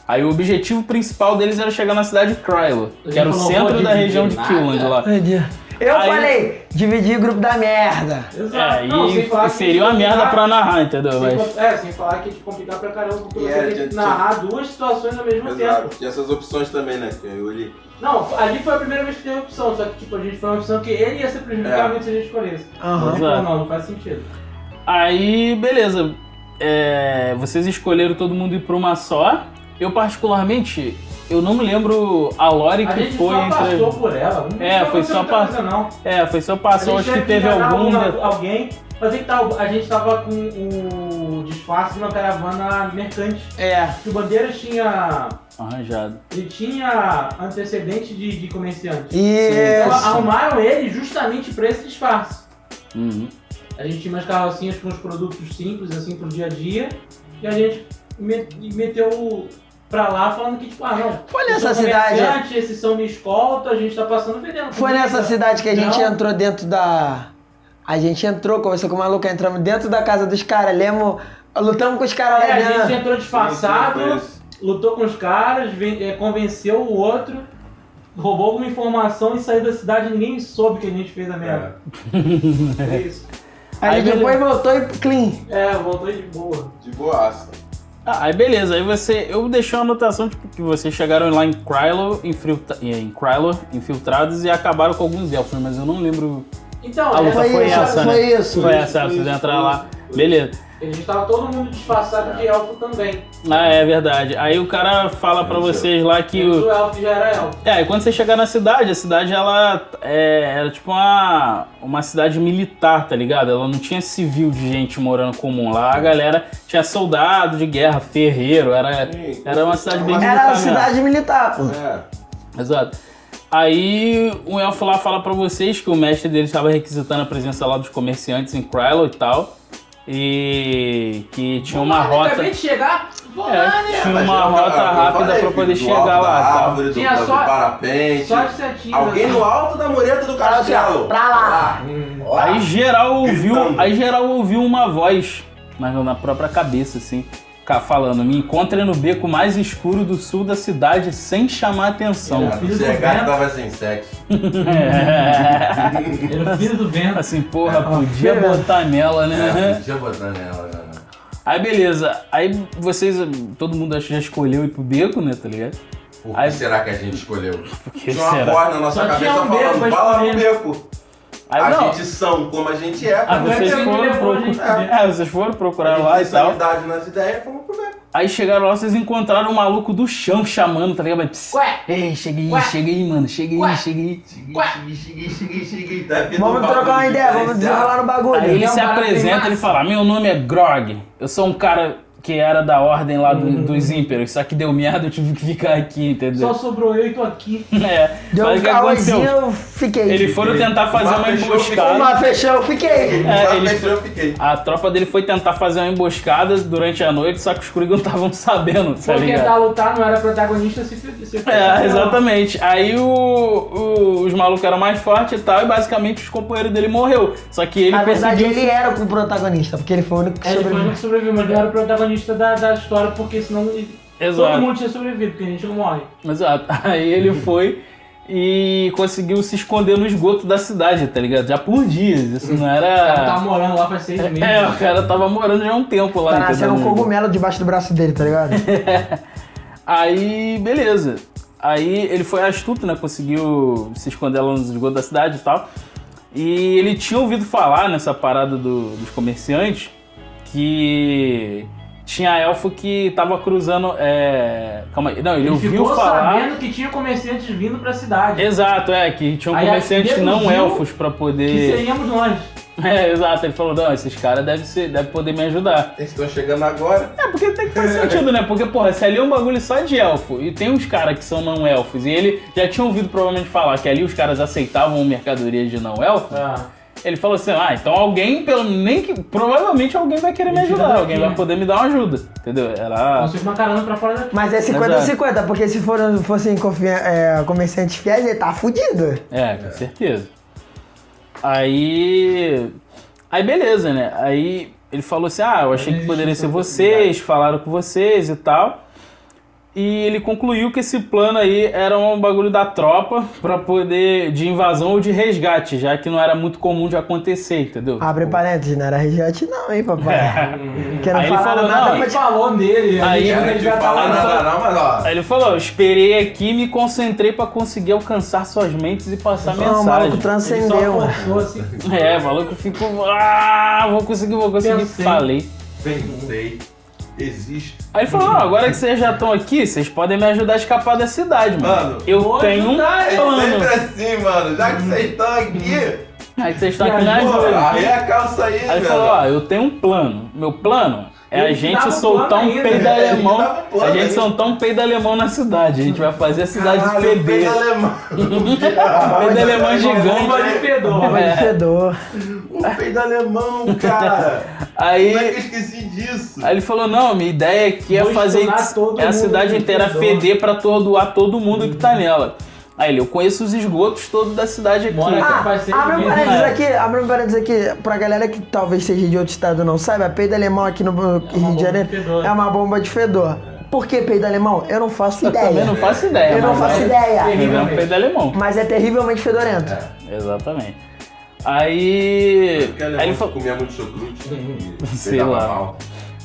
Speaker 3: Aí o objetivo principal deles era chegar na cidade de Krylo, que
Speaker 4: Ele
Speaker 3: era o
Speaker 4: falou,
Speaker 3: centro
Speaker 4: "Vou
Speaker 3: da região de
Speaker 4: dividir
Speaker 3: Killand
Speaker 4: nada."
Speaker 3: lá.
Speaker 2: Eu
Speaker 3: Aí-
Speaker 2: falei, dividir grupo da merda.
Speaker 4: Exato.
Speaker 3: É,
Speaker 4: Não, sem falar
Speaker 3: e
Speaker 4: que
Speaker 3: seria uma
Speaker 4: complicar-
Speaker 3: merda pra narrar, entendeu?
Speaker 4: sem
Speaker 3: Mas
Speaker 4: co- É, sem falar que te complicar pra caramba, porque
Speaker 1: E é,
Speaker 4: você tem que
Speaker 1: gente,
Speaker 4: narrar duas situações ao mesmo tempo.
Speaker 1: Exato. Tinha essas opções também, né? Que eu li.
Speaker 4: Não, ali foi a primeira vez que teve opção, só que tipo, a gente foi uma opção que ele ia se prejudicar
Speaker 1: É.
Speaker 4: muito se a gente escolhesse.
Speaker 2: Aham.
Speaker 4: Ele falou, Não, não faz sentido.
Speaker 3: aí, beleza. É, vocês escolheram todo mundo ir pra uma só. Eu, particularmente, eu não me lembro a lore
Speaker 4: A
Speaker 3: que
Speaker 4: gente
Speaker 3: foi
Speaker 4: só
Speaker 3: entre.
Speaker 4: passou por ela. Não
Speaker 3: É, foi só
Speaker 4: pra... coisa, não.
Speaker 3: É, foi só passou,
Speaker 4: A
Speaker 3: acho
Speaker 4: gente
Speaker 3: que teve né?
Speaker 4: enganar
Speaker 3: algum.
Speaker 4: alguma-
Speaker 3: de-
Speaker 4: alguém, mas é que tá- a gente tava com o dis- espaço de uma caravana mercante.
Speaker 2: É.
Speaker 4: Que o Bandeiras tinha.
Speaker 3: Arranjado.
Speaker 4: Ele tinha antecedente de, de comerciante. Então,
Speaker 2: Isso.
Speaker 4: arrumaram ele justamente pra esse disfarce.
Speaker 3: Uhum.
Speaker 4: A gente assim, tinha umas carrocinhas com os produtos simples, assim, pro dia a dia. E a gente me- e meteu pra lá falando que, tipo, ah, não.
Speaker 2: Foi
Speaker 4: eu sou
Speaker 2: nessa cidade.
Speaker 4: comerciante, Esses são minha escolta, a gente tá passando vendendo.
Speaker 2: Foi
Speaker 4: comida.
Speaker 2: nessa cidade que a gente
Speaker 4: Não.
Speaker 2: entrou dentro da. A gente entrou, conversou com o maluco, entramos dentro da casa dos caras, lemos. Lutamos com os caras
Speaker 4: É,
Speaker 2: lá
Speaker 4: a gente
Speaker 2: dentro.
Speaker 4: entrou disfarçado,
Speaker 1: Foi isso.
Speaker 4: lutou com os caras, ven- é, convenceu o outro, roubou alguma informação e saiu da cidade e ninguém soube que a gente fez a merda.
Speaker 1: É,
Speaker 4: É. Isso.
Speaker 2: Aí
Speaker 3: Aí
Speaker 2: depois voltou e clean.
Speaker 4: É, voltou de boa.
Speaker 1: De boaça.
Speaker 3: Ah, aí beleza, aí você. Eu deixei uma anotação tipo, que vocês chegaram lá em Krylo, infiltra, em Krylo, infiltrados e acabaram com alguns elfos, né? mas eu não lembro.
Speaker 4: Então,
Speaker 3: A luta
Speaker 4: essa
Speaker 3: foi,
Speaker 2: Ah, foi isso,
Speaker 3: essa, né?
Speaker 2: foi isso.
Speaker 3: Foi essa, vocês entraram lá. Beleza.
Speaker 4: A gente tava todo mundo disfarçado de elfo também.
Speaker 3: Ah, é verdade. Aí o cara fala pra
Speaker 1: Isso.
Speaker 3: vocês lá que
Speaker 4: Menos
Speaker 3: o.
Speaker 4: o elfo já era elfo.
Speaker 3: É, e quando você chegar na cidade, a cidade ela é, era tipo uma, uma cidade militar, tá ligado? Ela não tinha civil de gente morando comum. Lá a galera tinha soldado de guerra, ferreiro, era,
Speaker 1: Sim.
Speaker 3: É, era uma cidade bem militar.
Speaker 2: Era a
Speaker 3: mesmo.
Speaker 2: cidade militar, pô.
Speaker 1: É.
Speaker 3: Exato. Aí o elfo lá fala pra vocês que o mestre dele estava requisitando a presença lá dos comerciantes em Krylo e tal. E que tinha uma
Speaker 4: Mano,
Speaker 3: rota.
Speaker 4: Acabei de chegar. Vou
Speaker 3: É,
Speaker 4: lá, né?
Speaker 3: tinha
Speaker 1: Mas
Speaker 3: uma
Speaker 1: eu- eu
Speaker 3: rota rápida
Speaker 1: falei,
Speaker 3: pra poder
Speaker 1: do alto
Speaker 3: chegar lá.
Speaker 1: Da
Speaker 3: tá?
Speaker 1: árvore, do,
Speaker 4: Tinha
Speaker 1: do
Speaker 4: só-
Speaker 1: parapente.
Speaker 4: Só né? iniciativa.
Speaker 1: Alguém no alto da mureta do castelo.
Speaker 2: Pra lá.
Speaker 1: Ó.
Speaker 3: Aí geral ouviu,
Speaker 1: Gritando.
Speaker 3: aí geral ouviu uma voz na, na própria cabeça, assim, ca- falando: Me encontre no beco mais escuro do sul da cidade sem chamar atenção.
Speaker 1: Cara,
Speaker 4: filho
Speaker 1: Se
Speaker 4: do
Speaker 1: é gato,
Speaker 4: vento.
Speaker 1: tava sem sexo. É.
Speaker 4: Era o filho do vento.
Speaker 3: Assim, porra, podia
Speaker 2: feia.
Speaker 3: botar nela, né?
Speaker 1: É, Deixa eu botar nela, né?
Speaker 3: Aí beleza, aí vocês, todo mundo acho que já escolheu ir pro beco, né, tá ligado?
Speaker 1: Por que
Speaker 3: Aí-
Speaker 1: será que a gente escolheu?
Speaker 3: Porque
Speaker 1: Tinha uma
Speaker 3: será?
Speaker 1: voz na nossa
Speaker 4: Só
Speaker 1: cabeça
Speaker 4: tinha um beco
Speaker 1: falando,
Speaker 4: pra
Speaker 1: vai lá no
Speaker 4: escolher."
Speaker 1: beco.
Speaker 3: Aí
Speaker 1: a
Speaker 3: não,
Speaker 1: gente são como a gente é.
Speaker 3: aí
Speaker 1: como é
Speaker 3: vocês
Speaker 1: que é?
Speaker 4: me
Speaker 3: foram,
Speaker 4: levou, gente.
Speaker 3: procurar, é, vocês foram procurar
Speaker 1: A
Speaker 3: lá e
Speaker 1: gente tem
Speaker 3: tal.
Speaker 1: sanidade nas ideias, vamos pro beco.
Speaker 3: Aí chegaram lá, vocês encontraram o maluco do chão chamando, tá ligado? Mas, pss,
Speaker 4: Ué,
Speaker 3: Ei, cheguei,
Speaker 4: Ué.
Speaker 3: cheguei, mano, cheguei,
Speaker 4: Ué.
Speaker 3: cheguei.
Speaker 4: Ué.
Speaker 1: Segui, segui, segui, segui. Tá vindo um
Speaker 2: Vamos
Speaker 1: bagulho
Speaker 2: trocar uma ideia, vamos
Speaker 1: diferenciado.
Speaker 2: desenrolar no bagulho.
Speaker 3: Aí ele
Speaker 4: é um
Speaker 3: se
Speaker 4: cara
Speaker 3: apresenta,
Speaker 4: bem
Speaker 3: ele
Speaker 4: massa.
Speaker 3: fala: Meu nome é Grog, eu sou um cara que era da ordem lá do- dos ímperos, só que deu merda, eu tive que ficar aqui,
Speaker 4: só
Speaker 3: entendeu?
Speaker 4: sobrou eu e tô aqui.
Speaker 3: É,
Speaker 2: Deu
Speaker 3: mas
Speaker 2: um
Speaker 3: o que aconteceu?
Speaker 2: caôzinho, eu fiquei.
Speaker 3: Eles foram tentar fazer uma
Speaker 1: Mas fechou, ficou
Speaker 3: emboscada.
Speaker 2: Uma fechou, eu fiquei.
Speaker 1: Não sabe
Speaker 3: É, ele-
Speaker 1: nem se eu fiquei.
Speaker 3: A tropa dele foi tentar fazer uma emboscada durante a noite, só que os Kurigan estavam sabendo, tá
Speaker 4: Foi tentar
Speaker 3: ligado?
Speaker 4: lutar, não era protagonista, se fe- se fez.
Speaker 3: É, exatamente. Aí o, o- os malucos eram mais fortes e tal, e basicamente os companheiros dele morreu. Só que ele
Speaker 2: Na verdade,
Speaker 3: conseguiu.
Speaker 2: ele era o protagonista, porque ele foi o único que
Speaker 4: É, ele foi o único
Speaker 2: sobreviveu.
Speaker 4: que sobreviveu, mas não era o protagonista da, da história, porque senão ele- todo
Speaker 3: Exato.
Speaker 4: mundo tinha sobrevivido, porque a gente não morre.
Speaker 3: Exato. Aí ele foi e conseguiu se esconder no esgoto da cidade, tá ligado? Já por dias. Isso não
Speaker 4: Ela tava
Speaker 3: era.
Speaker 4: morando lá faz seis meses.
Speaker 3: É, o cara tava morando já há um tempo lá
Speaker 2: Tá
Speaker 3: entendeu?
Speaker 2: nascendo um cogumelo debaixo do braço dele, tá ligado?
Speaker 3: Aí, beleza. Aí ele foi astuto, né? Conseguiu se esconder lá nos esgotos da cidade e tal. E ele tinha ouvido falar nessa parada do- dos comerciantes que tinha elfo que tava cruzando. É... Calma aí. Não, ele,
Speaker 4: Ele
Speaker 3: ouviu
Speaker 4: ficou
Speaker 3: falar.
Speaker 4: sabendo que tinha comerciantes vindo pra cidade.
Speaker 3: Exato, é, que tinham
Speaker 4: Aí
Speaker 3: comerciantes
Speaker 4: deduziu
Speaker 3: não elfos pra
Speaker 4: Que
Speaker 3: poder.
Speaker 4: seríamos nós.
Speaker 3: É, exato. Ele falou: não, esses caras devem ser- devem poder me ajudar.
Speaker 1: Eles estão chegando agora.
Speaker 3: É, porque tem que fazer sentido, né? Porque, porra, se ali é um bagulho só de elfo e tem uns caras que são não elfos e ele já tinha ouvido provavelmente falar que ali os caras aceitavam mercadorias de não elfo,
Speaker 4: Ah,
Speaker 3: ele falou assim: ah, então alguém, pelo nem que. Provavelmente alguém vai querer me
Speaker 4: Me tira
Speaker 3: ajudar,
Speaker 4: daqui,
Speaker 3: alguém vai
Speaker 4: né?
Speaker 3: poder me dar uma ajuda, entendeu? Era.
Speaker 4: Consigo uma carona pra fora daqui.
Speaker 2: Mas é 50-50, porque se foram, fossem confia- é, comerciantes fiéis, ele tá fudido.
Speaker 3: É, com certeza. Aí. Aí beleza, né? Aí ele falou assim: ah, eu achei que poderia ser vocês, falaram com vocês e tal. E ele concluiu que esse plano aí era um bagulho da tropa pra poder. de invasão ou de resgate, já que não era muito comum de acontecer, entendeu?
Speaker 2: Abre parênteses, não era resgate não, hein, papai? Porque não
Speaker 3: Aí ele
Speaker 2: falaram
Speaker 3: falou,
Speaker 2: nada
Speaker 3: não,
Speaker 4: Ele
Speaker 2: pra te...
Speaker 4: falou nele, a
Speaker 3: Aí-
Speaker 4: gente-
Speaker 1: Cara,
Speaker 4: ele
Speaker 1: de
Speaker 4: já tá
Speaker 1: falar
Speaker 4: tava
Speaker 1: nada não, mas ó.
Speaker 3: Aí ele falou: eu esperei aqui, me concentrei pra conseguir alcançar suas mentes e passar
Speaker 2: Não, o maluco
Speaker 3: mensagem.
Speaker 4: Ele só
Speaker 2: transcendeu, mano.
Speaker 4: forçou assim.
Speaker 3: É, o maluco ficou. Ah, vou conseguir, vou conseguir.
Speaker 4: Pensei.
Speaker 3: Falei.
Speaker 1: Pensei. Existe.
Speaker 3: Aí ele falou, não, agora que vocês já estão aqui, vocês podem me ajudar a escapar da cidade, mano.
Speaker 1: Mano,
Speaker 3: eu
Speaker 4: vou
Speaker 3: tenho um
Speaker 4: ajudar,
Speaker 1: É
Speaker 3: plano.
Speaker 1: sempre assim, mano. Já que vocês estão aqui,
Speaker 3: Aí vocês estão aqui
Speaker 4: Me
Speaker 3: na
Speaker 4: ajuda.
Speaker 1: pô,
Speaker 3: ajuda.
Speaker 1: aí é a calça aí,
Speaker 3: Tá Aí ele
Speaker 1: velho.
Speaker 3: falou, ó, eu tenho um plano. Meu plano É a
Speaker 4: Eles
Speaker 3: gente
Speaker 4: davam
Speaker 3: soltar
Speaker 4: plano
Speaker 3: um
Speaker 4: ainda,
Speaker 3: peido
Speaker 1: né? Eles
Speaker 3: alemão.
Speaker 1: davam plano
Speaker 3: A gente
Speaker 1: ainda.
Speaker 3: soltar um peido alemão na cidade. A gente vai fazer a cidade
Speaker 1: Caralho, o
Speaker 3: feder.
Speaker 1: peido alemão.
Speaker 3: um Peido alemão
Speaker 4: Bomba
Speaker 3: gigante.
Speaker 4: tá de fedor.
Speaker 2: Bomba
Speaker 3: né?
Speaker 2: de fedor.
Speaker 1: O peido alemão, cara. Como é que eu
Speaker 3: Aí,
Speaker 1: esqueci disso?
Speaker 3: aí ele falou: não, minha ideia aqui é
Speaker 4: Vou
Speaker 3: fazer
Speaker 4: estourar todo
Speaker 3: é a
Speaker 4: mundo
Speaker 3: cidade
Speaker 4: de
Speaker 3: inteira
Speaker 4: fedor.
Speaker 3: feder pra atordoar todo mundo que tá nela. Aí ele, eu conheço os esgotos todos da cidade aqui.
Speaker 4: Bora,
Speaker 3: cara."
Speaker 2: Ah,
Speaker 4: Vai ser
Speaker 2: abre um
Speaker 4: mesmo,
Speaker 2: parênteses
Speaker 3: né?
Speaker 2: aqui, abre um parênteses aqui, pra galera que talvez seja de outro estado e não saiba, peido alemão aqui no
Speaker 3: É
Speaker 2: Rio
Speaker 4: bomba
Speaker 2: de
Speaker 4: de
Speaker 2: Janeiro
Speaker 4: fedor.
Speaker 2: é uma bomba de fedor. Por que peido alemão? Eu não faço
Speaker 3: Eu
Speaker 2: ideia.
Speaker 3: também não faço ideia.
Speaker 2: Eu não
Speaker 3: mas
Speaker 2: faço
Speaker 3: vai-
Speaker 2: ideia.
Speaker 3: Mas é um peido alemão.
Speaker 2: Mas é terrivelmente fedorento.
Speaker 3: Exatamente. Aí.
Speaker 1: Porque
Speaker 3: Aí
Speaker 1: alemão
Speaker 3: ele falou.
Speaker 1: comia um muito chocolate. Hum, e
Speaker 3: um Sei
Speaker 1: peidava
Speaker 3: lá. É.
Speaker 1: mal.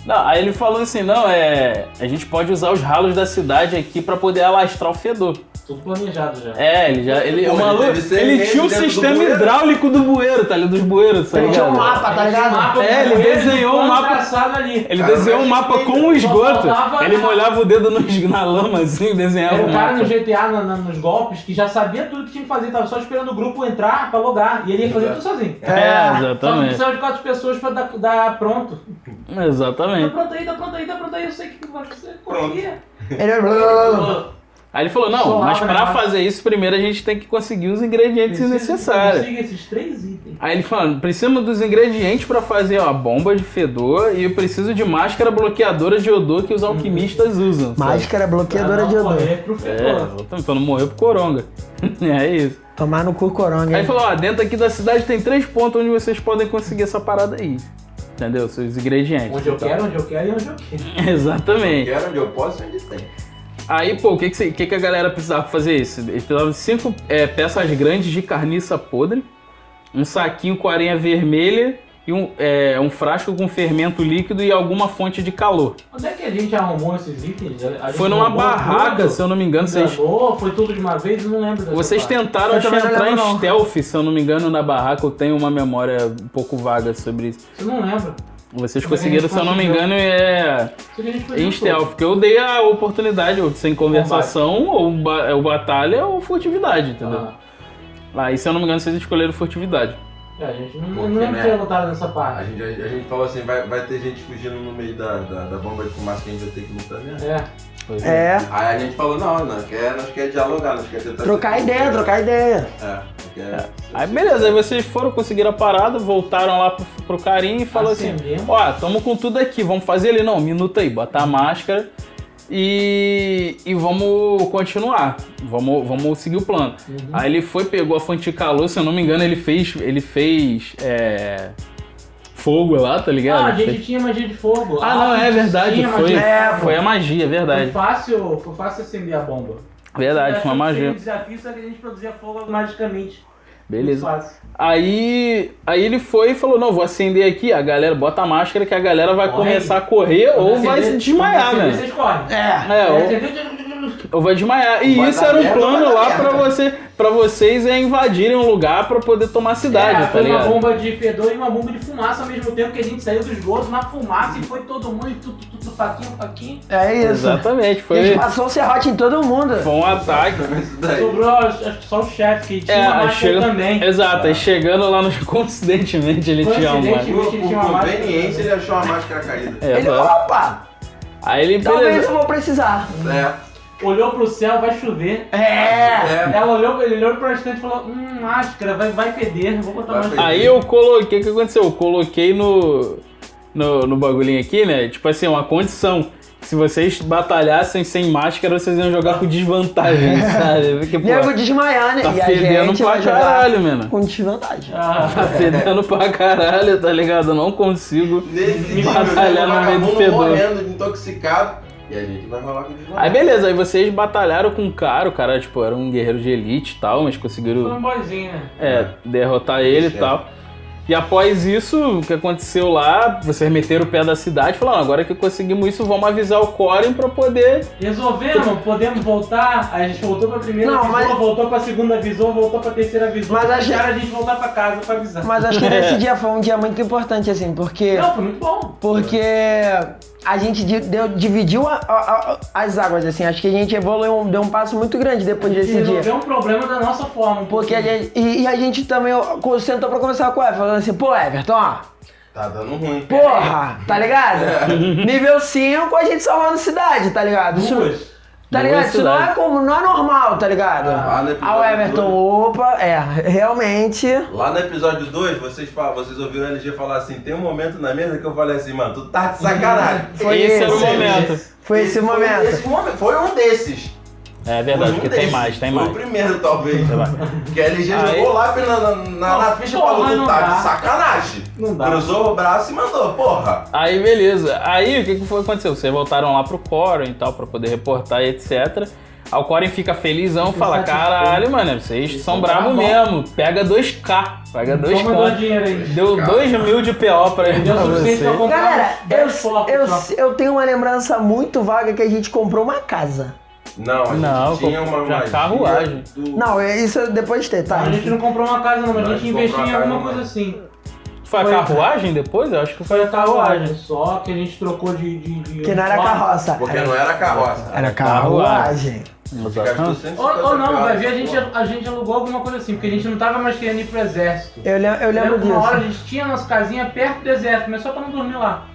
Speaker 3: Não, aí ele falou assim, não, é. A gente pode usar os ralos da cidade aqui pra poder alastrar o fedor.
Speaker 4: Tudo planejado já.
Speaker 3: É, ele já. Ele,
Speaker 1: Pô,
Speaker 3: o
Speaker 1: ele
Speaker 3: maluco.
Speaker 1: deve ser
Speaker 3: Ele tinha um
Speaker 1: dentro do
Speaker 3: sistema
Speaker 1: bueiro.
Speaker 3: hidráulico do bueiro, tá ali? Dos bueiros, tá
Speaker 2: Ele tinha um
Speaker 3: ligado?
Speaker 2: mapa, tá
Speaker 4: Um
Speaker 2: ligado?
Speaker 4: mapa
Speaker 3: É, ele
Speaker 4: com eles,
Speaker 3: desenhou
Speaker 4: plano
Speaker 3: um mapa-
Speaker 4: traçado ali.
Speaker 3: Ele
Speaker 1: Cara,
Speaker 3: desenhou um
Speaker 1: mas
Speaker 3: mapa
Speaker 1: respeita.
Speaker 3: com o esgoto.
Speaker 4: Só faltava-
Speaker 3: Ele molhava o dedo no es- na lama assim e desenhava
Speaker 4: Era
Speaker 3: o
Speaker 4: o é um cara no
Speaker 3: mapa.
Speaker 4: GTA, na- na- nos golpes, que já sabia tudo que tinha que fazer, tava só esperando o grupo entrar pra logar. E ele ia fazer tudo sozinho.
Speaker 3: É,
Speaker 4: Só que
Speaker 3: exatamente.
Speaker 4: precisava de quatro pessoas pra dar, dar pronto. Tá
Speaker 3: Exatamente.
Speaker 4: pronto aí, tá pronto aí, tá pronto aí, eu sei que você confia.
Speaker 3: é
Speaker 2: Ele é
Speaker 3: Aí ele falou, não,
Speaker 4: Solava,
Speaker 3: mas pra
Speaker 4: né?
Speaker 3: fazer isso, primeiro a gente tem que conseguir os ingredientes necessários.
Speaker 4: Consiga esses três itens.
Speaker 3: Aí ele falando, precisamos dos ingredientes pra fazer ó, a bomba de fedor e eu preciso de máscara bloqueadora de odor que os alquimistas usam. sabe?
Speaker 2: Máscara bloqueadora de odor.
Speaker 4: É, pro
Speaker 3: É,
Speaker 4: fedor.
Speaker 3: exatamente, pra não morrer pro coronga. é isso.
Speaker 2: Tomar no cu coronga.
Speaker 3: Aí ele
Speaker 2: hein?
Speaker 3: falou, ó, dentro aqui da cidade tem três pontos onde vocês podem conseguir essa parada aí. Entendeu? Seus ingredientes.
Speaker 4: Onde eu
Speaker 3: Então,
Speaker 4: quero, onde eu quero e onde eu quero.
Speaker 3: Exatamente.
Speaker 1: Quero onde eu posso, onde tem.
Speaker 3: Aí, pô, o que que, você- o que que a galera precisava fazer isso? Eles precisavam de cinco é, peças grandes de carniça podre, um saquinho com areia vermelha e um, é, um frasco com fermento líquido e alguma fonte de calor.
Speaker 4: Onde é que a gente arrumou esses itens? A gente
Speaker 3: Foi numa
Speaker 4: arrumou
Speaker 3: barraca,
Speaker 4: tudo?
Speaker 3: se eu não me engano, vocês,
Speaker 4: Enganou, foi tudo de uma vez, eu não lembro dessa
Speaker 3: vocês
Speaker 4: parte.
Speaker 3: tentaram
Speaker 2: Eu também não
Speaker 3: entrar em
Speaker 2: lembro, não.
Speaker 3: stealth, se eu não me engano, na barraca. Eu tenho uma memória um pouco vaga sobre isso.
Speaker 4: Eu não lembro.
Speaker 3: Vocês
Speaker 4: Como é que a gente
Speaker 3: conseguiram, se eu não me
Speaker 4: conseguiu?
Speaker 3: engano, é
Speaker 4: Isso que a gente foi
Speaker 3: em
Speaker 4: junto.
Speaker 3: stealth. Porque eu dei a oportunidade, ou sem conversação, ou, ba ou batalha, ou furtividade, entendeu?
Speaker 4: Ah,
Speaker 3: Aí, se eu não me engano, vocês escolheram furtividade.
Speaker 4: é, a gente não,
Speaker 1: Pô,
Speaker 4: não
Speaker 1: que
Speaker 4: lembro de ter
Speaker 1: merda.
Speaker 4: lutado nessa
Speaker 1: né, A
Speaker 4: parte.
Speaker 1: gente, a gente falou assim, vai, vai ter gente fugindo no meio da, da, da bomba de fumaça que a gente vai ter que lutar mesmo.
Speaker 4: É.
Speaker 2: É.
Speaker 1: Aí a gente falou, não, nós quer, nós quer é dialogar, nós quer tentar...
Speaker 2: Trocar ideia, trocar ideia.
Speaker 1: É, nós quer...
Speaker 3: Aí beleza, aí vocês foram, conseguiram a parada, voltaram lá pro, pro carinha e
Speaker 4: Ah,
Speaker 3: falou assim,
Speaker 4: Acendemos.
Speaker 3: ó, tamo com tudo aqui, vamos fazer ele não, um minuto aí, botar a máscara e, e vamos continuar, vamos, vamos seguir o plano.
Speaker 4: Uhum.
Speaker 3: Aí ele foi, pegou assim, a fonte de calor, se eu não me engano, ele fez, ele fez, é, fogo lá, tá ligado?
Speaker 4: Ah, a gente tinha magia de fogo.
Speaker 3: Ah, não, é verdade,
Speaker 4: tinha
Speaker 3: foi,
Speaker 4: magia de
Speaker 2: É,
Speaker 4: fogo.
Speaker 3: foi a magia, é
Speaker 4: Foi
Speaker 3: verdade,
Speaker 4: fácil, foi fácil acender a bomba.
Speaker 3: verdade, foi uma magia,
Speaker 4: O desafio só que a gente produzia fogo magicamente.
Speaker 3: beleza.
Speaker 4: Muito fácil.
Speaker 3: Aí, aí ele foi e falou: Não, vou acender aqui, a galera, bota a máscara que a galera vai
Speaker 4: Corre.
Speaker 3: começar a correr ou
Speaker 4: Quando
Speaker 3: vai se
Speaker 4: acender-
Speaker 3: desmaiar,
Speaker 4: quando acender,
Speaker 3: né?
Speaker 4: Vocês correm.
Speaker 2: É.
Speaker 3: É, ou,
Speaker 4: Acendeu-
Speaker 3: ou vai desmaiar. E
Speaker 1: Vai
Speaker 3: isso
Speaker 1: dar
Speaker 3: era um
Speaker 1: merda,
Speaker 3: plano
Speaker 1: vai dar
Speaker 3: lá pra,
Speaker 1: merda.
Speaker 3: você, pra vocês é invadirem um lugar pra poder tomar a cidade,
Speaker 4: É,
Speaker 3: tá
Speaker 4: foi uma
Speaker 3: ligado?
Speaker 4: bomba de fedor e uma bomba de fumaça ao mesmo tempo que a gente saiu do esgoto na fumaça e foi todo mundo e tudo, tudo, tudo, faquinha, faquinha.
Speaker 2: É isso.
Speaker 3: Exatamente,
Speaker 2: A gente
Speaker 3: foi,
Speaker 2: passou um serrote em todo mundo.
Speaker 3: foi um ataque.
Speaker 1: Isso daí.
Speaker 4: Sobrou acho que só o chefe, que tinha
Speaker 3: É,
Speaker 4: uma
Speaker 3: aí
Speaker 4: máscara
Speaker 3: chega-
Speaker 2: é.
Speaker 4: também. Ah.
Speaker 3: Exato, aí chegando lá no coincidentemente ele tinha uma.
Speaker 4: Coincidentemente.
Speaker 1: Por, por conveniência, ele achou a máscara caída.
Speaker 3: É,
Speaker 2: Ele,
Speaker 3: tá.
Speaker 2: opa!
Speaker 3: Aí ele,
Speaker 2: Talvez eu
Speaker 3: beleza.
Speaker 2: vou precisar.
Speaker 1: É,
Speaker 4: Olhou pro céu, vai chover.
Speaker 2: É!
Speaker 1: é.
Speaker 4: Ela olhou, ele olhou pra estante e falou, hum, máscara, vai, vai feder, vou botar
Speaker 1: Vai
Speaker 4: máscara.
Speaker 1: feder.
Speaker 3: Aí eu coloquei, o que aconteceu? Eu coloquei no, no, no bagulhinho aqui, né? Tipo assim, uma condição. Se vocês batalhassem sem máscara, vocês iam jogar com desvantagem, sabe? Porque, pô,
Speaker 2: Nego desmaiar, né?
Speaker 3: tá
Speaker 2: e a
Speaker 3: fedendo
Speaker 2: gente
Speaker 3: pra
Speaker 2: vai jogar
Speaker 3: caralho, mano.
Speaker 2: com desvantagem.
Speaker 4: Ah,
Speaker 3: Tá fedendo pra caralho, tá ligado? Eu não consigo.
Speaker 1: Nesse nível, né?
Speaker 3: Batalhar no meio do
Speaker 1: vagabundo
Speaker 3: fedor.
Speaker 1: morrendo, intoxicado. E a gente vai rolar com o desvantagem.
Speaker 3: Aí beleza, aí vocês batalharam com o cara, o cara, tipo, era um guerreiro de elite e tal, mas conseguiram
Speaker 4: foi um boizinho, né?
Speaker 3: É, derrotar ele e
Speaker 1: Chefe.
Speaker 3: tal. E após isso, o que aconteceu lá, vocês meteram o pé da cidade e falaram, agora que conseguimos isso, vamos avisar o Corin pra poder...
Speaker 4: Resolvemos, podemos voltar. Aí a gente voltou pra primeira
Speaker 2: Não,
Speaker 4: visão,
Speaker 2: mas-
Speaker 4: voltou pra segunda visão, voltou pra terceira visão.
Speaker 2: Mas a gente-
Speaker 4: Era a gente voltar pra casa pra avisar.
Speaker 2: Mas acho que
Speaker 3: É.
Speaker 2: esse dia foi um dia muito importante, assim, porque.
Speaker 4: Não, foi muito bom.
Speaker 2: Porque a gente di- deu- dividiu a- a- a- as águas, assim. Acho que a gente evoluiu, um- deu um passo muito grande depois
Speaker 4: E
Speaker 2: desse dia.
Speaker 4: resolveu um problema da nossa forma. um
Speaker 2: Porque a
Speaker 4: pouquinho.
Speaker 2: gente, e, e a gente também ó, co- sentou pra conversar com o Everton, falando assim, pô, Everton, ó,
Speaker 1: Tá dando ruim.
Speaker 2: Porra,
Speaker 4: É.
Speaker 2: tá ligado? Nível 5, a gente salvando cidade, tá ligado? Isso-
Speaker 4: Duas.
Speaker 2: Tá
Speaker 3: Boa
Speaker 2: ligado? Isso não é,
Speaker 3: cidade.
Speaker 2: como, não é normal, tá ligado?
Speaker 1: Ah, no
Speaker 4: é
Speaker 2: Ah, o
Speaker 1: episódio
Speaker 2: Everton,
Speaker 1: dois.
Speaker 2: opa, é, realmente.
Speaker 1: Lá no episódio 2, vocês, falam- vocês ouviram a LG falar assim: tem um momento na mesa que eu falei assim, mano, tu tá de sacanagem.
Speaker 2: Foi
Speaker 3: esse era o
Speaker 2: esse.
Speaker 3: momento.
Speaker 2: Foi esse momento.
Speaker 1: esse momento. Foi um desses.
Speaker 3: É
Speaker 1: Foi
Speaker 3: verdade,
Speaker 1: um
Speaker 3: porque tem
Speaker 1: desses.
Speaker 3: mais, tem
Speaker 1: Foi
Speaker 3: mais.
Speaker 1: o primeiro, talvez.
Speaker 3: Tem mais.
Speaker 1: Que a LG
Speaker 3: Aí-
Speaker 1: jogou lá na, na, na, na ficha e
Speaker 4: Porra,
Speaker 1: falou: tu
Speaker 4: não
Speaker 1: tá
Speaker 4: dá.
Speaker 1: de sacanagem.
Speaker 4: Não dá.
Speaker 1: Cruzou o braço e mandou, porra.
Speaker 3: Aí beleza. Aí o que, que foi que aconteceu? Vocês voltaram lá pro Corin e tal, pra poder reportar e etc. Aí o Corin fica felizão, fala:
Speaker 4: Satisfeito.
Speaker 3: caralho, mano, vocês
Speaker 4: Eles
Speaker 3: são
Speaker 4: são
Speaker 3: bravos
Speaker 4: bravão.
Speaker 3: mesmo. Pega 2K, pega 2
Speaker 4: Toma dois
Speaker 3: k
Speaker 4: dinheiro aí.
Speaker 3: Deu
Speaker 1: Cara.
Speaker 3: 2 mil de PO pra ele.
Speaker 4: Deu
Speaker 3: pra
Speaker 4: suficiente pra
Speaker 3: vocês.
Speaker 4: comprar
Speaker 2: Galera,
Speaker 4: uns
Speaker 2: eu,
Speaker 4: dez flocos
Speaker 2: eu,
Speaker 4: só.
Speaker 2: eu tenho uma lembrança muito vaga que a gente comprou uma casa.
Speaker 1: Não, a gente
Speaker 3: Não,
Speaker 1: tinha
Speaker 3: comprou
Speaker 1: uma
Speaker 3: já
Speaker 1: magia
Speaker 3: carruagem.
Speaker 1: do-
Speaker 2: Não, é- isso eu depois tem, tá?
Speaker 4: A gente não comprou uma casa não, mas
Speaker 1: Não,
Speaker 4: a
Speaker 1: a
Speaker 4: gente
Speaker 1: gente comprou
Speaker 4: investiu em
Speaker 1: uma casa,
Speaker 4: alguma
Speaker 1: não.
Speaker 4: coisa assim.
Speaker 3: Foi a
Speaker 2: Foi.
Speaker 3: carruagem depois? Eu acho que
Speaker 4: Foi
Speaker 3: foi
Speaker 4: a carruagem só, que a gente trocou de... de, de
Speaker 2: Que não era
Speaker 4: uniforme.
Speaker 2: carroça.
Speaker 1: Porque
Speaker 4: é.
Speaker 1: não era carroça.
Speaker 3: Ah,
Speaker 2: Era carruagem.
Speaker 1: Gastou
Speaker 3: Exatamente.
Speaker 1: 150
Speaker 4: Ou, ou não,
Speaker 1: reais,
Speaker 4: vai ver, a gente,
Speaker 1: porra.
Speaker 4: a gente alugou alguma coisa assim, porque a gente não tava mais querendo ir pro exército.
Speaker 2: Eu, lem- eu lembro
Speaker 4: Lembra que uma hora a
Speaker 2: disso.
Speaker 4: gente tinha nossa casinha perto do exército, mas só pra não dormir lá.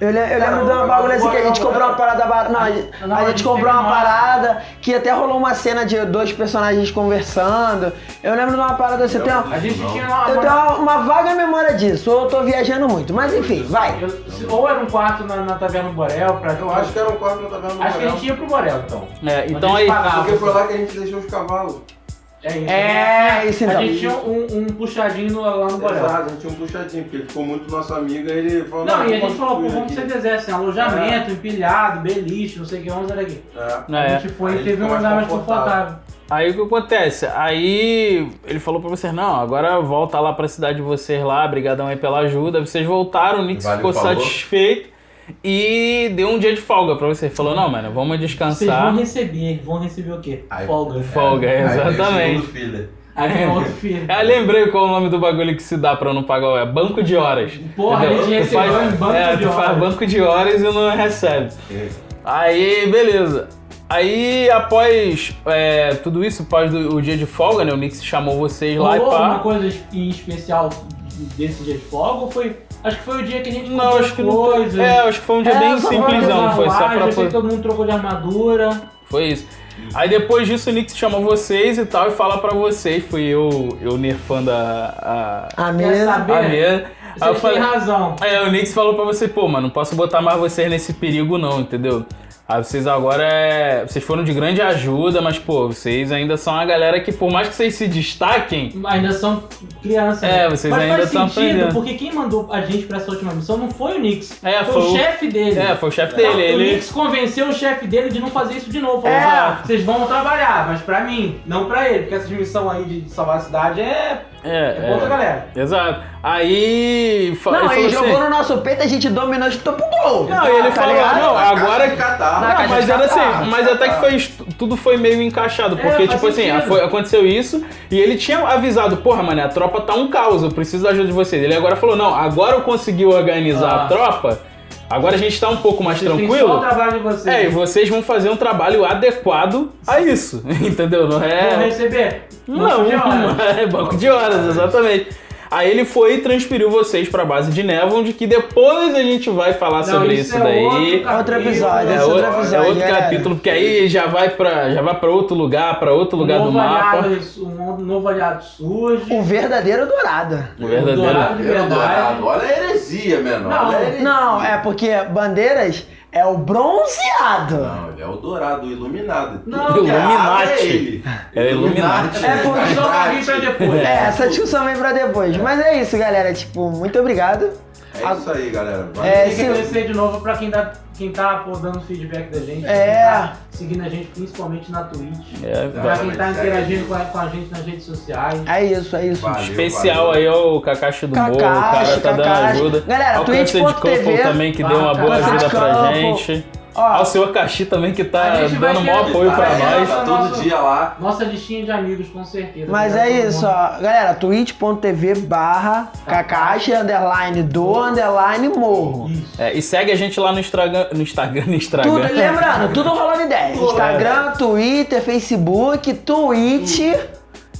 Speaker 2: Eu, lem- eu lembro
Speaker 1: Não,
Speaker 2: de uma
Speaker 1: não,
Speaker 2: bagulho assim
Speaker 1: não,
Speaker 2: que a gente
Speaker 1: não,
Speaker 2: comprou
Speaker 1: não.
Speaker 2: uma parada barata. Não, a gente,
Speaker 4: Não,
Speaker 2: a
Speaker 4: a
Speaker 2: gente
Speaker 4: gente
Speaker 2: comprou
Speaker 4: teve
Speaker 2: uma
Speaker 4: nossa.
Speaker 2: parada que até rolou uma cena de dois personagens conversando. Eu lembro de uma parada assim, eu tenho,
Speaker 4: A gente
Speaker 1: Não.
Speaker 4: tinha uma,
Speaker 2: eu tenho
Speaker 4: uma-
Speaker 2: uma, uma vaga memória disso, ou eu tô viajando muito, mas enfim, vai.
Speaker 4: eu- se- ou era um quarto na, na Taverna do Borel, pra.
Speaker 1: Eu acho que era um quarto na taverna do
Speaker 4: Acho que a
Speaker 1: Borel.
Speaker 4: gente ia pro Borel, então.
Speaker 3: É,
Speaker 4: Mas
Speaker 3: então
Speaker 4: a
Speaker 3: aí.
Speaker 4: gente pagava.
Speaker 1: Porque foi lá que a gente deixou os cavalos.
Speaker 4: É isso.
Speaker 2: É, isso então.
Speaker 4: A gente tinha um, um puxadinho no- lá no Borel.
Speaker 1: Exato, a gente tinha um puxadinho, porque ele ficou muito nosso amigo, aí ele falou...
Speaker 4: Não, e a
Speaker 1: vamos
Speaker 4: gente falou, pô,
Speaker 1: construir
Speaker 4: vamos ser
Speaker 1: aqui.
Speaker 4: do exército, assim, alojamento, empilhado, beliche, não sei o que, vamos era aqui.
Speaker 1: É.
Speaker 4: A
Speaker 3: É.
Speaker 4: gente foi
Speaker 1: Aí
Speaker 4: e teve
Speaker 1: ficou
Speaker 4: um
Speaker 1: mais
Speaker 4: lugar mais
Speaker 1: confortável.
Speaker 4: confortável.
Speaker 3: Aí o que acontece? Aí ele falou pra vocês, não, agora volta lá pra cidade de vocês lá, brigadão aí pela ajuda. Vocês voltaram, o Nix
Speaker 1: Valeu,
Speaker 3: ficou
Speaker 1: falou.
Speaker 3: satisfeito e deu um dia de folga pra vocês. Falou, não, mano, vamos
Speaker 4: Vocês vão
Speaker 3: descansar.
Speaker 4: receber, vão receber o quê?
Speaker 1: Aí-
Speaker 4: Folga.
Speaker 3: Folga,
Speaker 1: Aí veio o
Speaker 3: exatamente.
Speaker 1: segundo filho.
Speaker 4: Aí vem outro filho.
Speaker 3: Ah, lembrei qual é o nome do bagulho que se dá pra não pagar o é banco de horas.
Speaker 4: Porra,
Speaker 3: Entendeu?
Speaker 4: a gente
Speaker 3: Tu
Speaker 4: recebeu
Speaker 3: faz-
Speaker 4: em banco
Speaker 3: é,
Speaker 4: de
Speaker 3: tu faz
Speaker 4: horas.
Speaker 3: banco de horas e não recebe. Aí, beleza. Aí, após é, tudo isso, após do- o dia de folga, né? O Nix chamou vocês lá e
Speaker 4: Rolou
Speaker 3: pá.
Speaker 4: alguma coisa es- em especial desse dia de folga ou foi. Acho que foi o dia que a gente
Speaker 3: Não,
Speaker 4: comprou
Speaker 3: acho que não.
Speaker 4: coisas.
Speaker 3: É, acho que foi um dia
Speaker 2: É,
Speaker 3: bem
Speaker 2: só foi uma
Speaker 3: simplesão. Foi só pra.
Speaker 4: Sei que todo mundo trocou de armadura.
Speaker 3: Foi isso. Aí depois disso o Nix chama vocês e tal e fala pra vocês. Fui eu, eu nerfando a.
Speaker 2: A
Speaker 4: Quer
Speaker 2: mesa.
Speaker 3: a, a
Speaker 4: saber? né?
Speaker 3: mesa. Aí eu
Speaker 4: Vocês têm
Speaker 3: falei.
Speaker 4: razão.
Speaker 3: É, o Nix falou pra você, pô, mano, não posso botar mais vocês nesse perigo, não, entendeu? Aí vocês agora é. Vocês foram de grande ajuda, mas, pô, vocês ainda são a galera que, por mais que vocês se destaquem,
Speaker 4: Ainda são crianças.
Speaker 3: É,
Speaker 4: né?
Speaker 3: vocês
Speaker 4: Mas
Speaker 3: ainda
Speaker 4: faz
Speaker 3: estão
Speaker 4: sentido,
Speaker 3: aprendendo.
Speaker 4: porque quem mandou a gente pra essa última missão não foi o Nix.
Speaker 3: É,
Speaker 4: foi,
Speaker 3: foi
Speaker 4: o
Speaker 3: o-
Speaker 4: chefe dele.
Speaker 3: É, foi o chefe
Speaker 4: Então,
Speaker 3: dele.
Speaker 4: O
Speaker 3: Ele,
Speaker 4: Nix convenceu o chefe dele de não fazer isso de novo. Falou,
Speaker 2: É.
Speaker 4: "Ah, vocês vão trabalhar, mas pra mim, não pra ele. Porque essa missão aí de salvar a cidade é, é, pra outra
Speaker 3: é,
Speaker 4: galera.
Speaker 3: é, exato. Aí. fa-
Speaker 2: Não, ele
Speaker 3: ele falou
Speaker 2: jogou
Speaker 3: assim.
Speaker 2: no nosso peito, a gente dominou de topo gol.
Speaker 3: Não, e ele
Speaker 2: Tá
Speaker 3: falou,
Speaker 2: ligado?
Speaker 3: não, agora
Speaker 1: Caixa de catarro.
Speaker 2: Na
Speaker 3: Não,
Speaker 2: caixa
Speaker 3: mas
Speaker 2: de
Speaker 3: era
Speaker 2: catarro,
Speaker 3: assim, mas
Speaker 1: de
Speaker 3: até que
Speaker 1: catarro.
Speaker 3: foi, est- tudo foi meio encaixado, porque,
Speaker 4: É, faz
Speaker 3: tipo assim,
Speaker 4: sentido.
Speaker 3: a- foi- aconteceu isso, e ele tinha avisado, porra, mano, a tropa tá um caos, eu preciso da ajuda de vocês. Ele agora falou, não, agora eu consegui organizar
Speaker 4: Ah.
Speaker 3: a tropa, agora a gente tá um pouco mais
Speaker 4: Vocês têm só o
Speaker 3: tranquilo.
Speaker 4: trabalho de vocês.
Speaker 3: É, e vocês vão fazer um trabalho adequado a isso, entendeu? Não
Speaker 4: Vão
Speaker 3: é...
Speaker 4: receber?
Speaker 3: Não,
Speaker 4: de horas.
Speaker 3: é banco de horas, exatamente. Aí ele foi e transferiu vocês pra base de Neville, onde que depois a gente vai falar
Speaker 4: Não,
Speaker 3: sobre isso,
Speaker 4: isso é
Speaker 3: daí.
Speaker 4: outro capítulo.
Speaker 2: Outro episódio,
Speaker 3: É
Speaker 2: esse
Speaker 3: outro,
Speaker 2: outro episódio.
Speaker 3: é outro
Speaker 2: galera.
Speaker 3: capítulo, porque aí já vai pra, já vai pra outro lugar, pra É outro lugar
Speaker 4: um
Speaker 3: do
Speaker 4: novo
Speaker 3: mapa.
Speaker 4: Aliado, um novo- novo aliado surge.
Speaker 2: é O verdadeiro dourado.
Speaker 3: O verdadeiro. é,
Speaker 4: Dourado de
Speaker 1: Era
Speaker 4: verdade.
Speaker 1: é dourado. Olha a heresia, menor.
Speaker 4: Não,
Speaker 1: Olha a heresia.
Speaker 2: Não, é porque Bandeiras é o bronzeado.
Speaker 1: Não, ele é o dourado, o iluminado.
Speaker 4: Não,
Speaker 1: Tudo que é
Speaker 3: Illuminati.
Speaker 1: água É, ele.
Speaker 3: É Illuminati.
Speaker 4: É, pô, só pra vir pra depois.
Speaker 2: É, essa discussão vem pra depois. Mas é isso, galera. Tipo, muito obrigado.
Speaker 1: É isso aí, galera. Vai.
Speaker 2: É,
Speaker 4: Tem que
Speaker 2: sim.
Speaker 4: agradecer de novo pra quem tá, quem tá pô, dando feedback da gente.
Speaker 2: É.
Speaker 4: quem tá seguindo a gente principalmente na Twitch.
Speaker 3: É,
Speaker 4: Pra
Speaker 3: vai.
Speaker 4: quem tá
Speaker 1: Exatamente,
Speaker 4: interagindo com a, com a gente nas redes sociais.
Speaker 2: É isso, é isso.
Speaker 1: Valeu,
Speaker 3: Especial
Speaker 1: valeu.
Speaker 3: aí ó, o Kakashi do Morro, o cara
Speaker 2: Kakashi,
Speaker 3: tá dando
Speaker 2: Kakashi.
Speaker 3: ajuda.
Speaker 2: Galera,
Speaker 3: Ao Câncer de Campo
Speaker 2: twitch.tv.
Speaker 3: também, que
Speaker 4: Ah,
Speaker 3: deu uma boa
Speaker 4: Câncer de
Speaker 3: ajuda pra
Speaker 2: Campo.
Speaker 3: gente. Ao
Speaker 2: Ó,
Speaker 3: senhor Kashi também, que
Speaker 4: A
Speaker 3: tá
Speaker 4: gente vai
Speaker 3: dando
Speaker 4: ter
Speaker 3: maior
Speaker 4: a-
Speaker 3: apoio pra
Speaker 4: a-
Speaker 3: nós.
Speaker 1: Tá todo dia lá.
Speaker 4: Nossa listinha de amigos, com certeza.
Speaker 2: mas é
Speaker 4: Obrigado a todo
Speaker 2: isso,
Speaker 4: mundo.
Speaker 2: ó. Galera, twitch.tv barra Kakashi, underline do, underline morro.
Speaker 4: Isso.
Speaker 3: É, e segue a gente lá no Instagram, no Instagram, no Instagram.
Speaker 2: Tudo, lembrando, tudo rolando em 10. Instagram, Twitter, Facebook, Twitch.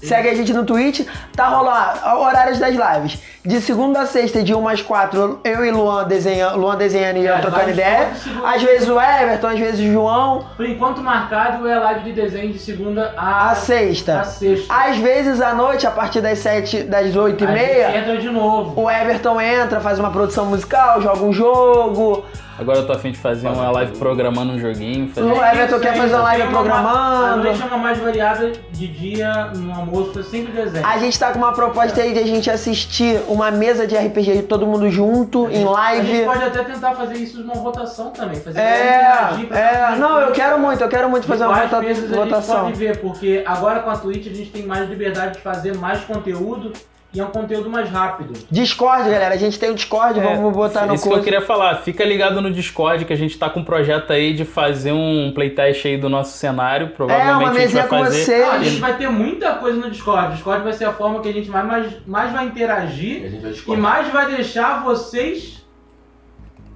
Speaker 2: Segue a gente no Twitch. Tá rolando ó, horários das lives. De segunda a sexta, de uma às quatro, eu e Luan desenhando, Luan desenhando e eu
Speaker 4: É,
Speaker 2: trocando
Speaker 4: vários
Speaker 2: ideia.
Speaker 4: jogos de segunda.
Speaker 2: Às vezes o Everton, às vezes o João.
Speaker 4: Por enquanto marcado é a live de desenho de segunda a,
Speaker 2: A sexta.
Speaker 4: a sexta.
Speaker 2: Às vezes à noite, a partir das sete, das oito e
Speaker 4: Aí
Speaker 2: meia,
Speaker 4: gente entra de novo.
Speaker 2: o Everton entra, faz uma produção musical, joga um jogo.
Speaker 3: Agora eu tô afim de fazer uma live programando um joguinho. Fazer...
Speaker 2: Não é. Everton quer
Speaker 4: Isso aí,
Speaker 2: fazer uma live
Speaker 4: tem uma-
Speaker 2: programando.
Speaker 4: A noite é uma mais variada de dia, no almoço, é sempre desenho.
Speaker 2: A gente tá com uma proposta aí de a gente assistir uma mesa de RPG de todo mundo junto, em
Speaker 4: A gente
Speaker 2: live.
Speaker 4: pode até tentar fazer isso numa votação também. Fazer pra gente interagir, pra
Speaker 2: É, é,
Speaker 4: gente-
Speaker 2: não, eu quero muito, eu quero muito
Speaker 4: E
Speaker 2: fazer uma
Speaker 4: quais
Speaker 2: vota-
Speaker 4: vezes A
Speaker 2: votação.
Speaker 4: gente pode ver, porque agora com a Twitch a gente tem mais liberdade de fazer mais conteúdo e é um conteúdo mais rápido.
Speaker 2: Discord, galera, a gente tem o Discord,
Speaker 4: É,
Speaker 2: vamos botar tá no
Speaker 3: Isso que eu
Speaker 2: curso.
Speaker 3: queria falar, fica ligado no Discord que a gente tá com um projeto aí de fazer um playtest aí do nosso cenário, provavelmente
Speaker 2: É, uma
Speaker 3: a gente
Speaker 2: mesinha
Speaker 3: vai
Speaker 2: com
Speaker 3: fazer.
Speaker 2: vocês.
Speaker 4: Ah, a gente vai ter muita coisa no Discord. O Discord vai ser a forma que a gente vai mais, mais vai interagir
Speaker 1: A gente vai
Speaker 4: e
Speaker 1: discordar.
Speaker 4: mais vai deixar vocês.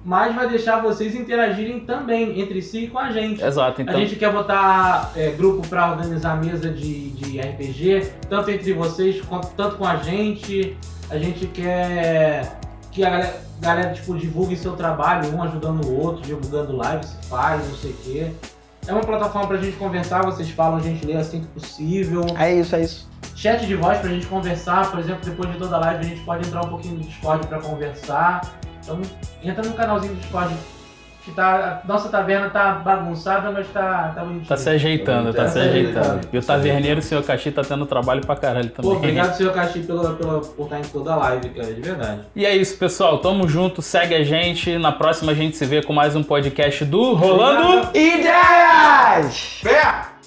Speaker 4: Mais vai deixar vocês interagirem também entre si e com a gente.
Speaker 3: Exato, então
Speaker 4: A gente quer botar é, grupo pra organizar mesa de, de RPG, tanto entre vocês quanto tanto com a gente. A gente quer que a galera, galera, tipo, divulgue seu trabalho, um ajudando o outro, divulgando live, se faz, não sei o quê. É uma plataforma pra gente conversar, vocês falam, a gente lê assim que possível.
Speaker 2: É isso, é isso.
Speaker 4: Chat de voz pra gente conversar, por exemplo, depois de toda a live a gente pode entrar um pouquinho no Discord pra conversar. Então, entra no canalzinho do Discord. Que tá, a nossa taverna tá bagunçada, mas tá, tá bonitinha.
Speaker 3: tá se ajeitando, tá
Speaker 1: Tá
Speaker 3: se
Speaker 4: É,
Speaker 1: se
Speaker 3: ajeitando.
Speaker 1: ajeitando.
Speaker 3: E o taverneiro, o senhor Caxi, tá tendo trabalho pra caralho
Speaker 4: Pô,
Speaker 3: também.
Speaker 4: obrigado, senhor Caxi, pela, pela, por estar em toda a live, cara, de verdade.
Speaker 3: E é isso, pessoal. Tamo junto, segue a gente. Na próxima a gente se vê com mais um podcast do Rolando.
Speaker 2: Ideias!
Speaker 1: Pé!